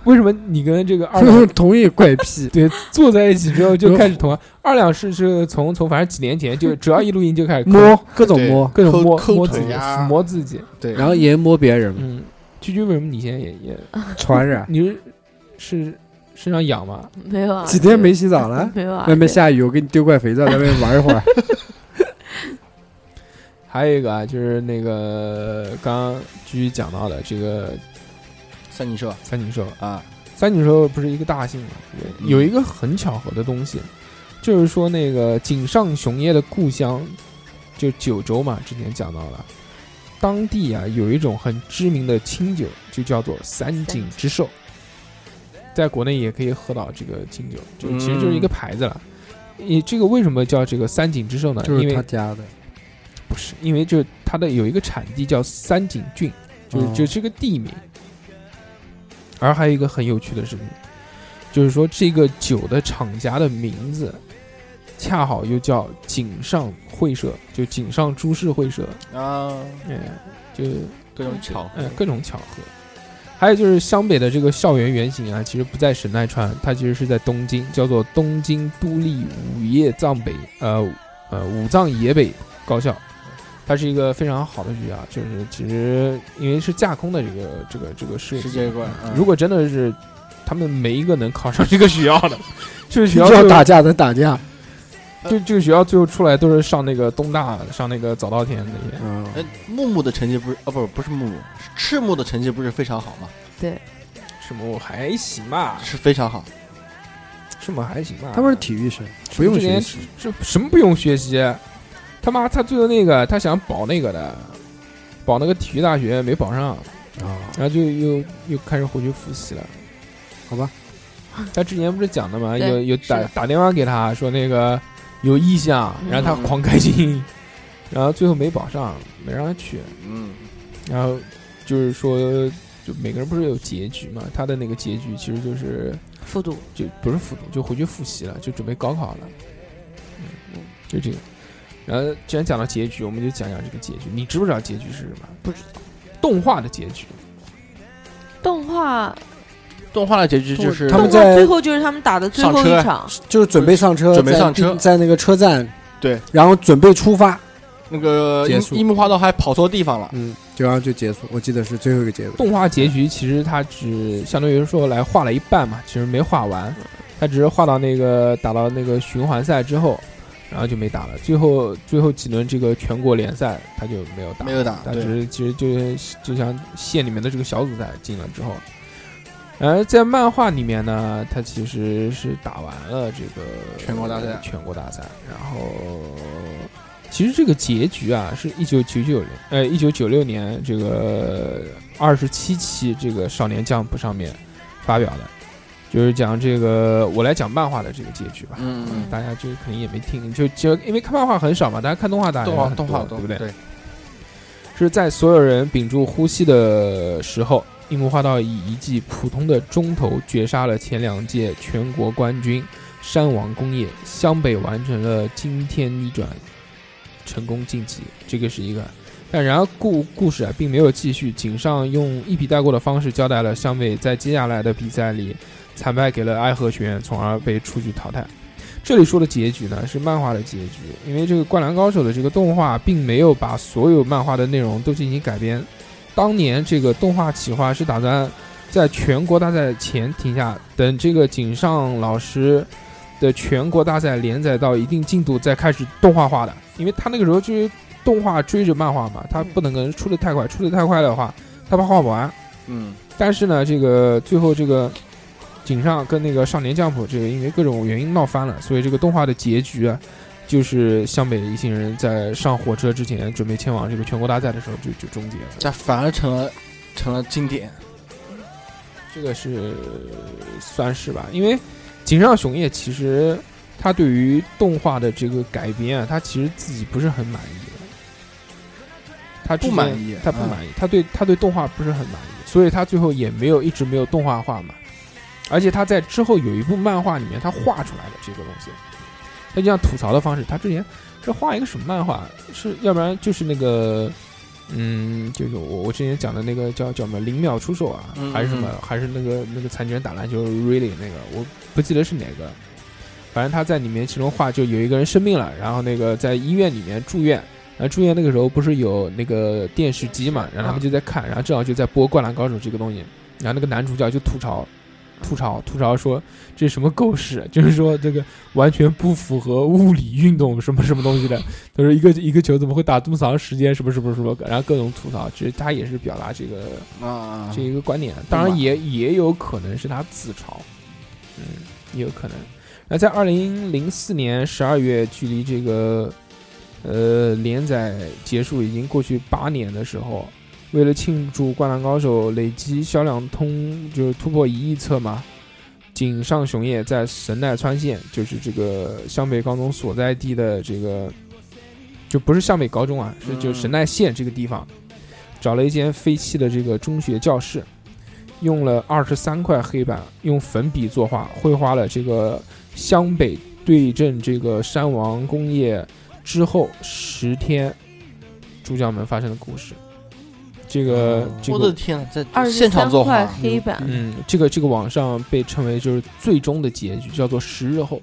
Speaker 1: 为什么你跟这个二两
Speaker 2: 他同意怪癖，
Speaker 1: 对坐在一起之后就开始同啊二两是是从从反正几年前 就只要一录音就开始抠
Speaker 2: 摸各种
Speaker 5: 对
Speaker 2: 摸，
Speaker 1: 各种摸
Speaker 5: 抠
Speaker 1: 摸
Speaker 5: 抠
Speaker 1: 自
Speaker 5: 腿
Speaker 1: 己
Speaker 5: 呀
Speaker 1: 抚摸自己，
Speaker 5: 对，
Speaker 2: 然后也摸别人，
Speaker 1: 嗯，居居为什么你现在也也
Speaker 2: 传染，
Speaker 1: 你是是身上痒吗？
Speaker 3: 没有啊，
Speaker 2: 几天没洗澡了，
Speaker 3: 没有啊，
Speaker 2: 外面下雨，我给你丢块肥皂，在外面玩一会儿，
Speaker 1: 还有一个啊，就是那个刚刚居居讲到的这个
Speaker 5: 三井寿
Speaker 1: 三井寿，
Speaker 5: 啊，
Speaker 1: 三井寿不是一个大姓吗？对
Speaker 5: 嗯
Speaker 1: 有一个很巧合的东西，就是说那个井上雄彦的故乡就九州嘛，之前讲到了，当地啊有一种很知名的清酒，就叫做三井之寿，在国内也可以喝到这个清酒，就其实就是一个牌子了。你这个为什么叫这个三井之寿呢？
Speaker 2: 就
Speaker 1: 因
Speaker 2: 是
Speaker 1: 为
Speaker 2: 他家的，
Speaker 1: 不是，因为就是它的有一个产地叫三井郡，就是、
Speaker 2: 哦
Speaker 1: 就是个地名。而还有一个很有趣的事情，就是说这个酒的厂家的名字，恰好又叫井上会社，就井上株式会社，
Speaker 5: 啊，
Speaker 1: 嗯，就
Speaker 5: 哎各种巧合
Speaker 1: 嗯，各种巧合。还有就是湘北的这个校园原型啊，其实不在神奈川，它其实是在东京，叫做东京都立武叶藏北呃呃武藏野北高校，它是一个非常好的学校，就是其实因为是架空的这个这个这个设
Speaker 5: 世
Speaker 1: 计，
Speaker 5: 界观，嗯
Speaker 1: 如果真的是他们没一个能考上这个学校的，这个学校
Speaker 2: 要
Speaker 1: 就
Speaker 2: 打架能打架，
Speaker 1: 就这个学校最后出来都是上那个东大上那个早稻田那些，
Speaker 2: 嗯，
Speaker 5: 哎，木木的成绩不是啊，不不是木木，是赤木的成绩不是非常好吗？啊
Speaker 1: 什么我还行吧，
Speaker 5: 是非常好，
Speaker 1: 是吗？还行吧。
Speaker 2: 他们是体育
Speaker 3: 啊
Speaker 2: 生，不用学习。
Speaker 1: 这什么不用学习？他妈，他最后那个他想保那个的，保那个体育大学没保上，
Speaker 2: 啊。
Speaker 1: 然后就又又开始回去复习了。
Speaker 2: 好吧，
Speaker 1: 他之前不是讲的吗？
Speaker 3: 对
Speaker 1: 有有打
Speaker 3: 是
Speaker 1: 打电话给他说那个有意向，然后他
Speaker 5: 嗯
Speaker 1: 狂开心，然后最后没保上，没让他去。
Speaker 5: 嗯，
Speaker 1: 然后就是说，就每个人不是有结局嘛？他的那个结局其实就是
Speaker 3: 复读，
Speaker 1: 就不是复读，就回去复习了，就准备高考了。嗯，就这个。然后既然讲到结局，我们就讲讲这个结局。你知不知道结局是什么？
Speaker 3: 不知
Speaker 1: 道。动画的结局，
Speaker 3: 动画
Speaker 5: 动画的结局就是
Speaker 2: 他们
Speaker 3: 动
Speaker 2: 在
Speaker 3: 画最后就是他们打的最后一场，
Speaker 2: 就是准备上车，
Speaker 5: 准备上车
Speaker 2: 在地在那个车站，
Speaker 5: 对，
Speaker 2: 然后准备出发，
Speaker 5: 那个
Speaker 2: 结束
Speaker 5: 樱樱木花道还跑错地方了。
Speaker 2: 嗯，就然后就结束。我记得是最后一个结束。
Speaker 1: 动画结局其实它只相当于说来画了一半嘛，其实没画完，它只是画到那个打到那个循环赛之后，然后就没打了。最后最后几轮这个全国联赛他就没有打，
Speaker 5: 没有打
Speaker 1: 他
Speaker 5: 对
Speaker 1: 啊只是其实就是就像县里面的这个小组赛进了之后，而在漫画里面呢，他其实是打完了这个
Speaker 5: 全国大赛
Speaker 1: 全国大赛，然后。其实这个结局啊，是一九九九年，呃，一九九六年这个二十七期这个《少年 Jump》上面发表的，就是讲这个我来讲漫画的这个结局吧。
Speaker 5: 嗯嗯，
Speaker 1: 大家就肯定也没听，就就因为看漫画很少嘛，大家看动画大家
Speaker 5: 嗯动画
Speaker 1: 很多
Speaker 5: 动画
Speaker 1: 对不对？
Speaker 5: 对，
Speaker 1: 是在所有人屏住呼吸的时候，樱木花道以一记普通的中投绝杀了前两届全国冠军山王工业，湘北完成了惊天逆转，成功晋级。这个是一个。但然而故故事啊并没有继续，井上用一笔带过的方式交代了湘北在接下来的比赛里惨败给了爱河学院，从而被出局淘汰。这里说的结局呢，是漫画的结局，因为这个《灌篮高手》的这个动画并没有把所有漫画的内容都进行改编。当年这个动画企划是打算在全国大赛前停下，等这个井上老师的全国大赛连载到一定进度再开始动画化的，因为他那个时候就是动画追着漫画嘛，他不能跟出的太快，出的太快的话，他怕画不完。
Speaker 5: 嗯
Speaker 1: 但是呢，这个最后这个井上跟那个少年将普这个因为各种原因闹翻了，所以这个动画的结局啊，就是湘北一行人在上火车之前准备前往这个全国大赛的时候就就终结了。
Speaker 5: 这反而成了成了经典。
Speaker 1: 这个是算是吧，因为井上雄彦其实他对于动画的这个改编啊，他其实自己不是很满意的，他之前
Speaker 5: 不满意啊
Speaker 1: 他不满意，他对他对动画不是很满意，所以他最后也没有一直没有动画化嘛。而且他在之后有一部漫画里面，他画出来的这个东西，他就像吐槽的方式，他之前这画一个什么漫画？是要不然就是那个，嗯，就是我我之前讲的那个叫叫什么零秒出手啊，
Speaker 5: 嗯
Speaker 1: 还是什么
Speaker 5: 嗯，
Speaker 1: 还是那个那个残疾人打篮球 really 那个，我不记得是哪个，反正他在里面其中画就有一个人生病了，然后那个在医院里面住院。然后住院那个时候不是有那个电视机嘛，然后他们就在看，然后正好就在播《灌篮高手》这个东西，然后那个男主角就吐槽，吐槽吐槽说这是什么狗屎，就是说这个完全不符合物理运动什么什么东西的， 他说一个一个球怎么会打这么长时间，什么什么什么，然后各种吐槽，其实他也是表达这个
Speaker 5: 啊，
Speaker 1: 这一个观点，当然也也有可能是他自嘲，嗯，也有可能。那在二零零四年十二月，距离这个呃连载结束已经过去八年的时候，为了庆祝《灌篮高手》累积销量通就是突破一亿册嘛，井上雄彦在神奈川县，就是这个湘北高中所在地的这个，就不是湘北高中啊，是就
Speaker 5: 嗯
Speaker 1: 神奈县这个地方，找了一间废弃的这个中学教室，用了二十三块黑板，用粉笔作画，绘画了这个湘北对阵这个山王工业之后十天，主角们发生的故事。这个
Speaker 2: 哦，
Speaker 1: 这
Speaker 5: 我
Speaker 1: 个
Speaker 5: 的天呐，在
Speaker 3: 二十
Speaker 5: 现场
Speaker 3: 三
Speaker 5: 作
Speaker 3: 块
Speaker 5: 画，
Speaker 3: 黑板，
Speaker 1: 嗯，这个这个网上被称为就是最终的结局，叫做十日后，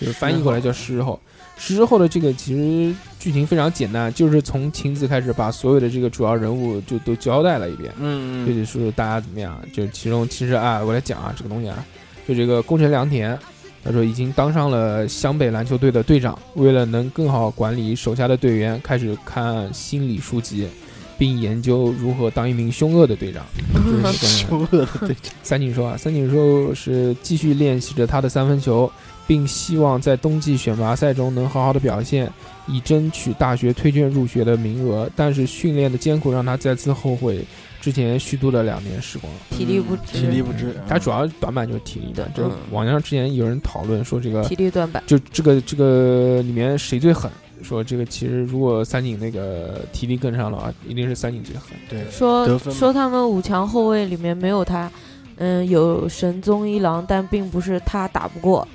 Speaker 1: 就是翻译过来叫十日后。十日后的这个其实剧情非常简单，就是从晴子开始把所有的这个主要人物就都交代了一遍，
Speaker 5: 嗯
Speaker 1: 就
Speaker 5: 嗯
Speaker 1: 得说大家怎么样。就其中其实啊，我来讲啊这个东西啊，就这个宫城良田，他说已经当上了湘北篮球队的队长，为了能更好管理手下的队员，开始看心理书籍，并研究如何当一名凶恶的队长。
Speaker 5: 嗯
Speaker 1: 就是
Speaker 5: 凶恶的 队长，
Speaker 1: 三井寿啊，三井寿是继续练习着他的三分球，并希望在冬季选拔赛中能好好的表现，以争取大学推荐入学的名额。但是训练的艰苦让他再次后悔之前虚度的两年时光。
Speaker 3: 体力不支
Speaker 5: 体力不支，嗯
Speaker 1: 他主要短板就是体力嘛
Speaker 3: 对，
Speaker 1: 就是
Speaker 3: 嗯
Speaker 1: 网上之前有人讨论说这个
Speaker 3: 体力短板，
Speaker 1: 就这个这个里面谁最狠？说这个其实如果三井那个体力跟上了啊，一定是三井最狠。
Speaker 5: 对
Speaker 3: 说
Speaker 5: 得分嘛
Speaker 3: 说他们五强后卫里面没有他，嗯，有神宗一郎，但并不是他打不过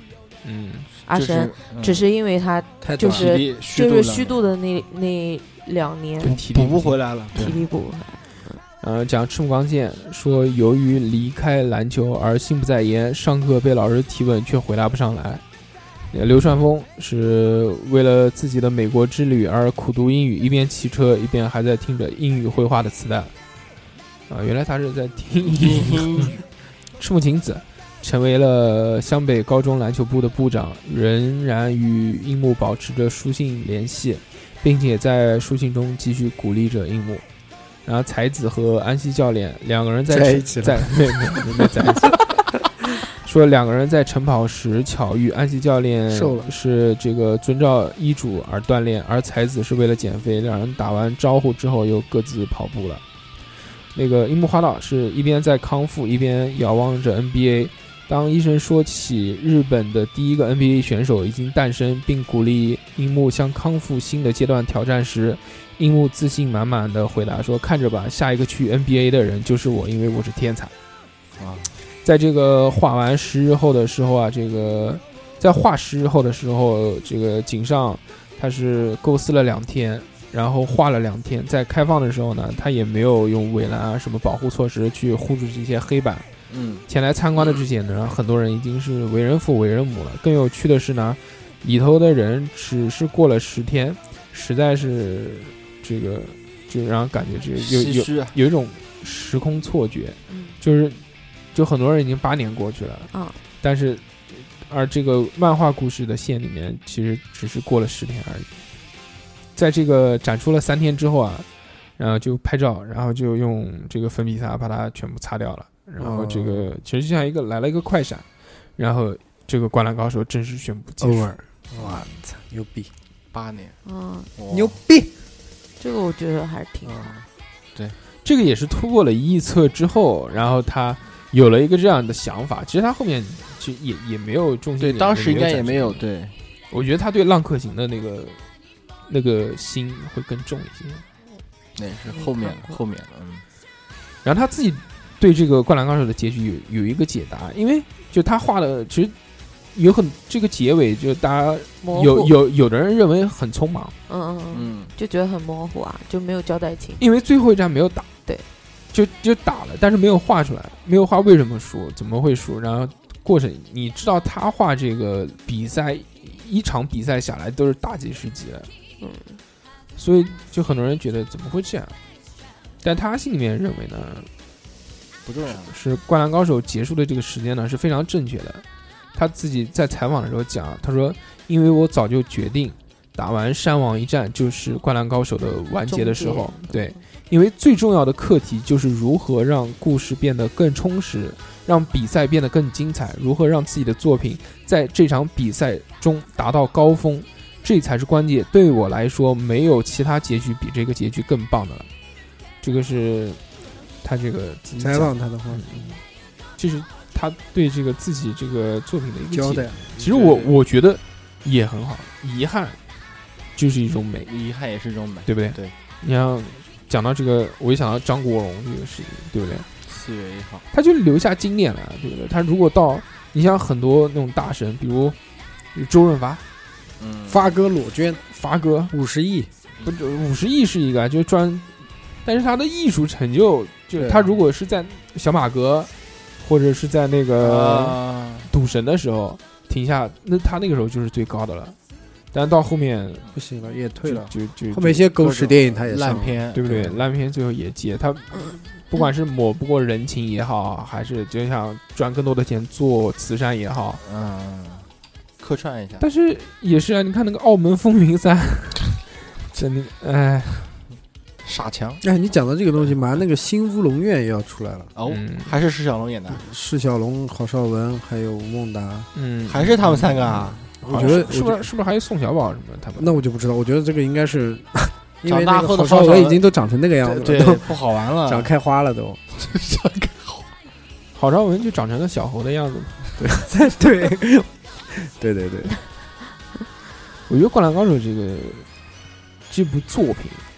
Speaker 1: 嗯，
Speaker 3: 阿
Speaker 5: 就是
Speaker 3: 神，
Speaker 5: 嗯
Speaker 3: 只是因为他
Speaker 2: 太
Speaker 3: 就
Speaker 5: 体
Speaker 3: 是
Speaker 5: 力
Speaker 3: 就
Speaker 5: 虚
Speaker 3: 是
Speaker 5: 度
Speaker 3: 虚
Speaker 5: 了，
Speaker 3: 度的那那两年
Speaker 1: 对体力
Speaker 5: 补不
Speaker 1: 行
Speaker 5: 回来了，
Speaker 3: 体力不
Speaker 1: 呃，讲赤木刚宪说，由于离开篮球而心不在焉，上课被老师提问却回答不上来。呃流川枫是为了自己的美国之旅而苦读英语，一边骑车一边还在听着英语绘画的磁带。啊、原来他是在听英 语。赤木晴子成为了湘北高中篮球部的部长，仍然与樱木保持着书信联系，并且在书信中继续鼓励着樱木。然后才子和安西教练两个人在
Speaker 2: 在一起了
Speaker 1: 在 没没没没在一起。说两个人在晨跑时巧遇，安西教练
Speaker 2: 瘦了
Speaker 1: 是这个遵照医嘱而锻炼，而才子是为了减肥。两人打完招呼之后又各自跑步了。那个樱木花道是一边在康复，一边遥望着 NBA。当医生说起日本的第一个 NBA 选手已经诞生，并鼓励樱木向康复新的阶段挑战时，樱木自信满满的回答说：“看着吧，下一个去 NBA 的人就是我，因为我是天才。”
Speaker 5: 啊，
Speaker 1: 在这个画完十日后的时候啊，这个在画十日后的时候，这个井上他是构思了两天，然后画了两天，在开放的时候呢，他也没有用围栏啊什么保护措施去护住这些黑板。
Speaker 5: 嗯，
Speaker 1: 前来参观的这些人，很多人已经是为人父为人母了。更有趣的是呢，里头的人只是过了十天，实在是这个就让人感觉这有
Speaker 5: 唏
Speaker 1: 有
Speaker 5: 嘘啊，
Speaker 1: 有一种时空错觉。
Speaker 3: 嗯
Speaker 1: 就是就很多人已经八年过去了，
Speaker 3: 嗯，
Speaker 1: 但是而这个漫画故事的线里面，其实只是过了十天而已。在这个展出了三天之后啊，然后就拍照，然后就用这个粉笔擦把它全部擦掉了，然后这
Speaker 5: 哦
Speaker 1: 个、其实就像一个来了一个快闪，然后这个《灌篮高手》正式宣布结束。
Speaker 2: over，哇操，牛逼，
Speaker 5: 八年，
Speaker 3: 嗯，
Speaker 5: 哇
Speaker 2: 牛逼！
Speaker 3: 这个我觉得还是挺
Speaker 1: 嗯
Speaker 3: 好。
Speaker 1: 这个也是突破了一亿册之后，然后他有了一个这样的想法。其实他后面就也也没有重心
Speaker 5: 对，
Speaker 1: 点，
Speaker 5: 当时应该也
Speaker 1: 展示
Speaker 5: 没有对，
Speaker 1: 我觉得他对浪客行的那个那个心会更重一些。
Speaker 5: 那也是后面了后面了，嗯，
Speaker 1: 然后他自己对这个《灌篮高手》的结局有有一个解答，因为就他画的其实有很这个结尾，就大家
Speaker 3: 模糊
Speaker 1: 有有有的人认为很匆忙，
Speaker 3: 嗯嗯嗯，
Speaker 5: 嗯，
Speaker 3: 就觉得很模糊啊，就没有交代清。
Speaker 1: 因为最后一战没有打，
Speaker 3: 对，
Speaker 1: 就就打了，但是没有画出来，没有画为什么输，怎么会输？然后过程你知道他画这个比赛一场比赛下来都是大几十集了，
Speaker 3: 嗯，
Speaker 1: 所以就很多人觉得怎么会这样？但他心里面认为呢，
Speaker 5: 不重要，
Speaker 1: 是《灌篮高手》结束的这个时间呢是非常正确的。他自己在采访的时候讲，他说：“因为我早就决定，打完山王一战就是《灌篮高手》的完结的时候
Speaker 3: 终结，嗯
Speaker 1: 对，，因为最重要的课题就是如何让故事变得更充实，让比赛变得更精彩，如何让自己的作品在这场比赛中达到高峰，这才是关键。对我来说，没有其他结局比这个结局更棒的了。这个是他这个自己
Speaker 5: 嗯
Speaker 2: 采
Speaker 1: 讲的，
Speaker 2: 访他的话
Speaker 1: 这是他对这个自己这个作品的一个
Speaker 2: 交
Speaker 1: 解
Speaker 2: 代
Speaker 1: 读。，
Speaker 5: 嗯
Speaker 1: 其实我
Speaker 5: 对
Speaker 1: 我觉得也很好，遗憾就是一种美，
Speaker 5: 遗憾也是一种美，
Speaker 1: 对不对？
Speaker 5: 对，
Speaker 1: 你像讲到这个，我一想到张国荣这个事情，对不对？
Speaker 5: 四月一号，
Speaker 1: 他就留下经典了，啊对不对？他如果到你像很多那种大神，比如周润发、
Speaker 5: 嗯，
Speaker 2: 发哥裸捐
Speaker 1: 发哥，
Speaker 2: 五十亿，
Speaker 1: 不就五十亿是一个，啊就专，但是他的艺术成就，就是
Speaker 5: 对
Speaker 1: 他如果是在小马哥，或者是在那
Speaker 2: 啊
Speaker 1: 个
Speaker 5: 呃，
Speaker 1: 赌神的时候停下，那他那个时候就是最高的了。但到后面
Speaker 2: 不行了，也退
Speaker 1: 就
Speaker 2: 了。
Speaker 1: 就就
Speaker 2: 后面一些狗屎电影他也上
Speaker 5: 烂
Speaker 2: 了，
Speaker 5: 片，
Speaker 1: 对不对？烂片最后也接他，不管是抹不过人情也好，还是就想赚更多的钱做慈善也好，啊
Speaker 5: 嗯，客串一下，
Speaker 1: 但是 也是啊，你看那个《澳门风云三》，真的，哎，
Speaker 5: 傻强
Speaker 2: 哎，你讲到这个东西，马上那个《新乌龙院》也要出来了，
Speaker 5: 哦
Speaker 1: 嗯
Speaker 5: 还是释小龙演的，
Speaker 2: 释小龙、郝邵文还有吴孟达，
Speaker 1: 嗯，
Speaker 5: 还是他们三个啊？
Speaker 2: 我觉得，
Speaker 1: 是
Speaker 2: 我
Speaker 1: 不
Speaker 2: 觉
Speaker 1: 是
Speaker 2: 得
Speaker 1: 是不是还有宋小宝什么的他们？
Speaker 2: 那我就不知道，我觉得这个应该 是因为
Speaker 5: 长大
Speaker 2: 那个
Speaker 5: 后的
Speaker 2: 郝
Speaker 5: 郝
Speaker 2: 邵
Speaker 5: 邵
Speaker 2: 文已
Speaker 5: 文
Speaker 2: 经都长成那个样子了，
Speaker 5: 对，
Speaker 2: 都
Speaker 5: 对不好玩了，
Speaker 2: 长开花了 都。
Speaker 1: 郝邵文就长成了小猴的样子。
Speaker 2: 对，对对对，
Speaker 1: 我觉得《灌篮高手》这个这部作品，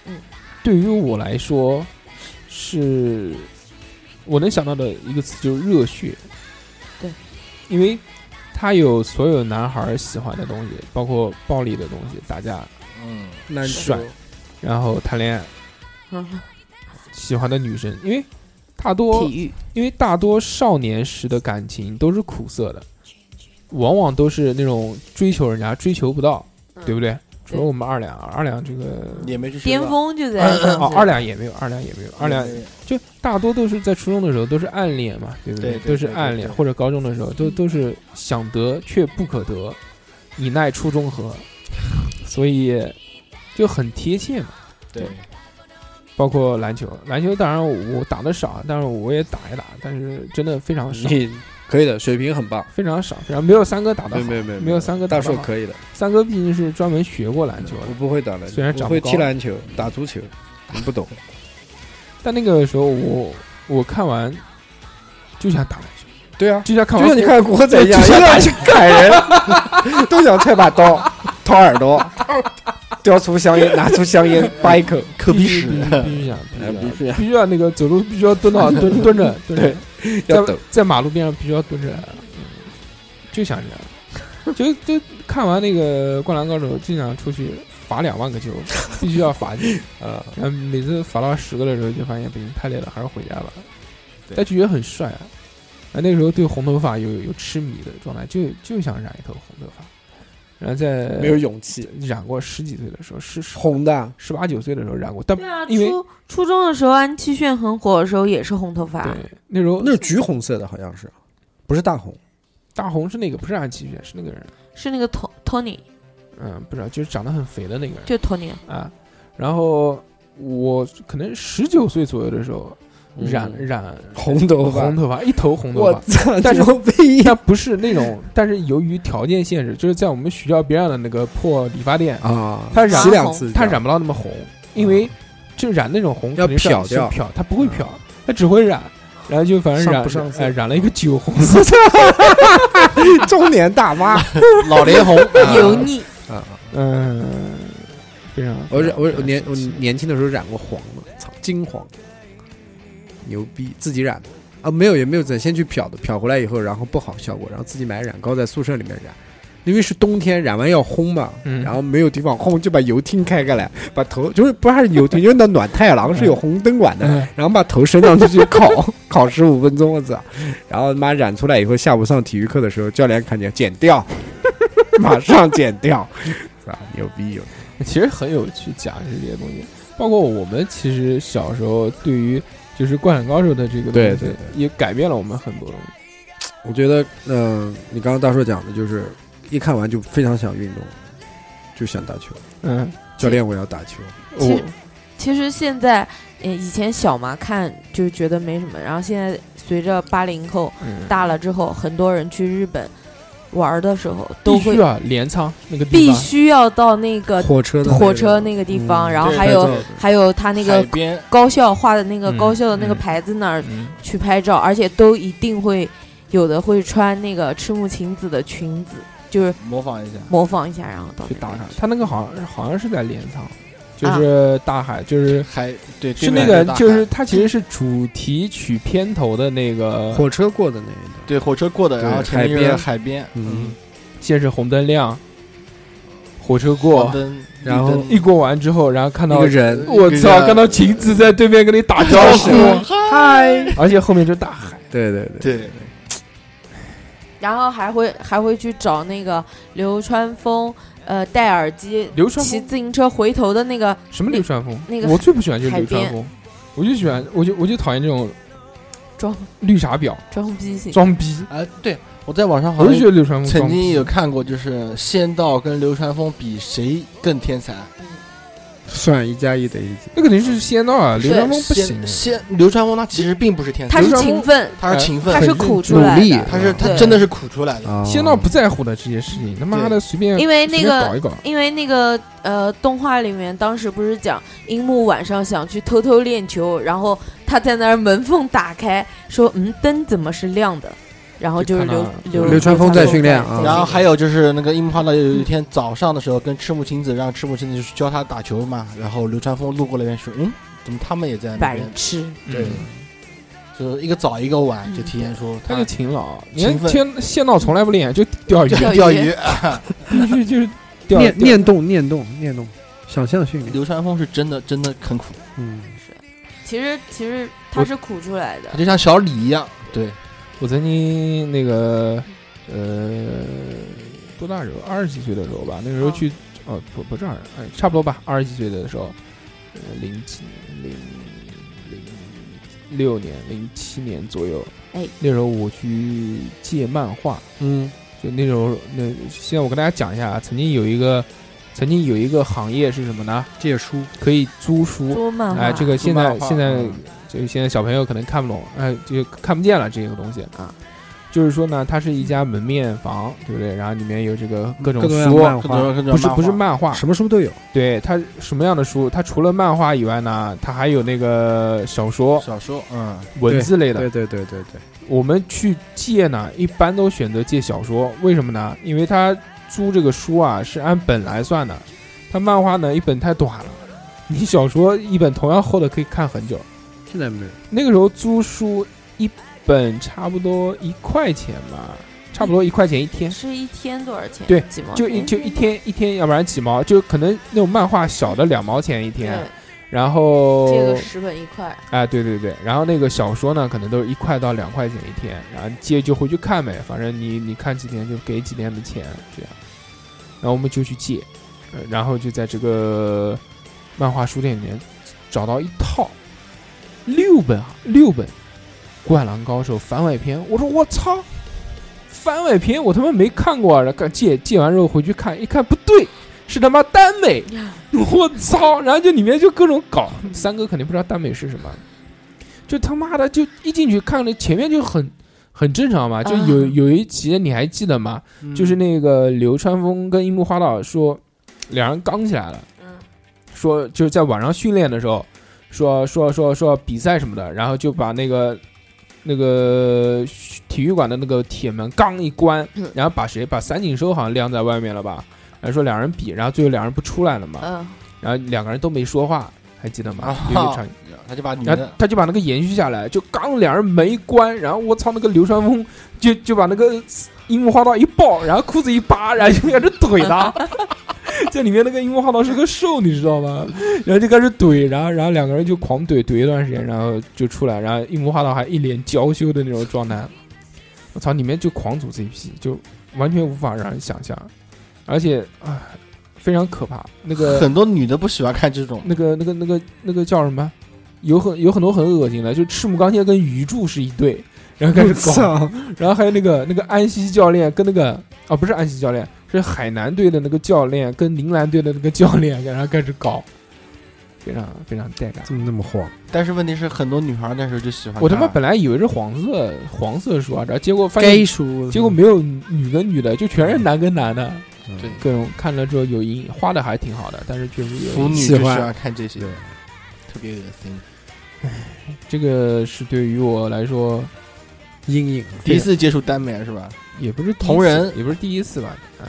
Speaker 3: 嗯
Speaker 1: 对于我来说是我能想到的一个词就是热血。
Speaker 3: 对，
Speaker 1: 因为它有所有男孩喜欢的东西，包括暴力的东西，打架，
Speaker 5: 嗯，
Speaker 2: 那
Speaker 1: 帅然后谈恋爱，
Speaker 3: 嗯
Speaker 1: 喜欢的女生，因为大多
Speaker 3: 体育，
Speaker 1: 因为大多少年时的感情都是苦涩的，往往都是那种追求人家追求不到，
Speaker 3: 嗯
Speaker 1: 对不对？除了我们二两，二两这个
Speaker 5: 也没去学
Speaker 3: 巅
Speaker 5: 吧
Speaker 3: 峰就在这样
Speaker 1: 哦
Speaker 3: 子，
Speaker 1: 二两也没有，二两也没有，二两就大多都是在初中的时候都是暗恋嘛，对不
Speaker 5: 对对
Speaker 1: 都是
Speaker 5: 对
Speaker 1: 暗
Speaker 5: 对
Speaker 1: 恋，
Speaker 5: 对嗯
Speaker 1: 或者高中的时候都都是想得却不可得，你奈初中 何？所以就很贴切嘛。
Speaker 5: 对，
Speaker 1: 包括篮球，篮球当然我打的少，但是我也打一打，但是真的非常少，
Speaker 2: 你可以的，水平很棒。
Speaker 1: 非常少，非常没有三哥打
Speaker 2: 没
Speaker 1: 的
Speaker 2: 有
Speaker 1: 好
Speaker 2: 没。有没有
Speaker 1: 没有三哥打
Speaker 2: 大
Speaker 1: 得好
Speaker 2: 硕可以的，
Speaker 1: 三哥毕竟是专门学过篮球的
Speaker 2: 我，不会打篮球，
Speaker 1: 虽然
Speaker 2: 我
Speaker 1: 长不
Speaker 2: 会
Speaker 1: 高
Speaker 2: 踢篮球、打 足球，你不懂。
Speaker 1: 但那个时候我我看完就想打篮球，
Speaker 2: 对啊，
Speaker 1: 就像看
Speaker 2: 就
Speaker 1: 完
Speaker 2: 像你看古惑仔一样，
Speaker 1: 就
Speaker 2: 一
Speaker 1: 像
Speaker 2: 定要去砍人， 都想揣把刀、掏耳 朵、叼出香烟，拿出香烟掰 一口。
Speaker 5: 抠鼻
Speaker 1: 必须
Speaker 5: 屎
Speaker 1: 必，须必须想
Speaker 5: 哎
Speaker 1: 必须想
Speaker 5: 必
Speaker 2: 啊
Speaker 5: 须
Speaker 1: 必须要那个走路必须要蹲到蹲蹲着蹲着，
Speaker 2: 要
Speaker 1: 在
Speaker 2: 抖
Speaker 1: 在马路边上必须要蹲着，嗯就想着，就就看完那个《灌篮高手》就想出去罚两万个球，必须要罚进。
Speaker 2: 啊！
Speaker 1: 然后每次罚到十个的时候就发现不行，太累了，还是回家吧。
Speaker 5: 对
Speaker 1: 但就觉得很帅啊，啊那个时候对红头发有有痴迷的状态，就就想染一头红头发。然后在
Speaker 2: 没有勇气，
Speaker 1: 染过十几岁的时候，十十
Speaker 2: 红的，啊
Speaker 1: 十八九岁的时候染过，但
Speaker 3: 对啊，
Speaker 1: 因为
Speaker 3: 初初中的时候安七炫很火的时候也是红头发，
Speaker 1: 对，那时候
Speaker 2: 那是橘红色的，好像是，不是大红。
Speaker 1: 大红是那个，不是安七炫，是那个人，
Speaker 3: 是那个 To- Tony，
Speaker 1: 嗯，不知道，就是长得很肥的那个人
Speaker 3: 就 Tony，
Speaker 1: 啊。然后我可能十九岁左右的时候染、染
Speaker 2: 嗯红头发
Speaker 1: 红头发，一头红 头
Speaker 2: 我
Speaker 1: 发，
Speaker 2: 操，
Speaker 1: 但是
Speaker 2: 牛逼
Speaker 1: 但不是那种，但是由于条件限制，就是在我们学校边上的那个破理发店，
Speaker 2: 啊！
Speaker 1: 他染
Speaker 2: 洗两次，
Speaker 1: 它 染不到那么红，因为就染那种红
Speaker 2: 嗯要
Speaker 1: 肯定是
Speaker 2: 漂掉嗯
Speaker 1: 是漂它不会漂，它只会染。然后就反正
Speaker 2: 上
Speaker 1: 染
Speaker 2: 不上色
Speaker 1: 哎染了一个酒红色，
Speaker 2: 中年大妈。
Speaker 5: 老 脸红，啊
Speaker 3: 油腻，
Speaker 1: 嗯，非常。
Speaker 2: 我染我
Speaker 1: 非
Speaker 2: 我
Speaker 1: 常
Speaker 2: 年我
Speaker 1: 神奇
Speaker 2: 年轻的时候染过黄的，操，金黄，牛逼，自己染的啊，没有也没有整，先去漂的，漂回来以后，然后不好效果，然后自己买染膏在宿舍里面染，因为是冬天，染完要烘嘛，
Speaker 1: 嗯
Speaker 2: 然后没有地方烘，就把油汀开开来，把头就是不是油汀，因为那暖太郎是有红灯管的，
Speaker 1: 嗯
Speaker 2: 然后把头伸上去去烤， 烤十五分钟，我操！然后妈染出来以后，下午上体育课的时候，教练看见剪掉， 马上剪掉， 啊，牛逼有
Speaker 1: 其实很有趣，讲的是这些东西，包括我们其实小时候对于就是《灌篮高手》的这个
Speaker 2: 对
Speaker 1: 东西
Speaker 2: 对
Speaker 1: 也改变了我们很多东西。
Speaker 2: 我觉得，嗯、你刚刚大硕讲的就是，一看完就非常想运动，就想打球。
Speaker 1: 嗯，
Speaker 2: 教练，我要打球。
Speaker 3: 其实
Speaker 1: 我
Speaker 3: 其实现在，呃，以前小嘛看就觉得没什么，然后现在随着八零后
Speaker 1: 嗯
Speaker 3: 大了之后，很多人去日本玩的时候都
Speaker 1: 必
Speaker 3: 会
Speaker 1: 须啊，镰仓那个地
Speaker 3: 必
Speaker 1: 方，
Speaker 3: 须要到那个
Speaker 2: 火车的那个
Speaker 3: 呃火车那个地方，
Speaker 2: 嗯
Speaker 3: 然后
Speaker 5: 对
Speaker 3: 还
Speaker 5: 对
Speaker 3: 有
Speaker 5: 对
Speaker 3: 还有他那
Speaker 5: 海
Speaker 3: 个
Speaker 5: 边
Speaker 3: 高校画的那个
Speaker 1: 嗯
Speaker 3: 高校的那个
Speaker 1: 嗯
Speaker 3: 牌子那儿
Speaker 1: 嗯，
Speaker 3: 去拍照，而且都一定会有的会穿那个赤木晴子的裙子，就是
Speaker 5: 模仿一下，
Speaker 3: 模仿一下，然后到
Speaker 1: 去
Speaker 3: 那
Speaker 1: 打
Speaker 3: 边
Speaker 1: 卡
Speaker 3: 去。
Speaker 1: 他那个好像好像是在镰仓，
Speaker 3: 啊
Speaker 1: 就是大海，就是
Speaker 5: 海对
Speaker 1: 是
Speaker 5: 对
Speaker 1: 那
Speaker 5: 面
Speaker 1: 个
Speaker 5: 大海
Speaker 1: 就是它其实是主题曲片头的那个，
Speaker 2: 火车过的那一段。
Speaker 5: 对火车过的，
Speaker 2: 对
Speaker 5: 然后前面就是海边，
Speaker 2: 嗯，
Speaker 1: 先是红灯亮，火车
Speaker 5: 黄
Speaker 1: 过，
Speaker 5: 灯，
Speaker 2: 然后
Speaker 1: 一 过完之后，然后看
Speaker 2: 一
Speaker 1: 到
Speaker 2: 个人
Speaker 1: 我
Speaker 5: 一个
Speaker 1: 操，看到晴子在对面跟你打招呼，
Speaker 5: 嗨，
Speaker 1: 而且后面就是大海，
Speaker 2: 对对对，
Speaker 5: 对，
Speaker 3: 然后还会还会去找那个流川枫，呃，戴耳机
Speaker 1: 流川
Speaker 3: 骑
Speaker 1: 枫
Speaker 3: 自行车回头的那个
Speaker 1: 什么流川枫？
Speaker 3: 那个
Speaker 1: 我最不喜欢就是
Speaker 3: 海
Speaker 1: 流川
Speaker 3: 边
Speaker 1: 枫，我就喜欢，我就我就讨厌这种
Speaker 3: 装
Speaker 1: 绿茶婊、
Speaker 3: 装逼型，
Speaker 1: 装逼，
Speaker 5: 啊，对我在网上好
Speaker 1: 我就觉
Speaker 5: 像
Speaker 1: 得流川枫嗯
Speaker 5: 曾
Speaker 1: 装
Speaker 5: 经
Speaker 1: 逼啊
Speaker 5: 有看过，就是仙道跟流川枫比谁更天才，
Speaker 2: 算一加一等于几？
Speaker 1: 那肯定是仙道啊，流川枫不行
Speaker 5: 先，先流川枫他其实并不是天才，
Speaker 3: 他是勤奋，
Speaker 5: 他是勤奋
Speaker 3: 他，是
Speaker 1: 很
Speaker 3: 苦出
Speaker 1: 努
Speaker 3: 来
Speaker 1: 力
Speaker 3: 的，
Speaker 5: 他是他
Speaker 3: 对
Speaker 5: 真的是苦出来的。
Speaker 2: 啊
Speaker 1: 仙道不在乎的这些事情，他妈的随便
Speaker 3: 因为那
Speaker 1: 随便搞
Speaker 3: 个。
Speaker 1: 一搞，
Speaker 3: 因为那个呃，动画里面当时不是讲樱木晚上想去偷偷练球，然后他在那儿门缝打开，说嗯，灯怎么是亮的？然后就是
Speaker 1: 就看
Speaker 3: 流
Speaker 1: 到
Speaker 3: 流
Speaker 2: 流川枫在训练啊
Speaker 5: 然后还有就是那个樱木花道有一天早上的时候跟赤木晴子，让赤木晴子去教他打球嘛，然后流川枫路过那边说，嗯，怎么他们也在那
Speaker 3: 白
Speaker 5: 边？
Speaker 3: 痴，
Speaker 5: 对
Speaker 1: 嗯，
Speaker 5: 就是一个早一个晚，
Speaker 3: 嗯
Speaker 5: 就体现出
Speaker 1: 他就勤劳，你看
Speaker 5: 勤奋
Speaker 1: 仙仙道从来不练，就 钓鱼，
Speaker 5: 就
Speaker 3: 钓
Speaker 5: 钓
Speaker 3: 鱼
Speaker 5: 鱼。
Speaker 1: 必须 就是钓
Speaker 2: 念
Speaker 1: 钓
Speaker 2: 念动念动念动，想象训练。
Speaker 5: 流川枫是真的真的很苦，
Speaker 2: 嗯，
Speaker 3: 其实其实他
Speaker 5: 我
Speaker 3: 是苦出来的
Speaker 5: 他，就像小李一样，对，
Speaker 1: 我曾经那个呃多大时候？二十几岁的时候吧，那个时候
Speaker 3: 嗯
Speaker 1: 去哦不不是二十，哎差不多吧，二十几岁的时候，呃零几零零六年零七年左右，
Speaker 3: 哎，
Speaker 1: 那时候我去借漫画，
Speaker 2: 嗯，
Speaker 1: 就那时候那现在我跟大家讲一下啊，曾经有一个曾经有一个行业是什么呢？
Speaker 2: 借书
Speaker 1: 可以租书，
Speaker 3: 多漫画
Speaker 1: 哎，这个
Speaker 5: 租
Speaker 1: 现
Speaker 5: 漫
Speaker 1: 在
Speaker 5: 画
Speaker 1: 现在
Speaker 5: 嗯
Speaker 1: 就现在小朋友可能看不懂，哎，就看不见了这个东西
Speaker 3: 啊。
Speaker 1: 就是说呢，它是一家门面房，对不对？然后里面有这个各种
Speaker 2: 各样
Speaker 1: 书，
Speaker 2: 漫
Speaker 5: 各
Speaker 2: 画，
Speaker 5: 种各种
Speaker 1: 不是不是
Speaker 5: 漫
Speaker 1: 漫画，
Speaker 2: 啊什么书都有。
Speaker 1: 对它什么样的书？它除了漫画以外呢，它还有那个小
Speaker 5: 画
Speaker 1: 说、
Speaker 5: 小说，嗯，
Speaker 1: 文字类的
Speaker 2: 对。对对对对，
Speaker 1: 我们去借呢，一般都选择借小说，为什么呢？因为它租这个书啊是按本来算的，它漫画呢一本太短了，你小说一本同样厚的可以看很久。
Speaker 2: 现在没有。
Speaker 1: 那个时候租书一本差不多一块钱吧，差不多一块钱一天，
Speaker 3: 是一天多少钱？
Speaker 1: 对
Speaker 3: 几毛
Speaker 1: 就一
Speaker 3: 钱
Speaker 1: 就一天一天，要不然几毛，就可能那种漫画小的两毛钱一天，
Speaker 3: 对，
Speaker 1: 然后
Speaker 3: 这个十本一块，
Speaker 1: 哎对对对，然后那个小说呢，可能都是一块到两块钱一天，然后借就回去看呗，反正你你看几天就给几天的钱这样，然后我们就去借，呃然后就在这个漫画书店里面找到一套六本啊六本《灌篮高手》番外篇，我说我操，番外篇我他妈没看过啊，然后借借完之后回去看，一看不对，是他妈耽美， 我操！然后就里面就各种搞，三哥肯定不知道耽美是什么，就他妈的就一进去看了前面就很很正常嘛，就有
Speaker 3: 啊嗯
Speaker 1: 有一集你还记得吗？
Speaker 2: 嗯
Speaker 1: 就是那个流川枫跟樱木花道说，两人刚起来了，
Speaker 3: 嗯，
Speaker 1: 说就是在晚上训练的时候，说说说说比赛什么的，然后就把那个那个体育馆的那个铁门刚一关
Speaker 3: 嗯，
Speaker 1: 然后把谁把三井寿好像晾在外面了吧，然后说两人比，然后最后两人不出来了嘛，
Speaker 3: 嗯，
Speaker 1: 然后两个人都没说话，还记得吗
Speaker 5: 啊？
Speaker 1: 有一场
Speaker 5: 他就把女
Speaker 1: 然后
Speaker 5: 的
Speaker 1: 他就把那个延续下来，就刚两人门一关，然后我操，那个流川枫就就把那个樱木花道一抱，然后裤子一扒，然后就开始怼 他。这里面那个樱木花道是个瘦，你知道吗？然后就开始怼，然后然后两个人就狂怼，怼一段时间，然后就出来，然后樱木花道还一脸娇羞的那种状态。我操，里面就狂组 CP，就完全无法让人想象，而且啊，非常可怕。那个
Speaker 5: 很多女的不喜欢看这种，
Speaker 1: 那个、那个、那个、那个叫什么？有很有很多很恶心的，就赤木刚宪跟鱼柱是一对，然后开始搞，
Speaker 2: 操！
Speaker 1: 然后还有那个那个安西教练跟那个啊不是安西教练，是海南队的那个教练跟铃兰队的那个教练，然后开始搞，非常非常带感。
Speaker 2: 怎么那么慌？
Speaker 5: 但是问题是很多女孩那时候就喜欢看。
Speaker 1: 我他妈本来以为是黄色黄色书啊，然后结果发
Speaker 2: 该
Speaker 1: 现
Speaker 2: 书，
Speaker 1: 结果没有女跟女的，就全是男跟男的，
Speaker 2: 嗯
Speaker 5: 对
Speaker 1: 各种看了之后有阴影，画的还挺好的，但是确实有
Speaker 5: 腐
Speaker 1: 阴
Speaker 5: 女
Speaker 1: 影
Speaker 2: 喜
Speaker 5: 就喜
Speaker 2: 欢
Speaker 5: 欢看这些
Speaker 2: 对，
Speaker 5: 特别恶心。
Speaker 1: 这个是对于我来说
Speaker 2: 阴影。
Speaker 5: 第一次接触耽美是吧？
Speaker 1: 也不是第一次
Speaker 5: 同人
Speaker 1: 也不是第一次吧，嗯。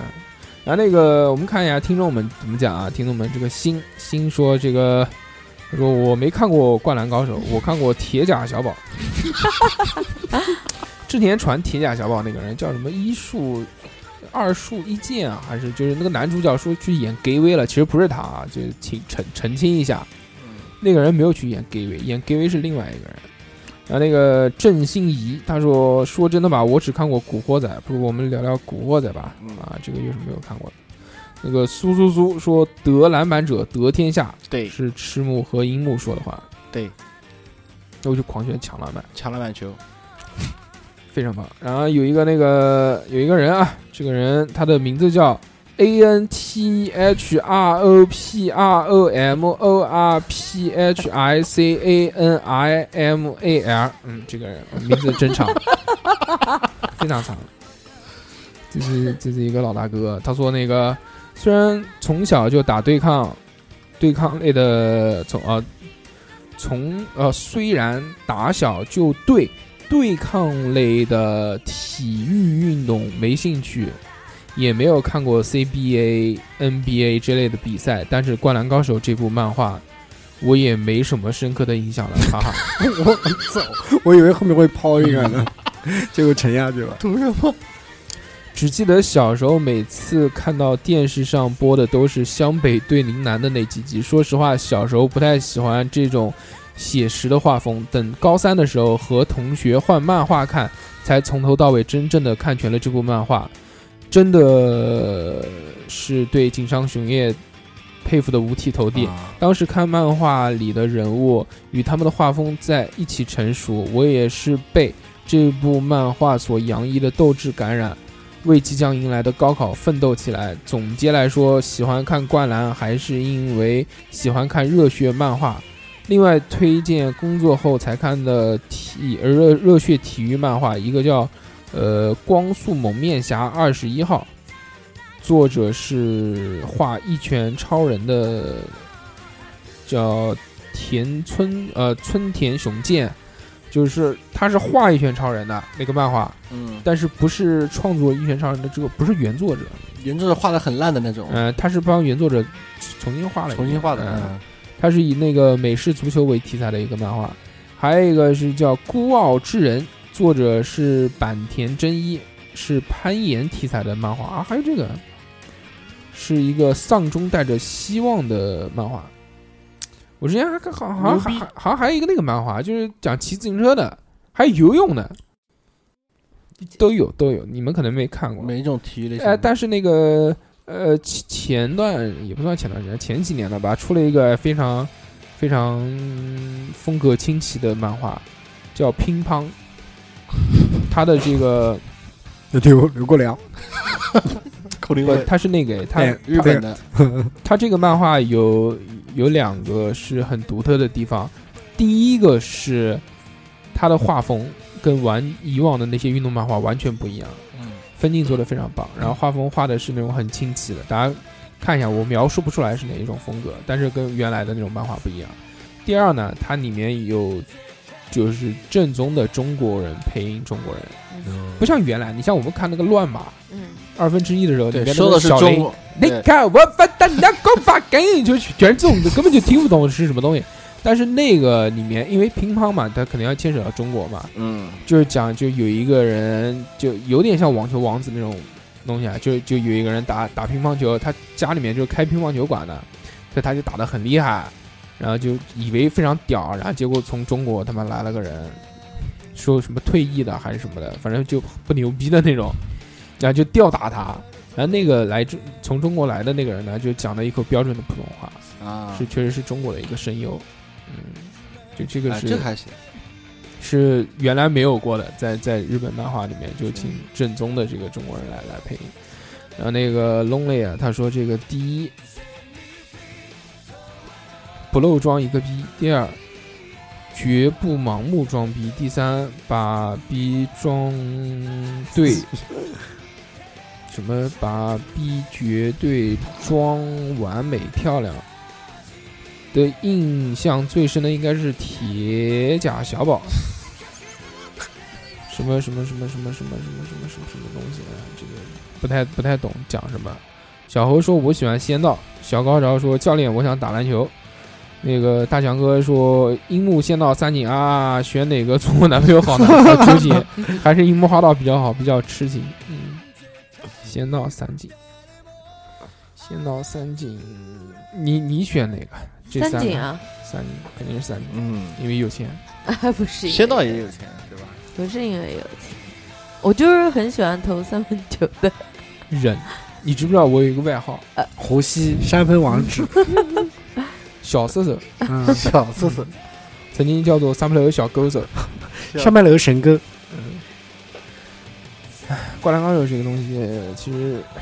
Speaker 1: 然后那个，我们看一下听众们怎么讲啊？听众们，这个新新说这个，他说我没看过《灌篮高手》，我看过《铁甲小宝》。之前传《铁甲小宝》那个人叫什么一树、二树一剑啊，还是就是那个男主角说去演 gay 威了，其实不是他啊，就请澄澄清一下，
Speaker 5: 嗯
Speaker 1: 那个人没有去演 gay 威，演 gay 威是另外一个人。然后那个郑欣宜他说：“说真的吧，我只看过《古惑仔》，不如我们聊聊《古惑仔》吧
Speaker 5: 嗯？
Speaker 1: 啊，这个又是没有看过的。”那个苏苏苏说：“得篮板者得天下
Speaker 5: 对”，
Speaker 1: 是赤木和樱木说的话。
Speaker 5: 对，
Speaker 1: 那我就狂选抢篮板。
Speaker 5: 抢篮板球，
Speaker 1: 非常棒。然后有一个那个有一个人啊，这个人他的名字叫 A N T H R O P R O M O R P H I C A N I M A L，嗯，这个名字真长，非常长。这是这是一个老大哥，他说那个虽然从小就打对抗，对抗类的从啊从呃虽然打小就对对抗类的体育运动没兴趣，也没有看过 CBA、NBA 之类的比赛，但是《灌篮高手》这部漫画，我也没什么深刻的印象了，哈哈。
Speaker 2: 我操！我以为后面会抛一个 呢，结果沉下去了。
Speaker 5: 图什么？
Speaker 1: 只记得小时候每次看到电视上播的都是湘北对陵南的那几集。说实话，小时候不太喜欢这种写实的画风。等高三的时候和同学换漫画看，才从头到尾真正的看全了这部漫画。真的是对井上雄彦佩服的五体投地。
Speaker 5: 啊
Speaker 1: 当时看漫画里的人物与他们的画风在一起成熟，我也是被这部漫画所洋溢的斗志感染，为即将迎来的高考奋斗起来。总结来说，喜欢看灌篮还是因为喜欢看热血漫画。另外推荐工作后才看的体呃热热血体育漫画，一个叫呃《光速蒙面侠二十一号》，作者是画一拳超人的叫田村呃村田雄介，就是他是画一拳超人的那个漫画，
Speaker 5: 嗯，
Speaker 1: 但是不是创作一拳超人的这个不是原作者，
Speaker 5: 原著是画的很烂的那种，
Speaker 1: 呃，他是帮原作者重新画了一遍，
Speaker 5: 哦重新画的。
Speaker 1: 嗯
Speaker 5: 嗯
Speaker 1: 它是以那个美式足球为题材的一个漫画，还有一个是叫《孤傲之人》，作者是坂田真一，是攀岩题材的漫画啊，还有这个是一个丧中带着希望的漫画。我之前还看好好像还
Speaker 5: 牛逼
Speaker 1: 还好像还有一个那个漫画，就是讲骑自行车的，还有游泳的，都有都有，你们可能没看过。
Speaker 5: 嗯每一种体育类型
Speaker 1: 呃，，但是那个呃前前段也不算前段时间，前几年了吧，出了一个非常非常风格清奇的漫画，叫《乒乓》， 它的这个
Speaker 2: 刘刘国梁，
Speaker 5: 扣零
Speaker 1: 不
Speaker 5: 位，，
Speaker 1: 它是那个它
Speaker 2: 哎
Speaker 5: 日本的
Speaker 1: 它这个漫画有有两个是很独特的地方，第一个是它的画风跟完以往的那些运动漫画完全不一样。
Speaker 5: 嗯
Speaker 1: 分镜做的非常棒，然后画风画的是那种很清奇的，大家看一下，我描述不出来是哪一种风格，但是跟原来的那种漫画不一样。第二呢，它里面有就是正宗的中国人配音中国人，
Speaker 5: 嗯
Speaker 1: 不像原来，你像我们看那个乱码
Speaker 3: 嗯，
Speaker 1: 二分之一的时候，里
Speaker 5: 对，
Speaker 1: 面
Speaker 5: 说的是
Speaker 1: 小
Speaker 5: 中
Speaker 1: 林，
Speaker 5: 国，
Speaker 1: 你
Speaker 5: 对
Speaker 1: 看我把大家光法赶紧就全是这种的，根本就听不懂是什么东西。但是那个里面，因为乒乓嘛，它肯定要牵扯到中国嘛，
Speaker 5: 嗯，
Speaker 1: 就是讲就有一个人就有点像网球王子那种东西啊，就就有一个人打打乒乓球，他家里面就是开乒乓球馆的，所以他就打得很厉害，然后就以为非常屌，然后结果从中国他妈来了个人，说什么退役的还是什么的，反正就不牛逼的那种，然后就吊打他。然后那个来自从中国来的那个人呢，就讲了一口标准的普通话，
Speaker 5: 啊，
Speaker 1: 是确实是中国的一个声优，嗯，就这个
Speaker 5: 哎
Speaker 1: 是、
Speaker 5: 这个还行，
Speaker 1: 是原来没有过的，在在日本漫画里面就请正宗的这个中国人来来配音。然后那个 Lonely 啊，他说这个第一不漏装一个逼，第二绝不盲目装逼，第三把逼装对，什么把逼绝对装完美漂亮。的印象最深的应该是铁甲小宝，什么什么什么什么什么什么什么什么什么东西、啊，这个不太不太懂讲什么。小猴说我喜欢仙道，小高潮说教练我想打篮球，那个大强哥说樱木仙道三井啊，选哪个做我男朋友好呢？好纠结，还是樱木花道比较好，比较痴情。嗯，仙道三井，仙道三井，你你选哪个？这
Speaker 3: 三
Speaker 1: 三个
Speaker 3: 井，啊，
Speaker 1: 三井肯定是三井，
Speaker 5: 嗯，
Speaker 1: 因为有钱。
Speaker 3: 不是因为
Speaker 5: 仙道也有钱，对吧？
Speaker 3: 不是因为有钱，我就是很喜欢投三分球的。
Speaker 1: 人，你知不知道我有一个外号
Speaker 2: 湖西山分王 子，
Speaker 1: 小色色，
Speaker 2: 嗯，
Speaker 5: 小四四，
Speaker 1: 曾经叫做三不六小勾手。
Speaker 2: 嗯上半楼神哥，
Speaker 1: 灌篮高手这个东西，其实唉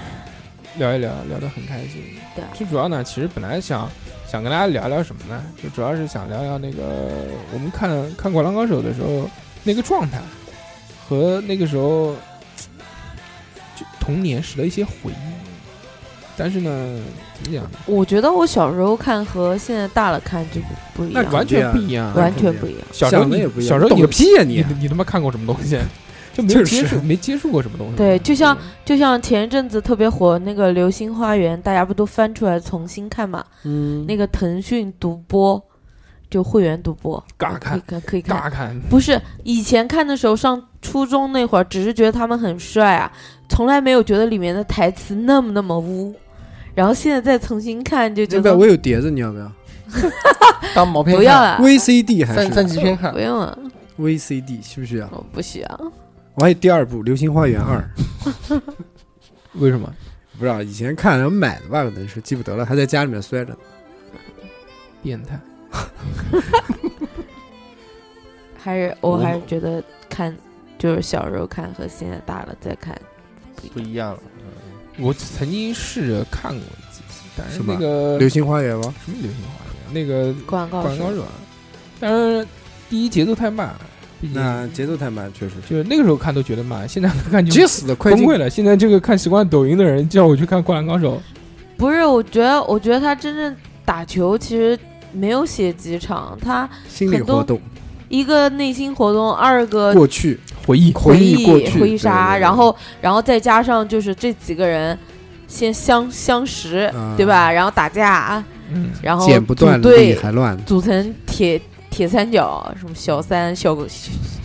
Speaker 1: 聊一聊，聊得很开心。
Speaker 3: 对
Speaker 1: 最主要呢，其实本来想想跟大家聊聊什么呢？就主要是想聊聊那个我们看看《灌篮高手》的时候那个状态，和那个时候就童年时的一些回忆。但是呢，怎么讲呢？
Speaker 3: 我觉得我小时候看和现在大了看就不不一
Speaker 1: 那
Speaker 3: 样，
Speaker 1: 完全不一样。
Speaker 3: 完全不一样。
Speaker 1: 小时候
Speaker 2: 想的
Speaker 1: 你
Speaker 2: 也不一样
Speaker 1: 小时候
Speaker 2: 懂
Speaker 1: 你
Speaker 2: 个屁呀你
Speaker 1: 啊你你他妈看过什么东西？ 就没
Speaker 2: 就
Speaker 1: 接
Speaker 2: 是
Speaker 1: 触，没接触过什么东西。嗯
Speaker 3: 对就像就像前一阵子特别火那个《流星花园》，大家不都翻出来重新看嘛？
Speaker 2: 嗯
Speaker 3: 那个腾讯独播，就会员独播，
Speaker 1: 尬
Speaker 3: 可以
Speaker 1: 看，
Speaker 3: 看，可以看。
Speaker 1: 尬看，
Speaker 3: 不是以前看的时候，上初中那会儿，只是觉得他们很帅啊，从来没有觉得里面的台词那么那么污。然后现在再重新看，就觉
Speaker 2: 那边
Speaker 3: 得
Speaker 2: 我有碟子，你要不要
Speaker 5: 当毛片
Speaker 3: 不要了，啊
Speaker 2: ？VCD 还
Speaker 5: 看三三
Speaker 2: 是
Speaker 5: 级片看
Speaker 3: 不，用了，
Speaker 2: VCD 需不需要？
Speaker 3: 我哦不需要。
Speaker 2: 我还有第二部《流星花园二》，
Speaker 1: 为什么？
Speaker 2: 不知道以前看然后买的吧，可能是记不得了，还在家里面摔着呢。
Speaker 1: 变态。
Speaker 3: 还是我还是觉得看，就是小时候看和现在大了再看，
Speaker 5: 不一样了。
Speaker 1: 我曾经试着看过几集，但是
Speaker 2: 是吧
Speaker 1: 那个
Speaker 2: 流星花园吗？
Speaker 1: 什么流星花园，啊那个《
Speaker 3: 广告
Speaker 1: 灌篮高手》啊，但是第一节奏太慢了，毕竟
Speaker 2: 那节奏太慢，确实是
Speaker 1: 就是那个时候看都觉得慢，现在看就
Speaker 2: 急死了，快
Speaker 1: 崩
Speaker 2: 进
Speaker 1: 溃了。现在这个看习惯抖音的人叫我去看《灌篮高手》，
Speaker 3: 不是，我觉得，我觉得他真正打球其实没有写几场，他
Speaker 2: 心理活动，
Speaker 3: 一个内心活动，二个
Speaker 2: 过去
Speaker 1: 回忆
Speaker 2: 回忆
Speaker 3: 忆
Speaker 2: 过去
Speaker 3: 回忆杀，
Speaker 2: 对对对
Speaker 3: 然后然后再加上就是这几个人先相相识，
Speaker 2: 啊
Speaker 3: 呃对吧？然后打架，
Speaker 1: 嗯，
Speaker 3: 然后
Speaker 2: 剪不断
Speaker 3: 组
Speaker 2: 理
Speaker 3: 队
Speaker 2: 还乱，
Speaker 3: 组成铁铁三角，什么小三、小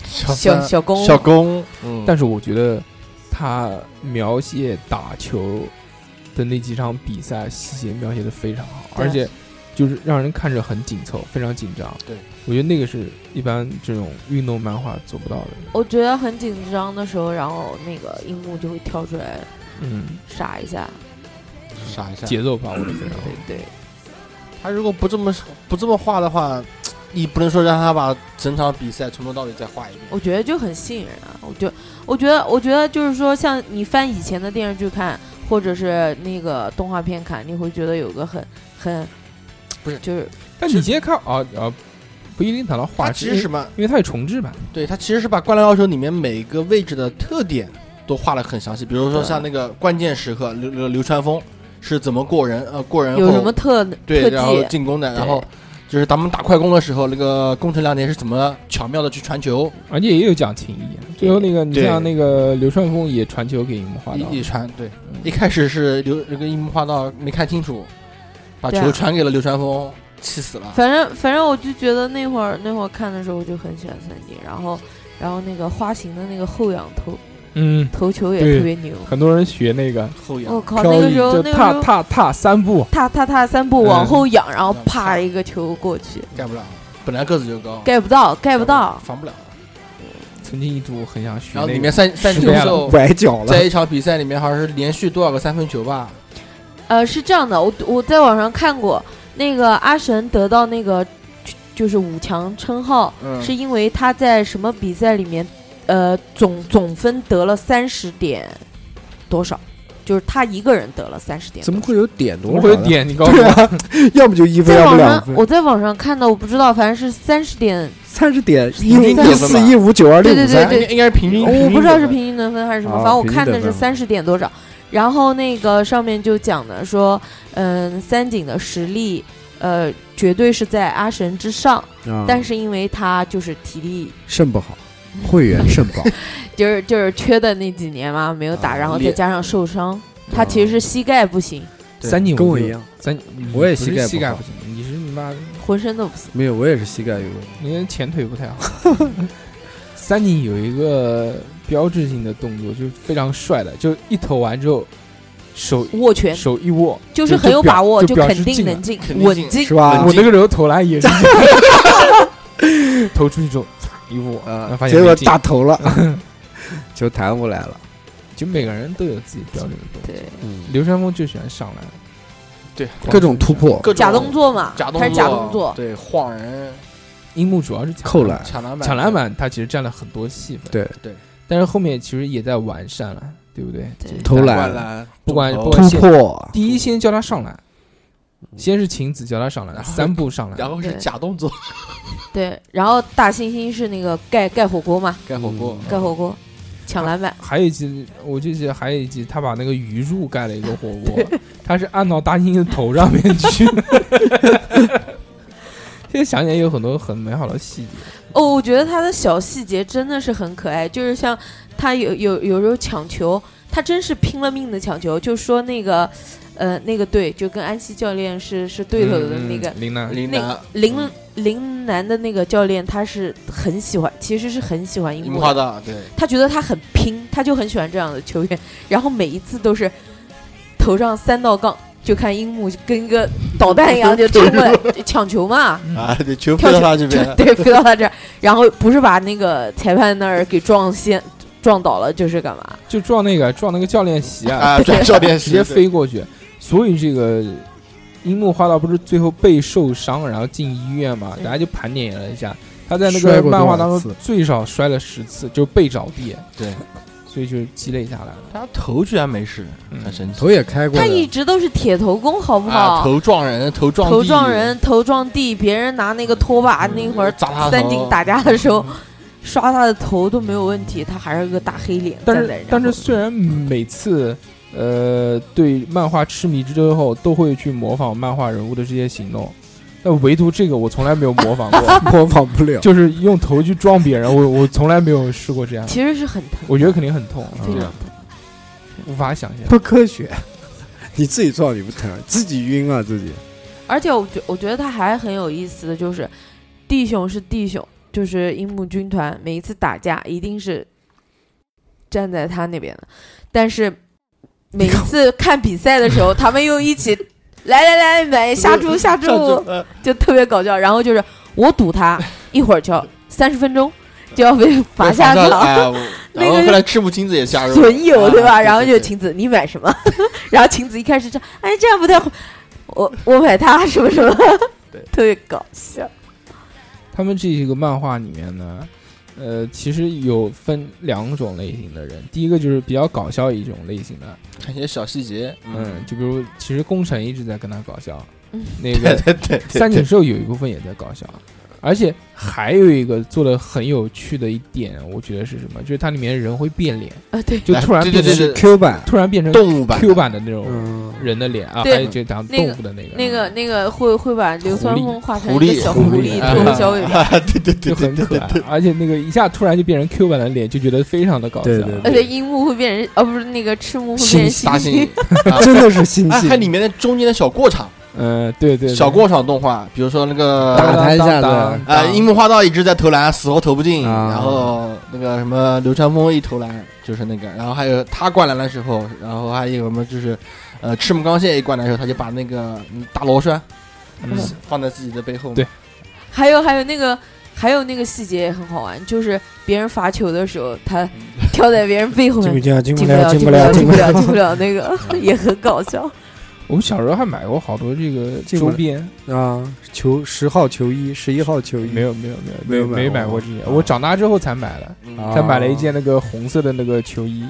Speaker 5: 小
Speaker 3: 小
Speaker 5: 三
Speaker 3: 小公、
Speaker 5: 小公，嗯，
Speaker 1: 但是我觉得他描写打球的那几场比赛细节描写的非常好，
Speaker 3: 对
Speaker 1: 而且就是让人看着很紧凑，非常紧张。
Speaker 5: 对，
Speaker 1: 我觉得那个是一般这种运动漫画做不到的。
Speaker 3: 我觉得很紧张的时候，然后那个樱木就会跳出来
Speaker 1: 嗯，
Speaker 3: 傻一下，
Speaker 5: 傻一下。
Speaker 1: 节奏把握的
Speaker 5: 嗯
Speaker 1: 非常好
Speaker 3: 对。对，
Speaker 5: 他如果不这么不这么画的话，你不能说让他把整场比赛从头到尾再画一遍。
Speaker 3: 我觉得就很吸引人啊！我就我觉得，我觉得就是说，像你翻以前的电视剧看，或者是那个动画片看，你会觉得有个很很
Speaker 5: 不是
Speaker 3: 就是
Speaker 1: 但你今天看啊啊，不一定谈到画
Speaker 5: 他
Speaker 1: 质，
Speaker 5: 其
Speaker 1: 因
Speaker 5: 实
Speaker 1: 为
Speaker 5: 什么？
Speaker 1: 因为它有重置版。
Speaker 5: 对他其实是把《灌篮高手》里面每个位置的特点都画得很详细，比如说像
Speaker 3: 啊
Speaker 5: 那个关键时刻，流流流川枫是怎么过人，呃，过人后
Speaker 3: 有什么特特
Speaker 5: 对，然后
Speaker 3: 技，
Speaker 5: 进攻的，
Speaker 3: 对
Speaker 5: 然后就是咱们打快攻的时候，那个宫城良田是怎么巧妙的去传球，
Speaker 1: 而且也有讲情义啊。最后那个，你
Speaker 5: 对
Speaker 1: 像那个流川枫也传球给樱木花道，
Speaker 5: 一一传对，
Speaker 3: 嗯
Speaker 5: 一开始是流那个樱木花道没看清楚，把
Speaker 3: 对啊
Speaker 5: 球传给了流川枫，气死了。
Speaker 3: 反正反正我就觉得那会儿那会儿看的时候，我就很喜欢三井，然后然后那个花形的那个后仰投
Speaker 1: 嗯，
Speaker 3: 投球也
Speaker 1: 对
Speaker 3: 特别牛，
Speaker 1: 很多人学那个
Speaker 5: 后仰
Speaker 3: 我靠，
Speaker 1: 飘
Speaker 3: 哦那个
Speaker 1: 逸，
Speaker 3: 时候
Speaker 1: 就
Speaker 3: 那个时
Speaker 1: 踏
Speaker 3: 候
Speaker 1: 踏踏三步，啊
Speaker 3: 踏踏踏三步往
Speaker 1: 嗯
Speaker 3: 后仰，然后
Speaker 5: 然后
Speaker 3: 啪
Speaker 5: 啪
Speaker 3: 一个球过去，
Speaker 5: 盖不了，本来个子就高，
Speaker 3: 盖不到，盖不到。
Speaker 5: 防不了。
Speaker 1: 曾经一度很想学
Speaker 5: 然后
Speaker 1: 那
Speaker 5: 里
Speaker 1: 个
Speaker 5: 面三三井
Speaker 1: 失败了
Speaker 5: 寿
Speaker 2: 崴脚了
Speaker 5: 在，一场比赛里面好像是连续多少个三分球吧？
Speaker 3: 呃，是这样的，我我在网上看过，那个阿神得到那个就就是五强称号，
Speaker 5: 嗯
Speaker 3: 是因为他在什么比赛里面，呃，总总分得了三十点多少，就是他一个人得了三十点
Speaker 2: 怎
Speaker 3: 多
Speaker 2: 么
Speaker 3: 少。
Speaker 2: 会有点
Speaker 1: 怎
Speaker 2: 多
Speaker 1: 么
Speaker 2: 少？
Speaker 1: 会有？点？你告诉
Speaker 2: 对
Speaker 1: 我，
Speaker 2: 啊， 要不就一分，
Speaker 3: 在
Speaker 2: 要不
Speaker 3: 网
Speaker 2: 两
Speaker 3: 上，
Speaker 2: 分
Speaker 3: 我，在网上看的，我不知道，反正是三十点，
Speaker 2: 三十点
Speaker 3: 是
Speaker 2: 一五
Speaker 3: 得
Speaker 2: 一
Speaker 5: 分吧
Speaker 2: 四一五九二六
Speaker 3: 对
Speaker 2: 五
Speaker 3: 对
Speaker 2: 三，
Speaker 3: 对哦
Speaker 5: 应该应该是平均，
Speaker 3: 我不知道是
Speaker 5: 平
Speaker 3: 平
Speaker 5: 均
Speaker 3: 均得分还是什么，
Speaker 2: 哦
Speaker 3: 反正我
Speaker 2: 平均
Speaker 3: 看
Speaker 2: 得
Speaker 3: 的是
Speaker 2: 分
Speaker 3: 三十点多少。然后那个上面就讲的说，嗯，三井的实力，呃，绝对是在阿神之上。
Speaker 2: 啊
Speaker 3: 但是因为他就是体力，
Speaker 2: 肾不好，会员肾不好，
Speaker 3: 就是就是缺的那几年嘛，没有打，
Speaker 5: 啊
Speaker 3: 然后再
Speaker 5: 练
Speaker 3: 加上受伤，他其实是膝盖不行，
Speaker 5: 对
Speaker 1: 三井
Speaker 2: 跟我
Speaker 1: 就
Speaker 2: 一，样，
Speaker 1: 三你
Speaker 2: 我也
Speaker 1: 不是
Speaker 2: 膝盖不
Speaker 1: 膝盖
Speaker 2: 好
Speaker 1: 不行，你是你妈，
Speaker 3: 浑身都不行。
Speaker 2: 没有，我也是膝盖有问题。
Speaker 1: 你的前腿不太好。三井有一个标志性的动作，就是非常帅的，就一投完之后，手
Speaker 3: 握拳
Speaker 1: 手一握，
Speaker 3: 就
Speaker 1: 就是
Speaker 3: 很有
Speaker 1: 表
Speaker 3: 把握，
Speaker 1: 就表
Speaker 3: 肯
Speaker 1: 示
Speaker 3: 定
Speaker 1: 进了
Speaker 3: 能进，
Speaker 5: 肯定
Speaker 3: 稳
Speaker 5: 进
Speaker 3: 进
Speaker 2: 是。吧
Speaker 1: 我？那个时候投篮也是， 投出去之后，嚓一握，然后
Speaker 2: 啊
Speaker 1: 发，现
Speaker 2: 结
Speaker 1: 没
Speaker 2: 果
Speaker 1: 进
Speaker 2: 大头了，球弹回来了。
Speaker 1: 就每个人都有自己标准的动作。
Speaker 3: 对，
Speaker 2: 嗯，
Speaker 1: 流川枫就喜欢上篮，
Speaker 5: 对，
Speaker 2: 各种突破，
Speaker 5: 各种
Speaker 3: 假动作嘛，
Speaker 5: 假动
Speaker 3: 他是假动作，
Speaker 5: 对，晃人、
Speaker 1: 樱木主要是抢
Speaker 2: 扣篮，
Speaker 5: 抢篮板、
Speaker 1: 抢篮板他其实占了很多戏份，
Speaker 2: 对
Speaker 5: 对。
Speaker 1: 但是后面其实也在完善了，对不对？
Speaker 3: 对
Speaker 1: 这
Speaker 2: 投篮
Speaker 6: 灌篮，
Speaker 1: 不管
Speaker 6: 中
Speaker 1: 不
Speaker 6: 投
Speaker 1: 管
Speaker 2: 突破，
Speaker 1: 第一先叫他上篮，先是晴子叫他上篮，
Speaker 6: 然后
Speaker 1: 三步上
Speaker 6: 然
Speaker 1: 篮，
Speaker 6: 后是
Speaker 3: 对
Speaker 6: 假动 作
Speaker 3: 对，然后大猩猩是那个盖盖火锅嘛，
Speaker 6: 盖火锅，
Speaker 3: 盖火锅，抢篮板，
Speaker 1: 还有一集我就记得还有一集他把那个鱼柱盖了一个火锅，他是按到大猩猩的头上面去。 现在想起来有很多很美好的细节，
Speaker 3: 哦，我觉得他的小细节真的是很可爱，就是像他有有有时候抢球，他真是拼了命的抢球，就说那个呃那个队就跟安西教练是是对头的那个、
Speaker 1: 嗯林楠，
Speaker 5: 林
Speaker 3: 那
Speaker 5: 楠
Speaker 3: 个林林南的那个教练，他是很喜欢，其实是很喜欢樱
Speaker 5: 樱
Speaker 3: 木
Speaker 5: 花
Speaker 3: 的，
Speaker 5: 的，对，
Speaker 3: 他觉得他很拼，他就很喜欢这样的球员，然后每一次都是头上三道杠。就看樱木跟个导弹一样就冲过来就抢球嘛，
Speaker 5: 啊，对，球
Speaker 3: 跳
Speaker 5: 飞
Speaker 3: 起，
Speaker 5: 到他这 边
Speaker 3: 对，飞到他这儿，然后不是把那个裁判那儿给撞先撞倒了，就是干嘛？
Speaker 1: 就撞那个撞那个教练席啊，
Speaker 5: 啊，转校电
Speaker 1: 直
Speaker 5: 视
Speaker 1: 接，飞过去。所以这个樱木花道不是最后被受伤，然后进医院嘛，
Speaker 3: 对
Speaker 1: 大家就盘点了一下，他在那
Speaker 2: 摔
Speaker 1: 个
Speaker 2: 过
Speaker 1: 漫画当
Speaker 2: 多少
Speaker 1: 中
Speaker 2: 次
Speaker 1: 最少摔了十次，就是背着地，
Speaker 5: 对，
Speaker 1: 所以就积累下来了。
Speaker 5: 他头居然没事，
Speaker 1: 嗯
Speaker 5: 很神奇。
Speaker 2: 头也开过
Speaker 3: 他一
Speaker 2: 了，，
Speaker 3: 直都是铁头功，好不
Speaker 5: 啊，
Speaker 3: 好？
Speaker 5: 头撞人，头撞
Speaker 3: 头
Speaker 5: 地嗯
Speaker 3: 撞人，，头撞地，别人拿那个拖把那会儿
Speaker 5: 砸他头
Speaker 3: 三井打架的时
Speaker 1: 嗯
Speaker 3: 候，刷他的头都没有问题，他还是个大黑脸
Speaker 1: 但
Speaker 3: 站在
Speaker 1: 是
Speaker 3: 人家
Speaker 1: 但是
Speaker 3: 后面
Speaker 1: 虽然每次呃对漫画痴迷之后都会去模仿漫画人物的这些行动，但唯独这个我从来没有模仿过
Speaker 2: 模仿不了。
Speaker 1: 就是用头去撞别人，我我从来没有试过这样，
Speaker 3: 其实是很疼，
Speaker 1: 我觉得肯定很痛，
Speaker 3: 非
Speaker 1: 嗯
Speaker 3: 常疼。
Speaker 1: 无法想象。
Speaker 2: 不科学。 你自己撞你不疼，自己晕啊自己。
Speaker 3: 而且我觉我觉得他还很有意思的就是，弟兄是弟兄，就是樱木军团每一次打架一定是站在他那边的，但是每一次看比赛的时候，他们又一起来来来买下注下注，
Speaker 5: 嗯
Speaker 3: 就特别搞笑。然后就是我赌他一会儿就三十分钟就要被罚下
Speaker 5: 岗，
Speaker 3: 岗。
Speaker 5: 哎我
Speaker 3: 那
Speaker 5: 然后
Speaker 3: 个
Speaker 5: 后来赤木晴子也加入了，
Speaker 3: 损友
Speaker 5: 啊
Speaker 3: 对吧？然后就
Speaker 5: 对
Speaker 3: 晴子，你买什么？ 然后晴子一开始这样，哎，这样不太好，我我买它什么什么，
Speaker 5: 对
Speaker 3: 特别搞笑。
Speaker 1: 他们这个漫画里面呢，呃，其实有分两种类型的人，第一个就是比较搞笑一种类型的，
Speaker 5: 看一些小细节，
Speaker 1: 嗯，，就比如其实宫城一直在跟他搞笑，
Speaker 3: 嗯
Speaker 1: 那
Speaker 5: 对
Speaker 1: 个
Speaker 5: 对对对，
Speaker 1: 三井寿有一部分也在搞笑，而且还有一个做的很有趣的一点，我觉得是什么？就是它里面人会变脸，
Speaker 3: 啊，对，
Speaker 1: 就突然
Speaker 5: 对
Speaker 1: 变
Speaker 5: 对
Speaker 1: 成
Speaker 5: 对对
Speaker 2: Q 版，
Speaker 1: 突然变成
Speaker 5: 动物版
Speaker 1: Q 版的那种
Speaker 2: 嗯，
Speaker 1: 人的脸啊，还
Speaker 3: 对
Speaker 1: 有就当
Speaker 3: 那个
Speaker 1: 动物的那个
Speaker 3: 那个那个会会把流
Speaker 1: 狐
Speaker 3: 酸
Speaker 1: 狸
Speaker 3: 风画成
Speaker 5: 狐
Speaker 3: 一个
Speaker 5: 狸
Speaker 3: 小
Speaker 1: 狐
Speaker 3: 狐
Speaker 1: 狸
Speaker 3: 狸，拖
Speaker 1: 啊
Speaker 3: 个小尾巴。
Speaker 5: 啊，哎 对对对
Speaker 1: 就
Speaker 5: 对
Speaker 1: 很
Speaker 5: 对
Speaker 1: 可
Speaker 5: 对
Speaker 1: 爱
Speaker 5: 对，，
Speaker 1: 而且那个一下突然就变成 Q 版的脸，就觉得非常的搞笑。
Speaker 2: 对对
Speaker 3: 而
Speaker 2: 对
Speaker 3: 且樱木会变成，哦，不是那个赤木会变成
Speaker 2: 猩
Speaker 5: 大
Speaker 3: 猩
Speaker 5: 猩
Speaker 3: 猩，
Speaker 5: 啊
Speaker 2: 真的是星
Speaker 5: 哎，
Speaker 2: 星
Speaker 5: 还有里面的中间的小过场，
Speaker 1: 嗯，对对，对
Speaker 5: 小过场动画，比如说那
Speaker 2: 打
Speaker 5: 个
Speaker 2: 他一下
Speaker 1: 当
Speaker 2: 子
Speaker 1: 当嗯
Speaker 5: 呃，樱木花道一直在投篮，死活投不进，
Speaker 2: 啊
Speaker 5: 然后那个什么流川枫一投篮就是那个，然后还有他灌篮的时候，然后还有什么就是，呃，赤木刚宪一灌篮的时候，他就把那个嗯大螺栓
Speaker 1: 嗯
Speaker 5: 放在自己的背后嘛，
Speaker 1: 对
Speaker 3: 还有还有那个。还有那个细节也很好玩，就是别人罚球的时候，他跳在别人背后
Speaker 2: 进不
Speaker 3: 面，
Speaker 2: 进啊？进
Speaker 3: 进
Speaker 2: 不
Speaker 3: 不
Speaker 2: 了，
Speaker 3: 进
Speaker 2: 不
Speaker 3: 了，
Speaker 2: 了，
Speaker 3: 进
Speaker 2: 不
Speaker 3: 了，进不了，那个 也很搞笑。
Speaker 1: 我们小时候还买过好多这个
Speaker 2: 这
Speaker 1: 周
Speaker 2: 个
Speaker 1: 边，
Speaker 2: 啊！球十号球衣，十一号球衣，
Speaker 1: 没有没有没有
Speaker 2: 没有买
Speaker 1: 没
Speaker 2: 过
Speaker 1: 买过这些，
Speaker 2: 啊
Speaker 1: 我长大之后才买的，
Speaker 5: 嗯，
Speaker 2: 啊
Speaker 1: 才买了一件那个红色的那个球衣，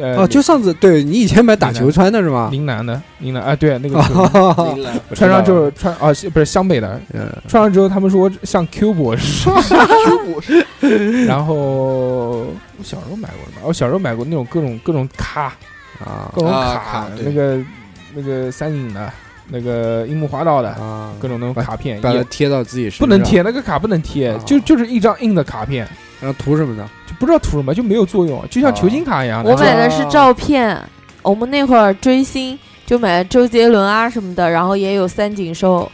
Speaker 1: 呃，
Speaker 2: 哦，就上次对你以前买打球穿的是吗？
Speaker 1: 林楠的林楠啊，对那个球衣
Speaker 2: 哦，
Speaker 5: 进了
Speaker 1: 穿上就是穿啊，是不是湘北的，
Speaker 2: 嗯
Speaker 1: 穿上之后他们说我像 Q 博士，
Speaker 5: 我是
Speaker 1: 然后我小时候买过什么？我小时候买过那种各种各种卡，
Speaker 2: 啊
Speaker 1: 各种
Speaker 5: 啊
Speaker 1: 卡
Speaker 5: 卡，对
Speaker 1: 那个那个三井的，那个樱木花道的，
Speaker 2: 啊，
Speaker 1: 各种那种卡片，
Speaker 2: 把它
Speaker 1: 也
Speaker 2: 贴到自己身上，
Speaker 1: 不能，贴那个卡不能贴
Speaker 2: 啊，
Speaker 1: 就就是一张硬的卡片，
Speaker 2: 然后涂什么的？
Speaker 1: 就不知道涂什么，就没有作用，就像
Speaker 2: 啊
Speaker 1: 球星卡一样的。
Speaker 3: 我
Speaker 1: 就
Speaker 3: 买的是照片，我们那会儿追星就买周杰伦啊什么的，然后也有三井寿，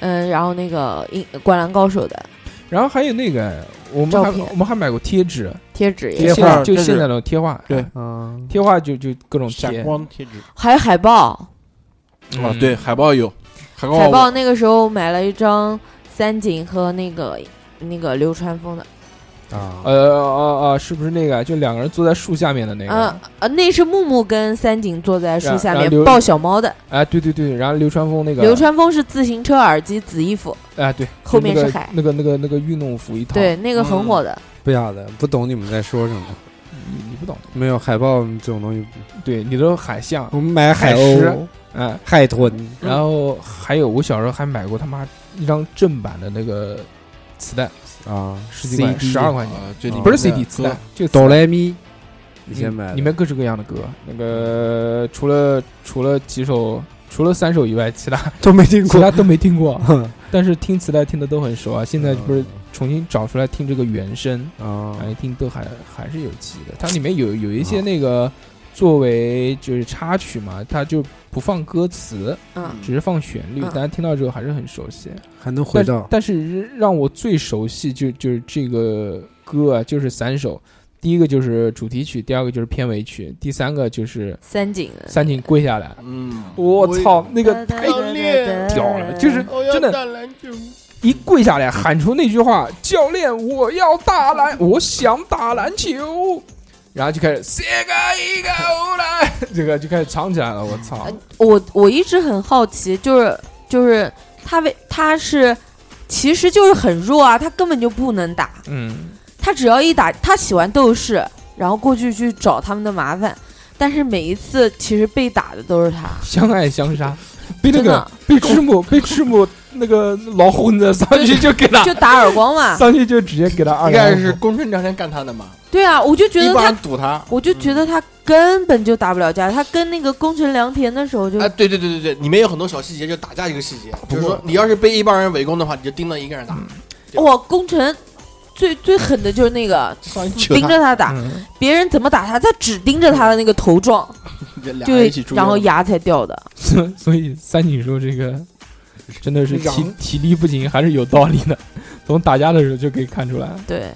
Speaker 3: 嗯，然后那个《英灌篮高手》的
Speaker 1: 然后还有那个，我们
Speaker 3: 照
Speaker 1: 还
Speaker 3: 片
Speaker 1: 我们还买过贴纸，
Speaker 3: 贴纸
Speaker 1: 就
Speaker 3: 也
Speaker 2: 贴
Speaker 3: 有，
Speaker 1: 现
Speaker 2: 画
Speaker 1: 在就
Speaker 5: 贴纸
Speaker 1: 现在的贴画，
Speaker 5: 对，
Speaker 2: 啊，
Speaker 1: 贴画就就各种贴
Speaker 5: 闪。光贴纸
Speaker 3: 还有海报。
Speaker 5: 啊
Speaker 1: 嗯，
Speaker 5: 对，海报有，海
Speaker 1: 哦
Speaker 5: 报
Speaker 3: 海报那个时候买了一张三井和那个那个流川枫的，
Speaker 2: 啊，
Speaker 1: 呃呃呃，是不是那个？就两个人坐在树下面的那个？啊
Speaker 3: 嗯呃，那是木木跟三井坐在树
Speaker 1: 然
Speaker 3: 下
Speaker 1: 然后
Speaker 3: 面
Speaker 1: 流
Speaker 3: 抱小猫的。
Speaker 1: 哎，对对对，然后流川枫那个，
Speaker 3: 流川枫是自行车、耳机、紫衣服，
Speaker 1: 哎，对，
Speaker 3: 后面
Speaker 1: 就是
Speaker 3: 海
Speaker 1: 那个那个那个那个运动服一套，
Speaker 3: 对，那个很火的。
Speaker 2: 不晓得，不懂你们在说什么。
Speaker 1: 你你不懂，
Speaker 2: 没有海豹这种东西，
Speaker 1: 对你都海象、
Speaker 2: 我们买海
Speaker 1: 狮
Speaker 2: 鸥、，
Speaker 1: 哎，
Speaker 2: 海豚，
Speaker 1: 然后还有我小时候还买过他妈一张正版的那个磁带，
Speaker 2: 啊，
Speaker 1: 十几块，十二块钱，
Speaker 5: 啊，就
Speaker 2: 啊
Speaker 5: 你
Speaker 1: 不是 CD 磁带，就
Speaker 2: 哆
Speaker 1: 嘞，
Speaker 2: 来咪，以
Speaker 1: 以
Speaker 2: 前买的
Speaker 1: 里面各式各样的歌，那个除了除了几首，除了三首以外，其 他
Speaker 2: 都没听
Speaker 1: 其
Speaker 2: 过。
Speaker 1: 他都没听过，但是听磁带听的都很熟啊。现在不是重新找出来听这个原声，
Speaker 2: 啊
Speaker 1: 啊，一听都还还是有记忆的。它里面有有一些那个作为就是插曲嘛，它就不放歌词，
Speaker 3: 嗯
Speaker 1: 只是放旋律
Speaker 3: 嗯，
Speaker 1: 大家听到之后还是很熟悉。
Speaker 2: 还能回到
Speaker 1: 但是让我最熟悉就就是这个歌啊，就是三首，第一个就是主题曲，第二个就是片尾曲，第三个就是
Speaker 3: 三井，
Speaker 1: 三井跪下来。
Speaker 5: 嗯，
Speaker 1: 我操，那个
Speaker 3: 太
Speaker 1: 屌了，就是
Speaker 5: 我
Speaker 1: 真的
Speaker 5: 打篮球，
Speaker 1: 一跪下来喊出那句话：“教练，我要打篮，我想打篮球。”然后就开始世界一个欧来， 这个就开始唱起来了。我操！
Speaker 3: 我我一直很好奇，就是就是他为他是其实就是很弱啊，他根本就不能打，
Speaker 1: 嗯，
Speaker 3: 他只要一打，他喜欢斗士，然后过去去找他们的麻烦，但是每一次其实被打的都是他，
Speaker 1: 相爱相 杀，被那
Speaker 3: 真
Speaker 1: 个
Speaker 3: 的
Speaker 1: 被赤木被赤木那个老混子上去就给他
Speaker 3: 就打耳光 嘛。
Speaker 1: 上去就直接给他二
Speaker 5: 应该
Speaker 1: 两
Speaker 5: 是宫城良田干他的嘛，
Speaker 3: 对啊， 我就觉
Speaker 5: 一
Speaker 3: 得他
Speaker 5: 般，堵他。
Speaker 3: 我就觉得他根本就打不了架。他跟那个宫城良田的时候就
Speaker 5: 哎，对对对对对，里面有很多小细节，就打架这个细节，就是说你要是被一帮人围攻的话，你就盯着一个人
Speaker 1: 嗯
Speaker 5: 打，
Speaker 3: 哇，宫城最最狠的就是那个
Speaker 5: 上去求
Speaker 3: 盯着他打，
Speaker 1: 嗯
Speaker 3: 别人怎么打他，他只盯着他的那个头撞，
Speaker 5: 他，嗯俩
Speaker 3: 就
Speaker 5: 人一起出
Speaker 3: 然后
Speaker 5: 去
Speaker 3: 牙才掉的。
Speaker 1: 所所以三井说这个真的是体
Speaker 5: 嚷
Speaker 1: 体力不行还是有道理的，从打架的时候就可以看出来。
Speaker 3: 对，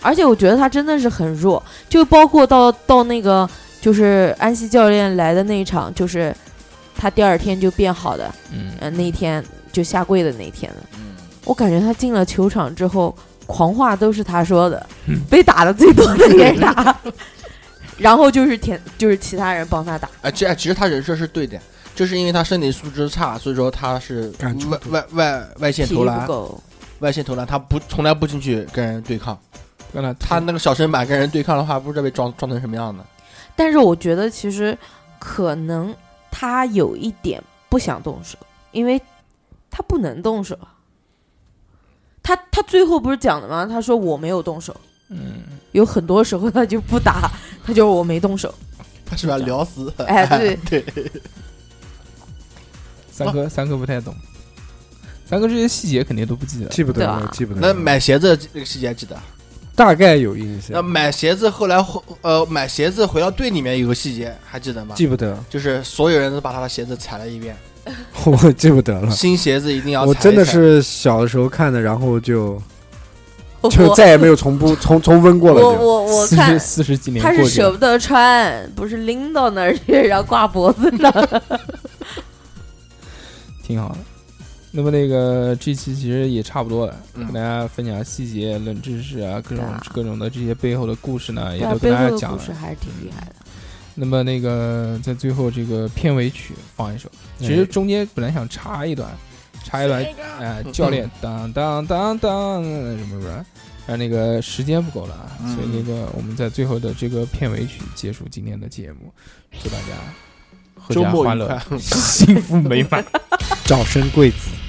Speaker 3: 而且我觉得他真的是很弱，就包括到到那个就是安西教练来的那一场，就是他第二天就变好的，
Speaker 1: 嗯，
Speaker 3: 呃，那一天就下跪的那一天了。
Speaker 5: 嗯
Speaker 3: 我感觉他进了球场之后，狂话都是他说的，
Speaker 1: 嗯
Speaker 3: 被打的最多的也是 他， 然后就是田，就是其他人帮他打。
Speaker 5: 哎，这其实他人设是对的，就是因为他身体素质差，所以说他是
Speaker 2: 敢出
Speaker 5: 外外外外线
Speaker 3: 体
Speaker 5: 投
Speaker 3: 力不
Speaker 5: 篮，
Speaker 3: 够，
Speaker 5: 外线投篮，他不从来不进去跟人对抗，
Speaker 1: 看来
Speaker 5: 他那个小身板跟人对抗的话，不知道被撞撞成什么样的。
Speaker 3: 但是我觉得其实可能他有一点不想动手，因为他不能动手。他他最后不是讲的吗？他说我没有动手，
Speaker 1: 嗯。
Speaker 3: 有很多时候他就不打，他就说我 没动手。
Speaker 5: 他是把聊死，
Speaker 3: 哎，对，
Speaker 1: 三哥，三哥不太懂，三哥这些细节肯定都不记得。
Speaker 2: 记不得
Speaker 3: 对啊
Speaker 2: 了，记不得了。
Speaker 5: 那买鞋子这个细节记得，
Speaker 2: 大概有印
Speaker 5: 那
Speaker 2: 象，
Speaker 5: 买鞋子后来回呃买鞋子回到队里面有个细节还记得吗？
Speaker 2: 记不得，
Speaker 5: 就是所有人都把他的鞋子踩了一遍，
Speaker 2: 我记不得了。
Speaker 5: 新鞋子一定要踩
Speaker 2: 嗯我
Speaker 5: 一踩。
Speaker 2: 真的是小的时候看的，然后就
Speaker 3: 我
Speaker 2: 就再也没有重播重重温过了
Speaker 3: 我
Speaker 2: 就。
Speaker 3: 我我
Speaker 1: 四
Speaker 3: 看
Speaker 1: 十四十几年
Speaker 3: 他
Speaker 1: 过
Speaker 3: 是
Speaker 1: 去
Speaker 3: 舍
Speaker 1: 了，
Speaker 3: 不得穿，不是拎到那儿去，然后挂脖子上。
Speaker 1: 挺好的。那么那个这期其实也差不多了，
Speaker 5: 嗯
Speaker 1: 跟大家分享细节、冷知识啊，各种
Speaker 3: 对啊
Speaker 1: 各种的这些背后的故事呢，也
Speaker 3: 对啊
Speaker 1: 都跟
Speaker 3: 背
Speaker 1: 大
Speaker 3: 后
Speaker 1: 家
Speaker 3: 的
Speaker 1: 讲
Speaker 3: 故
Speaker 1: 了
Speaker 3: 事。还是挺厉害的。
Speaker 1: 那么那个在最后这个片尾曲放一首，其实中间本来想插一段，插一段，哎，教练当当当当什么什么，但那个时间不够了啊，
Speaker 5: 嗯
Speaker 1: 所以那个我们在最后的这个片尾曲结束今天的节目，祝大家阖
Speaker 5: 周
Speaker 1: 家
Speaker 5: 末
Speaker 1: 欢
Speaker 5: 愉
Speaker 1: 乐
Speaker 5: 快，
Speaker 1: 幸福美满。
Speaker 2: 早生贵子。